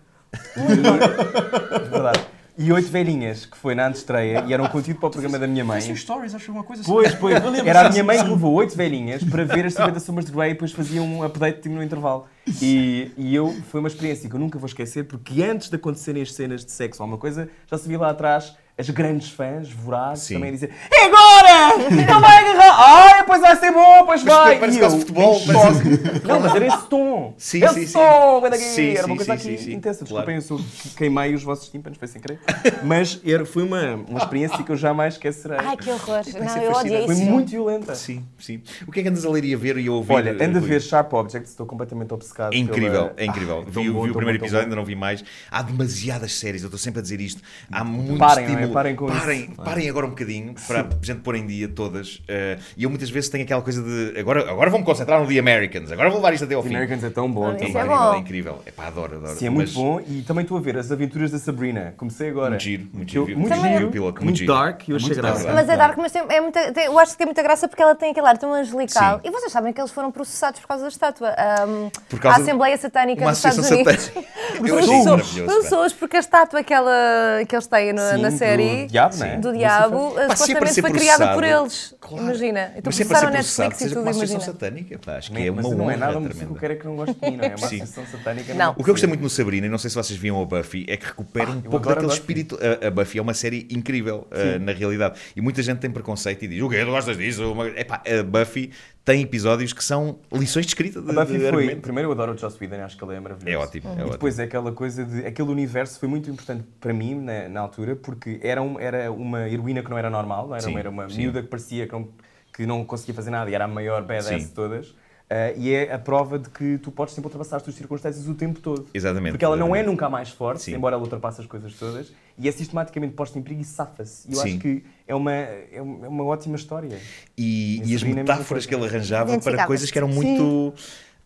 [SPEAKER 3] De verdade. E Oito Velhinhas, que foi na antestreia, e era um conteúdo para o programa da minha mãe.
[SPEAKER 5] Isso em stories, acho alguma coisa assim.
[SPEAKER 3] Pois, pois.
[SPEAKER 5] Eu lembro
[SPEAKER 3] Era a
[SPEAKER 5] disso.
[SPEAKER 3] minha mãe que levou oito velhinhas para ver as 50 sombras de Grey e depois fazia um update tipo, no intervalo. E, e eu, foi uma experiência que eu nunca vou esquecer, porque antes de acontecerem as cenas de sexo ou alguma coisa, já se via lá atrás as grandes fãs, vorazes,
[SPEAKER 2] Sim.
[SPEAKER 3] também a dizer E agora? Não vai agarrar! Ai, pois vai ser bom, pois vai!
[SPEAKER 2] é parece
[SPEAKER 3] E
[SPEAKER 2] quase
[SPEAKER 3] eu,
[SPEAKER 2] futebol,
[SPEAKER 3] em choque. Não, mas era esse tom.
[SPEAKER 2] Sim,
[SPEAKER 3] esse
[SPEAKER 2] sim, sim.
[SPEAKER 3] tom, era daqui.
[SPEAKER 2] Sim,
[SPEAKER 3] Era
[SPEAKER 2] sim,
[SPEAKER 3] uma coisa
[SPEAKER 2] sim,
[SPEAKER 3] aqui
[SPEAKER 2] sim, sim.
[SPEAKER 3] intensa.
[SPEAKER 2] Claro.
[SPEAKER 3] Desculpem, eu sou, queimei os vossos tímpanos, foi sem querer. Mas era, foi uma, uma experiência que eu jamais esquecerei.
[SPEAKER 4] Ai, que horror. Não, eu
[SPEAKER 2] fascinante.
[SPEAKER 4] odiei
[SPEAKER 3] Foi
[SPEAKER 4] esse filme.
[SPEAKER 3] muito violenta.
[SPEAKER 2] Sim, sim. O que é que andas a ler e a ver e a ouvir?
[SPEAKER 3] Olha, anda a
[SPEAKER 2] Rui?
[SPEAKER 3] ver Sharp Objects, estou completamente obcecado.
[SPEAKER 2] É incrível,
[SPEAKER 3] pela-
[SPEAKER 2] é incrível.
[SPEAKER 3] Ah,
[SPEAKER 2] vi
[SPEAKER 3] tão
[SPEAKER 2] vi
[SPEAKER 3] bom,
[SPEAKER 2] o
[SPEAKER 3] tão
[SPEAKER 2] primeiro
[SPEAKER 3] bom, tão
[SPEAKER 2] episódio,
[SPEAKER 3] bom.
[SPEAKER 2] ainda não vi mais. Há demasiadas séries, eu estou sempre a dizer isto. Há muito
[SPEAKER 3] Parem, não é?
[SPEAKER 2] estímulo.
[SPEAKER 3] Parem com isso.
[SPEAKER 2] parem, parem agora um bocadinho para a gente pôr em dia todas. Eh, e eu muitas vezes tenho aquela coisa de agora, agora vou-me concentrar no The Americans, agora vou levar isto até ao
[SPEAKER 3] The
[SPEAKER 2] fim.
[SPEAKER 3] Americans é tão bom.
[SPEAKER 4] Olha,
[SPEAKER 3] tão
[SPEAKER 4] isso é
[SPEAKER 3] bom.
[SPEAKER 2] incrível,
[SPEAKER 4] bom.
[SPEAKER 2] é incrível. É pá, adoro, adoro.
[SPEAKER 3] Sim, é muito
[SPEAKER 2] Mas
[SPEAKER 3] bom. E também estou a ver As Aventuras da Sabrina. Comecei agora.
[SPEAKER 2] Muito giro, muito
[SPEAKER 3] Que
[SPEAKER 2] giro.
[SPEAKER 3] eu-
[SPEAKER 2] Vi o-
[SPEAKER 3] Muito
[SPEAKER 2] vi o
[SPEAKER 3] giro.
[SPEAKER 2] piloto, muito
[SPEAKER 3] Muito
[SPEAKER 2] giro.
[SPEAKER 8] Dark, eu achei graça.
[SPEAKER 4] é Mas é dark, mas tem, é muita, tem- eu acho que tem muita graça porque ela tem aquele ar tão angelical.
[SPEAKER 2] Sim.
[SPEAKER 4] E vocês sabem que eles foram processados por causa da estátua. Ahm,
[SPEAKER 2] Por causa
[SPEAKER 4] a Assembleia Satânica
[SPEAKER 2] uma
[SPEAKER 4] dos Estados
[SPEAKER 2] associação
[SPEAKER 4] Unidos.
[SPEAKER 2] satânica. Eu achei isso maravilhoso. pá.
[SPEAKER 4] pessoas, porque a estátua que, ela- que eles têm na,
[SPEAKER 3] Sim,
[SPEAKER 4] na
[SPEAKER 3] do
[SPEAKER 4] série
[SPEAKER 3] diabo, não é?
[SPEAKER 4] do
[SPEAKER 3] Lucifer.
[SPEAKER 4] diabo, eh,
[SPEAKER 2] Mas sempre a
[SPEAKER 4] supostamente
[SPEAKER 2] ser
[SPEAKER 4] foi criada por
[SPEAKER 2] processado.
[SPEAKER 4] eles. Imagina. Então
[SPEAKER 2] Mas sempre a ser
[SPEAKER 4] processaram a
[SPEAKER 2] processado,
[SPEAKER 4] Netflix e
[SPEAKER 2] seja
[SPEAKER 4] tudo,
[SPEAKER 2] uma associação
[SPEAKER 4] imagina.
[SPEAKER 2] satânica. pá, acho que é
[SPEAKER 3] Mas
[SPEAKER 2] uma
[SPEAKER 3] não é
[SPEAKER 2] honra
[SPEAKER 3] nada um
[SPEAKER 2] tremenda.
[SPEAKER 3] que era que não gosto de mim, não é? uma
[SPEAKER 2] Sim.
[SPEAKER 3] associação satânica.
[SPEAKER 4] Não.
[SPEAKER 2] O que eu gostei muito no Sabrina, e não sei se vocês viam a Buffy, é que recupera um pouco
[SPEAKER 3] Ah, adoro a
[SPEAKER 2] daquele
[SPEAKER 3] Buffy.
[SPEAKER 2] espírito. A, a Buffy é uma série incrível, uh, na realidade. E muita gente tem preconceito e diz: O que tu gostas disso? Uma... Epá, a Buffy tem episódios que são lições de escrita de,
[SPEAKER 3] A Buffy
[SPEAKER 2] de
[SPEAKER 3] foi.
[SPEAKER 2] argumento.
[SPEAKER 3] Primeiro eu adoro o Joss Whedon, acho que ele é maravilhoso.
[SPEAKER 2] É ótimo, é
[SPEAKER 3] e depois é aquela coisa de. Aquele universo foi muito importante para mim né, na, na altura, porque era, um- era uma heroína que não era normal, não era,
[SPEAKER 2] Sim,
[SPEAKER 3] uma- era uma
[SPEAKER 2] sim.
[SPEAKER 3] miúda que parecia que não, que não conseguia fazer nada e era a maior badass
[SPEAKER 2] Sim.
[SPEAKER 3] de todas. Ah, e é a prova de que tu podes sempre ultrapassar as tuas circunstâncias o tempo todo.
[SPEAKER 2] Exatamente,
[SPEAKER 3] Porque ela não é
[SPEAKER 2] exatamente.
[SPEAKER 3] nunca mais forte,
[SPEAKER 2] Sim.
[SPEAKER 3] embora ela ultrapasse as coisas todas, e é sistematicamente posta em perigo e safa-se. E eu
[SPEAKER 2] Sim.
[SPEAKER 3] acho que é uma, é uma é uma ótima história.
[SPEAKER 2] E,
[SPEAKER 3] Em
[SPEAKER 2] e as
[SPEAKER 3] Sabrina é a mesma
[SPEAKER 2] metáforas
[SPEAKER 3] coisa.
[SPEAKER 2] que ele arranjava para
[SPEAKER 4] Identificava-se.
[SPEAKER 2] coisas que eram muito.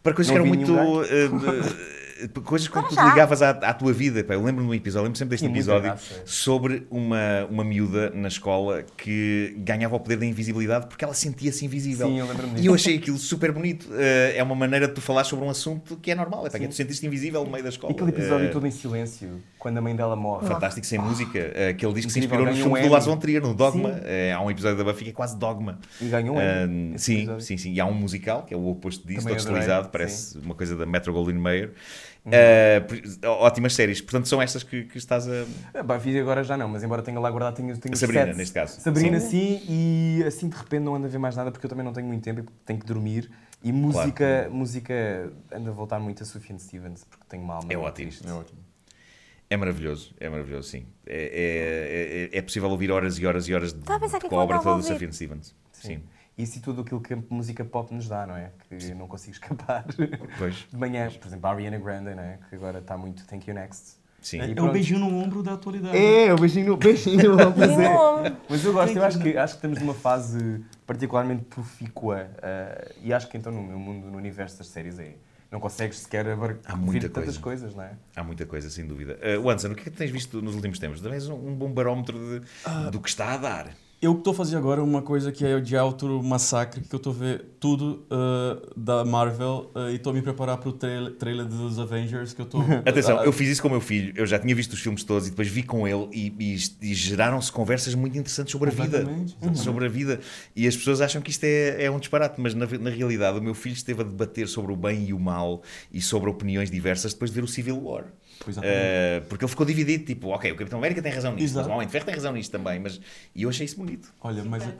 [SPEAKER 2] Para coisas
[SPEAKER 3] Não
[SPEAKER 2] que eram
[SPEAKER 3] vi
[SPEAKER 2] muito.
[SPEAKER 3] nenhum
[SPEAKER 2] eh, eh, coisas que tu
[SPEAKER 4] já.
[SPEAKER 2] ligavas à, à tua vida. pá. Eu lembro-me de um episódio, lembro sempre deste
[SPEAKER 3] Tinha muita
[SPEAKER 2] episódio,
[SPEAKER 3] graça.
[SPEAKER 2] sobre uma, uma miúda na escola que ganhava o poder da invisibilidade porque ela sentia-se invisível.
[SPEAKER 3] Sim, eu lembro-me
[SPEAKER 2] E
[SPEAKER 3] disso.
[SPEAKER 2] eu achei aquilo super bonito. Eh, é uma maneira de tu falar sobre um assunto que é normal. É pá, que é tu sentiste invisível no meio da escola.
[SPEAKER 3] E aquele episódio
[SPEAKER 2] Eh,
[SPEAKER 3] todo em silêncio. quando a mãe dela morre.
[SPEAKER 2] Fantástico, sem música, eh, que ele diz que se
[SPEAKER 3] Incrível,
[SPEAKER 2] inspirou no
[SPEAKER 3] ganhou um
[SPEAKER 2] filme do
[SPEAKER 3] Emmy.
[SPEAKER 2] Lars von Trier, no Dogma.
[SPEAKER 3] Sim.
[SPEAKER 2] Eh, há um episódio da Buffy que é quase Dogma.
[SPEAKER 3] E ganhou um Emmy,
[SPEAKER 2] Ah,
[SPEAKER 3] esse
[SPEAKER 2] sim,
[SPEAKER 3] episódio.
[SPEAKER 2] sim, sim. E há um musical, que é o oposto disso,
[SPEAKER 3] Também
[SPEAKER 2] todo
[SPEAKER 3] adorei,
[SPEAKER 2] estilizado,
[SPEAKER 3] sim. Uhum.
[SPEAKER 2] parece uma coisa da Metro Goldwyn Mayer. Ah, por- ó- ótimas séries. Portanto, são estas que, que estás a...
[SPEAKER 3] Ah, Bah, vi agora já não, mas embora tenha lá guardado, tenho, tenho os
[SPEAKER 2] Sabrina,
[SPEAKER 3] sets.
[SPEAKER 2] neste caso.
[SPEAKER 3] Sabrina, sim. e assim de repente não ando a ver mais nada porque eu também não tenho muito tempo e tenho que dormir. E música, música anda a voltar muito a Sufjan Stevens porque tenho uma alma.
[SPEAKER 2] É
[SPEAKER 3] muito
[SPEAKER 2] ótimo.
[SPEAKER 3] triste.
[SPEAKER 2] É ótimo. É maravilhoso, é maravilhoso, sim. É, é- é- é possível ouvir horas e horas e horas de,
[SPEAKER 4] Estava a pensar que
[SPEAKER 2] com a
[SPEAKER 4] eu
[SPEAKER 2] obra
[SPEAKER 4] estava
[SPEAKER 2] toda
[SPEAKER 4] a
[SPEAKER 2] do
[SPEAKER 4] ouvir.
[SPEAKER 2] Sufjan Stevens. Sim.
[SPEAKER 3] Isso e assim tudo aquilo que a música pop nos dá, não é? Que não consigo escapar.
[SPEAKER 2] Pois.
[SPEAKER 3] De manhã, por exemplo, a Ariana Grande, não é? Que agora está muito Thank You Next.
[SPEAKER 2] Sim.
[SPEAKER 3] E
[SPEAKER 10] É o
[SPEAKER 3] pronto.
[SPEAKER 10] beijinho no ombro da atualidade.
[SPEAKER 11] É, o beijinho, beijinho, vou
[SPEAKER 4] E
[SPEAKER 11] fazer.
[SPEAKER 4] no homem.
[SPEAKER 3] Mas eu gosto, eu acho que, acho que estamos numa fase particularmente profícua ah, e acho que então no meu mundo, no universo das séries aí, não consegues sequer abar-
[SPEAKER 2] Há muita
[SPEAKER 3] ver tantas coisas, não é?
[SPEAKER 2] Há muita coisa, sem dúvida. Ah, Wanson, o que é que tens visto nos últimos tempos? Também és um, um bom barómetro de-
[SPEAKER 3] Ah.
[SPEAKER 2] do que está a dar.
[SPEAKER 5] Eu que tô fazendo agora uma coisa que é de alto massacre, que eu tô vendo tudo ah, da Marvel ah, e tô me preparar pro trailer, trailer dos Avengers, que eu tô...
[SPEAKER 2] Atenção,
[SPEAKER 5] ah,
[SPEAKER 2] eu fiz isso com o meu filho. Eu já tinha visto os filmes todos e depois vi com ele e, e- e geraram-se conversas muito interessantes sobre a vida.
[SPEAKER 5] Completamente.
[SPEAKER 2] Sobre a vida. E as pessoas acham que isto é, é um disparate, mas na, na realidade o meu filho esteve a debater sobre o bem e o mal e sobre opiniões diversas depois de ver o Civil War.
[SPEAKER 5] Pois é.
[SPEAKER 2] Eh, porque ele ficou dividido, tipo, ok, o Capitão América tem razão nisto, mas
[SPEAKER 5] Exato.
[SPEAKER 2] o Homem de Ferro tem razão nisto também. Mas... E eu achei isso bonito.
[SPEAKER 5] Ah, Olha, mas a,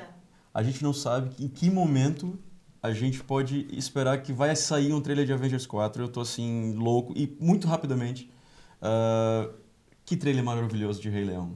[SPEAKER 5] a gente não sabe em que momento a gente pode esperar que vai sair um trailer de Avengers 4. Eu tô assim, louco, e muito rapidamente. Ah, que trailer maravilhoso de Rei Leão.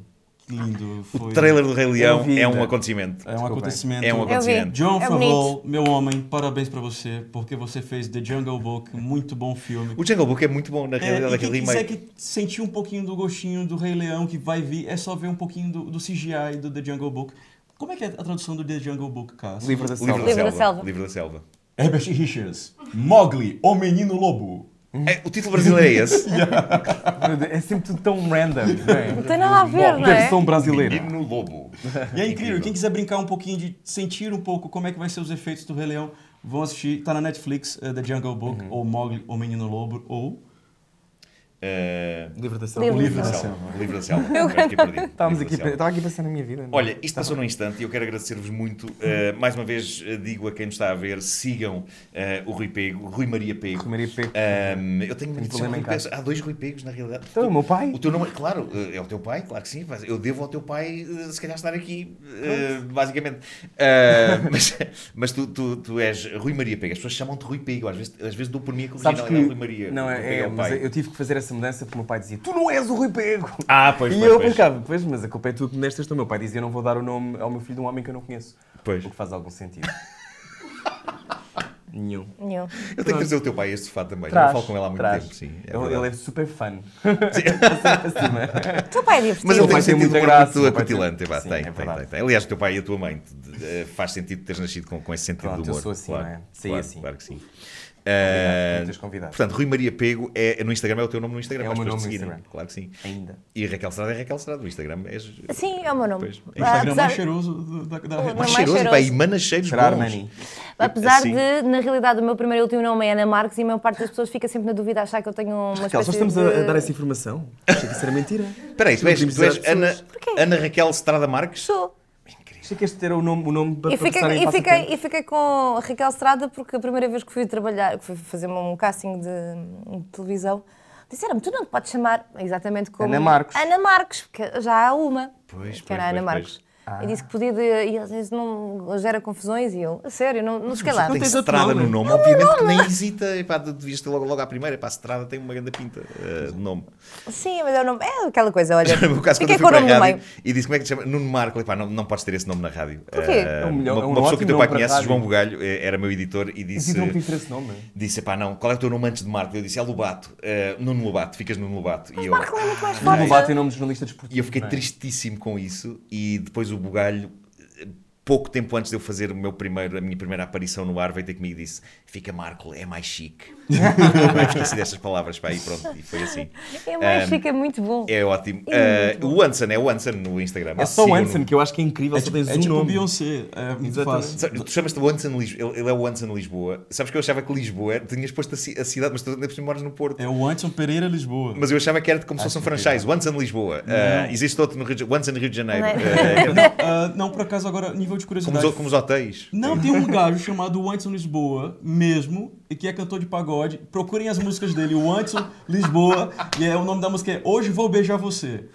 [SPEAKER 5] Que lindo
[SPEAKER 2] O
[SPEAKER 5] foi.
[SPEAKER 2] trailer do Rei Leão
[SPEAKER 3] vi
[SPEAKER 2] é um
[SPEAKER 3] ainda.
[SPEAKER 2] acontecimento.
[SPEAKER 5] É um acontecimento.
[SPEAKER 2] É um
[SPEAKER 4] Eu vi.
[SPEAKER 2] acontecimento.
[SPEAKER 5] John
[SPEAKER 4] É
[SPEAKER 5] Favreau, meu homem, parabéns pra você, porque você fez The Jungle Book, muito bom filme.
[SPEAKER 2] O Jungle Book é muito bom na
[SPEAKER 5] É,
[SPEAKER 2] realidade,
[SPEAKER 5] e quem
[SPEAKER 2] aquele
[SPEAKER 5] quiser
[SPEAKER 2] remake.
[SPEAKER 5] que sentir um pouquinho do gostinho do Rei Leão que vai vir, é só ver um pouquinho do, do CGI do The Jungle Book. Como é que é a tradução do The Jungle Book, Cássio?
[SPEAKER 3] Livro da
[SPEAKER 2] O Livro da
[SPEAKER 3] Selva.
[SPEAKER 4] Livro da
[SPEAKER 2] Selva.
[SPEAKER 4] Selva.
[SPEAKER 2] Livro da Selva.
[SPEAKER 5] Herbert Richards, Mowgli, o Menino Lobo.
[SPEAKER 2] É, o título brasileiro é esse.
[SPEAKER 3] É sempre tudo tão random, não é?
[SPEAKER 4] Não tem nada a ver, não
[SPEAKER 2] um
[SPEAKER 4] é?
[SPEAKER 3] Versão brasileira.
[SPEAKER 2] Menino Lobo.
[SPEAKER 5] E é incrível, quem quiser brincar um pouquinho, de sentir um pouco como é que vai ser os efeitos do Rei Leão, vão assistir, tá na Netflix, eh, The Jungle Book, ou Mowgli, o Menino Lobo, ou...
[SPEAKER 2] Eh,
[SPEAKER 3] Livro da
[SPEAKER 4] Livro da
[SPEAKER 2] Livro da
[SPEAKER 4] Selva.
[SPEAKER 2] Selva. Livro da Selva. Eu fiquei perdido.
[SPEAKER 3] Estávamos
[SPEAKER 2] Livro
[SPEAKER 3] aqui,
[SPEAKER 2] da Selva.
[SPEAKER 3] estava aqui a pensar na minha vida. não é?
[SPEAKER 2] Olha, isto passou num instante e eu quero agradecer-vos muito. Uh, mais uma vez uh, digo a quem nos está a ver, sigam uh, o Rui Pego, o Rui Maria Pego.
[SPEAKER 3] Rui Maria Pego.
[SPEAKER 2] Um, eu tenho muito
[SPEAKER 3] problema em casa.
[SPEAKER 2] Há dois Rui Pegos, na realidade.
[SPEAKER 3] Então,
[SPEAKER 2] Tu-
[SPEAKER 3] o meu pai?
[SPEAKER 2] O teu nome, é- claro, uh, é o teu pai, claro que sim. mas Eu devo ao teu pai, uh, se calhar, estar aqui, uh, basicamente. Uh, mas mas tu, tu, tu és Rui Maria Pego. As pessoas chamam-te Rui Pego. Às vezes, às vezes dou por mim a corrigir,
[SPEAKER 3] Sabes
[SPEAKER 2] não,
[SPEAKER 3] que.
[SPEAKER 2] é Rui Maria.
[SPEAKER 3] Não,
[SPEAKER 2] Rui Pego
[SPEAKER 3] é, é,
[SPEAKER 2] o
[SPEAKER 3] mas
[SPEAKER 2] pai.
[SPEAKER 3] eu tive que fazer essa mudança porque o meu pai dizia: Tu não és o Rui Pego!
[SPEAKER 2] Ah, pois,
[SPEAKER 3] e
[SPEAKER 2] pois,
[SPEAKER 3] eu
[SPEAKER 2] pois.
[SPEAKER 3] brincava, pois, mas a culpa é tu que me deste este nome. O meu pai dizia: Eu não vou dar o nome ao meu filho de um homem que eu não conheço.
[SPEAKER 2] Pois.
[SPEAKER 3] O que faz algum sentido. Nenhum.
[SPEAKER 4] Nenhum.
[SPEAKER 2] Eu tenho que trazer o teu pai a este sofá também.
[SPEAKER 3] Traz,
[SPEAKER 2] não falo com ele há muito
[SPEAKER 3] traz.
[SPEAKER 2] tempo, sim. é
[SPEAKER 3] ele,
[SPEAKER 2] verdade.
[SPEAKER 3] ele é super fã.
[SPEAKER 4] O teu pai é divertido.
[SPEAKER 2] Mas ele tem um sentido
[SPEAKER 3] pai tem
[SPEAKER 2] de
[SPEAKER 3] muita
[SPEAKER 2] humor muito
[SPEAKER 3] graça, o pai tem-
[SPEAKER 2] acutilante. pá,
[SPEAKER 3] Sim,
[SPEAKER 2] tem,
[SPEAKER 3] é
[SPEAKER 2] tem,
[SPEAKER 3] verdade.
[SPEAKER 2] tem, tem. Aliás, o teu pai e a tua mãe de- de- eh, faz sentido teres nascido com, com esse sentido
[SPEAKER 3] Pronto,
[SPEAKER 2] de
[SPEAKER 3] eu
[SPEAKER 2] humor.
[SPEAKER 3] sou assim,
[SPEAKER 2] claro,
[SPEAKER 3] não é? Saí
[SPEAKER 2] claro,
[SPEAKER 3] assim.
[SPEAKER 2] Claro que sim.
[SPEAKER 3] Obrigado por me
[SPEAKER 2] Ah,
[SPEAKER 3] teres convidado.
[SPEAKER 2] Portanto, Rui Maria Pego é, no Instagram é o teu nome no Instagram.
[SPEAKER 3] É
[SPEAKER 2] para
[SPEAKER 3] o
[SPEAKER 2] as
[SPEAKER 3] meu
[SPEAKER 2] pessoas
[SPEAKER 3] nome
[SPEAKER 2] te
[SPEAKER 3] no
[SPEAKER 2] seguirem,
[SPEAKER 3] Instagram.
[SPEAKER 2] Claro que sim.
[SPEAKER 3] Ainda.
[SPEAKER 2] E Raquel Estrada é Raquel Estrada. No Instagram és.
[SPEAKER 4] Sim, é o meu nome.
[SPEAKER 2] Pois, é.
[SPEAKER 5] O Instagram mais
[SPEAKER 4] Apesar-
[SPEAKER 5] cheiroso do- da, da rede.
[SPEAKER 4] Mas-
[SPEAKER 2] Mais
[SPEAKER 4] mais
[SPEAKER 2] cheiroso,
[SPEAKER 4] cheiroso.
[SPEAKER 2] pá, e mana cheiros
[SPEAKER 3] Será
[SPEAKER 2] bons.
[SPEAKER 3] Armani?
[SPEAKER 4] Apesar
[SPEAKER 2] Sim.
[SPEAKER 4] de, na realidade, o meu primeiro e último nome é Ana Marques e a maior parte das pessoas fica sempre na dúvida a achar que eu tenho uma espécie
[SPEAKER 3] Raquel, só estamos
[SPEAKER 4] de...
[SPEAKER 3] a, a dar essa informação. Achei que isso era mentira.
[SPEAKER 2] Espera aí, tu és, tu és Ana,
[SPEAKER 4] Porquê?
[SPEAKER 2] Ana Raquel Estrada Marques?
[SPEAKER 4] Sou.
[SPEAKER 3] Achei que este era o nome, o nome para
[SPEAKER 4] E
[SPEAKER 3] para
[SPEAKER 4] fiquei,
[SPEAKER 3] passar em
[SPEAKER 4] e,
[SPEAKER 3] passatempo.
[SPEAKER 4] fiquei, e fiquei com a Raquel Estrada porque a primeira vez que fui trabalhar, que fui fazer um casting de, de televisão, disseram-me, tu não te podes chamar exatamente como...
[SPEAKER 3] Ana Marcos.
[SPEAKER 4] Ana Marcos, porque já há uma,
[SPEAKER 2] Pois,
[SPEAKER 4] que
[SPEAKER 2] pois,
[SPEAKER 4] era a Ana
[SPEAKER 2] pois,
[SPEAKER 4] Marcos. E disse que podia, de, e às vezes não gera confusões e eu, a sério, não, não cheguei lá.
[SPEAKER 2] Tem
[SPEAKER 5] tens outro
[SPEAKER 2] Estrada
[SPEAKER 5] nome?
[SPEAKER 2] no nome, obviamente que nem hesita. Epá, devias ter logo, logo à primeira. Epá, Estrada tem uma grande pinta eh, de nome.
[SPEAKER 4] Sim, mas eu não... É aquela coisa, olha,
[SPEAKER 2] No meu caso, quando
[SPEAKER 4] fiquei
[SPEAKER 2] eu
[SPEAKER 4] com
[SPEAKER 2] fui
[SPEAKER 4] o nome
[SPEAKER 2] para a
[SPEAKER 4] do meio.
[SPEAKER 2] rádio e disse como é que te chama? Nuno Marco. Epá, não, não podes ter esse nome na rádio.
[SPEAKER 4] Porquê?
[SPEAKER 2] Eh,
[SPEAKER 3] É um melhor-
[SPEAKER 2] uma,
[SPEAKER 3] é um
[SPEAKER 2] uma pessoa que o teu pai
[SPEAKER 3] ótimo nome para
[SPEAKER 2] conhece,
[SPEAKER 3] rádio. um
[SPEAKER 2] João Bugalho, eh, era meu editor e disse...
[SPEAKER 3] Decidam pedir esse nome.
[SPEAKER 2] Disse, epá, não, qual é o teu nome antes de Marco? Eu disse, é Lobato. Eh, Nuno Lobato, ficas Nuno Lobato. e eu,
[SPEAKER 4] Marco é muito mais
[SPEAKER 3] Não
[SPEAKER 4] forte.
[SPEAKER 3] é? batem nome de jornalista desportivo.
[SPEAKER 2] e eu fiquei
[SPEAKER 3] não é?
[SPEAKER 2] tristíssimo com isso e depois o Bugalho eh, pouco tempo antes de eu fazer o meu primeiro, a minha primeira aparição no ar, veio ter comigo e disse: Fica Marco, é mais chique. Não me esqueci destas palavras para aí, pronto, e foi assim.
[SPEAKER 4] É mais chique, é muito bom.
[SPEAKER 2] É ótimo.
[SPEAKER 4] É
[SPEAKER 2] Ah, o Anson, é o Anson no Instagram.
[SPEAKER 8] É só o
[SPEAKER 2] Sigam-no.
[SPEAKER 8] Anson, que eu acho que é incrível, só tens
[SPEAKER 5] É
[SPEAKER 8] um
[SPEAKER 5] tipo
[SPEAKER 8] nome.
[SPEAKER 5] Beyoncé, é muito
[SPEAKER 8] Exatamente.
[SPEAKER 5] fácil.
[SPEAKER 2] Sabe, Tu chamas-te o Anson Lisboa, ele, ele é o Anson Lisboa. Sabes que eu achava que Lisboa, era- tinhas posto a, ci- a cidade, mas tu ainda por cima moras no Porto.
[SPEAKER 5] É o Anson Pereira Lisboa.
[SPEAKER 2] Mas eu achava que era como se fosse um franchise. Once in Lisboa. Ah, existe outro no Rio de, Once in Rio de Janeiro.
[SPEAKER 4] Não é?
[SPEAKER 2] Ah,
[SPEAKER 5] Ah, não, por acaso, agora, nível de
[SPEAKER 2] como,
[SPEAKER 5] curiosidade.
[SPEAKER 2] os, como os hotéis.
[SPEAKER 5] Não, tem um gajo chamado Anderson Lisboa, mesmo, e que é cantor de pagode. Procurem as músicas dele, o Anderson Lisboa, e é, o nome da música é Hoje Vou Beijar Você.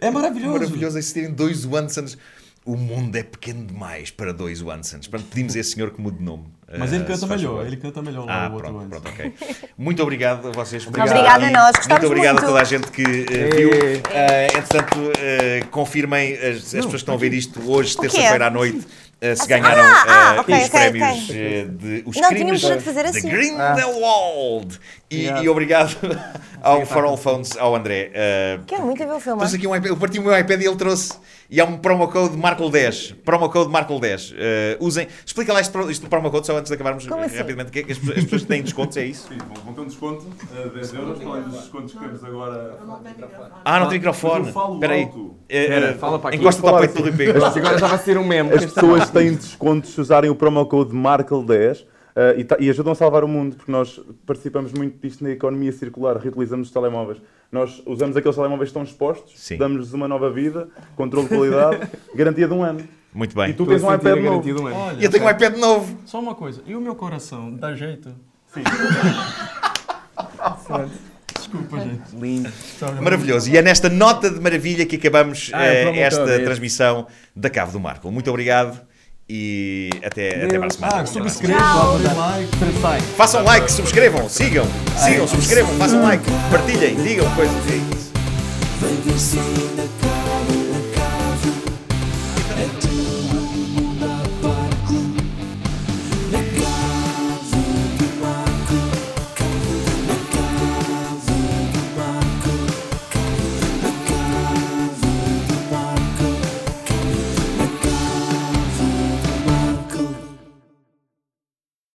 [SPEAKER 5] É maravilhoso.
[SPEAKER 2] Maravilhoso existirem dois Wansons. O mundo é pequeno demais para dois Wansons. Pronto, pedimos a esse senhor que mude de nome.
[SPEAKER 5] Mas
[SPEAKER 2] Ah,
[SPEAKER 5] ele
[SPEAKER 2] se
[SPEAKER 5] canta
[SPEAKER 2] faz
[SPEAKER 5] melhor,
[SPEAKER 2] favor.
[SPEAKER 5] ele canta melhor lá,
[SPEAKER 2] Ah,
[SPEAKER 5] o outro
[SPEAKER 2] pronto,
[SPEAKER 5] Anderson.
[SPEAKER 2] pronto, ok. Muito obrigado a vocês.
[SPEAKER 4] Obrigada a nós,
[SPEAKER 2] Muito
[SPEAKER 4] gostámos
[SPEAKER 2] obrigado a
[SPEAKER 4] muito.
[SPEAKER 2] toda a gente que eh, viu.
[SPEAKER 5] É.
[SPEAKER 2] Eh, entretanto, eh, confirmem as, as pessoas que estão a ver isto hoje,
[SPEAKER 4] quê?
[SPEAKER 2] terça-feira à noite. eh, se ganharam
[SPEAKER 4] é? ah,
[SPEAKER 2] eh,
[SPEAKER 4] ok,
[SPEAKER 2] os
[SPEAKER 4] ok,
[SPEAKER 2] prémios
[SPEAKER 4] ok.
[SPEAKER 2] eh, de os
[SPEAKER 4] Não,
[SPEAKER 2] crimes
[SPEAKER 4] tínhamos de fazer
[SPEAKER 2] de
[SPEAKER 4] assim.
[SPEAKER 2] Grindelwald. E,
[SPEAKER 5] Ah.
[SPEAKER 2] e obrigado ao For All Phones, ao André. eh,
[SPEAKER 4] Quero muito ver o filme.
[SPEAKER 2] Trouxe aqui um iPad, eu parti o meu iPad e ele trouxe. E há um promo code Marco 10. Promo code Marco 10. Eh, usem. Explica lá isto, pro- isto do promo code só antes de acabarmos
[SPEAKER 4] Como
[SPEAKER 2] eh,
[SPEAKER 4] assim?
[SPEAKER 2] rapidamente. O que é que as, pessoas- as pessoas têm descontos? É isso?
[SPEAKER 6] Sim, vão, vão ter um desconto de 10 euros, para além dos descontos que temos agora.
[SPEAKER 2] Ah, não tem microfone.
[SPEAKER 6] Mas eu falo
[SPEAKER 2] Espera aí.
[SPEAKER 6] alto.
[SPEAKER 2] Eh, eh,
[SPEAKER 8] fala para aqui.
[SPEAKER 2] Encosta-te ao
[SPEAKER 9] Fala
[SPEAKER 2] peito do Rui Pego.
[SPEAKER 8] Isto Agora já vai ser um meme.
[SPEAKER 9] As pessoas têm descontos se usarem o promo code MARKLE10 eh, e, ta- e ajudam a salvar o mundo, porque nós participamos muito disto na economia circular, reutilizamos os telemóveis. Nós usamos aqueles telemóveis que estão expostos,
[SPEAKER 2] Sim.
[SPEAKER 9] damos-lhes uma nova vida, controle de qualidade, garantia de um ano.
[SPEAKER 2] Muito bem.
[SPEAKER 9] E tu
[SPEAKER 8] Estou a
[SPEAKER 9] tens um
[SPEAKER 8] sentir a
[SPEAKER 9] iPad
[SPEAKER 6] é
[SPEAKER 8] garantia
[SPEAKER 9] novo.
[SPEAKER 8] do meme.
[SPEAKER 2] E eu
[SPEAKER 5] Olha,
[SPEAKER 2] tenho um iPad novo.
[SPEAKER 5] só uma coisa, e o meu coração, dá jeito? Desculpa, gente.
[SPEAKER 8] Lindo.
[SPEAKER 2] Maravilhoso. E é nesta nota de maravilha que acabamos
[SPEAKER 8] Ah, é o
[SPEAKER 2] eh,
[SPEAKER 8] promo code,
[SPEAKER 2] esta
[SPEAKER 8] é esse.
[SPEAKER 2] transmissão da Cave do Marco. Muito obrigado e até, até para a semana.
[SPEAKER 5] Ah, subscreva, dá like.
[SPEAKER 8] Transaio.
[SPEAKER 2] Façam like, subscrevam, sigam, sigam, subscrevam, façam like, partilhem, digam coisas. É isso.
[SPEAKER 1] Vegas in the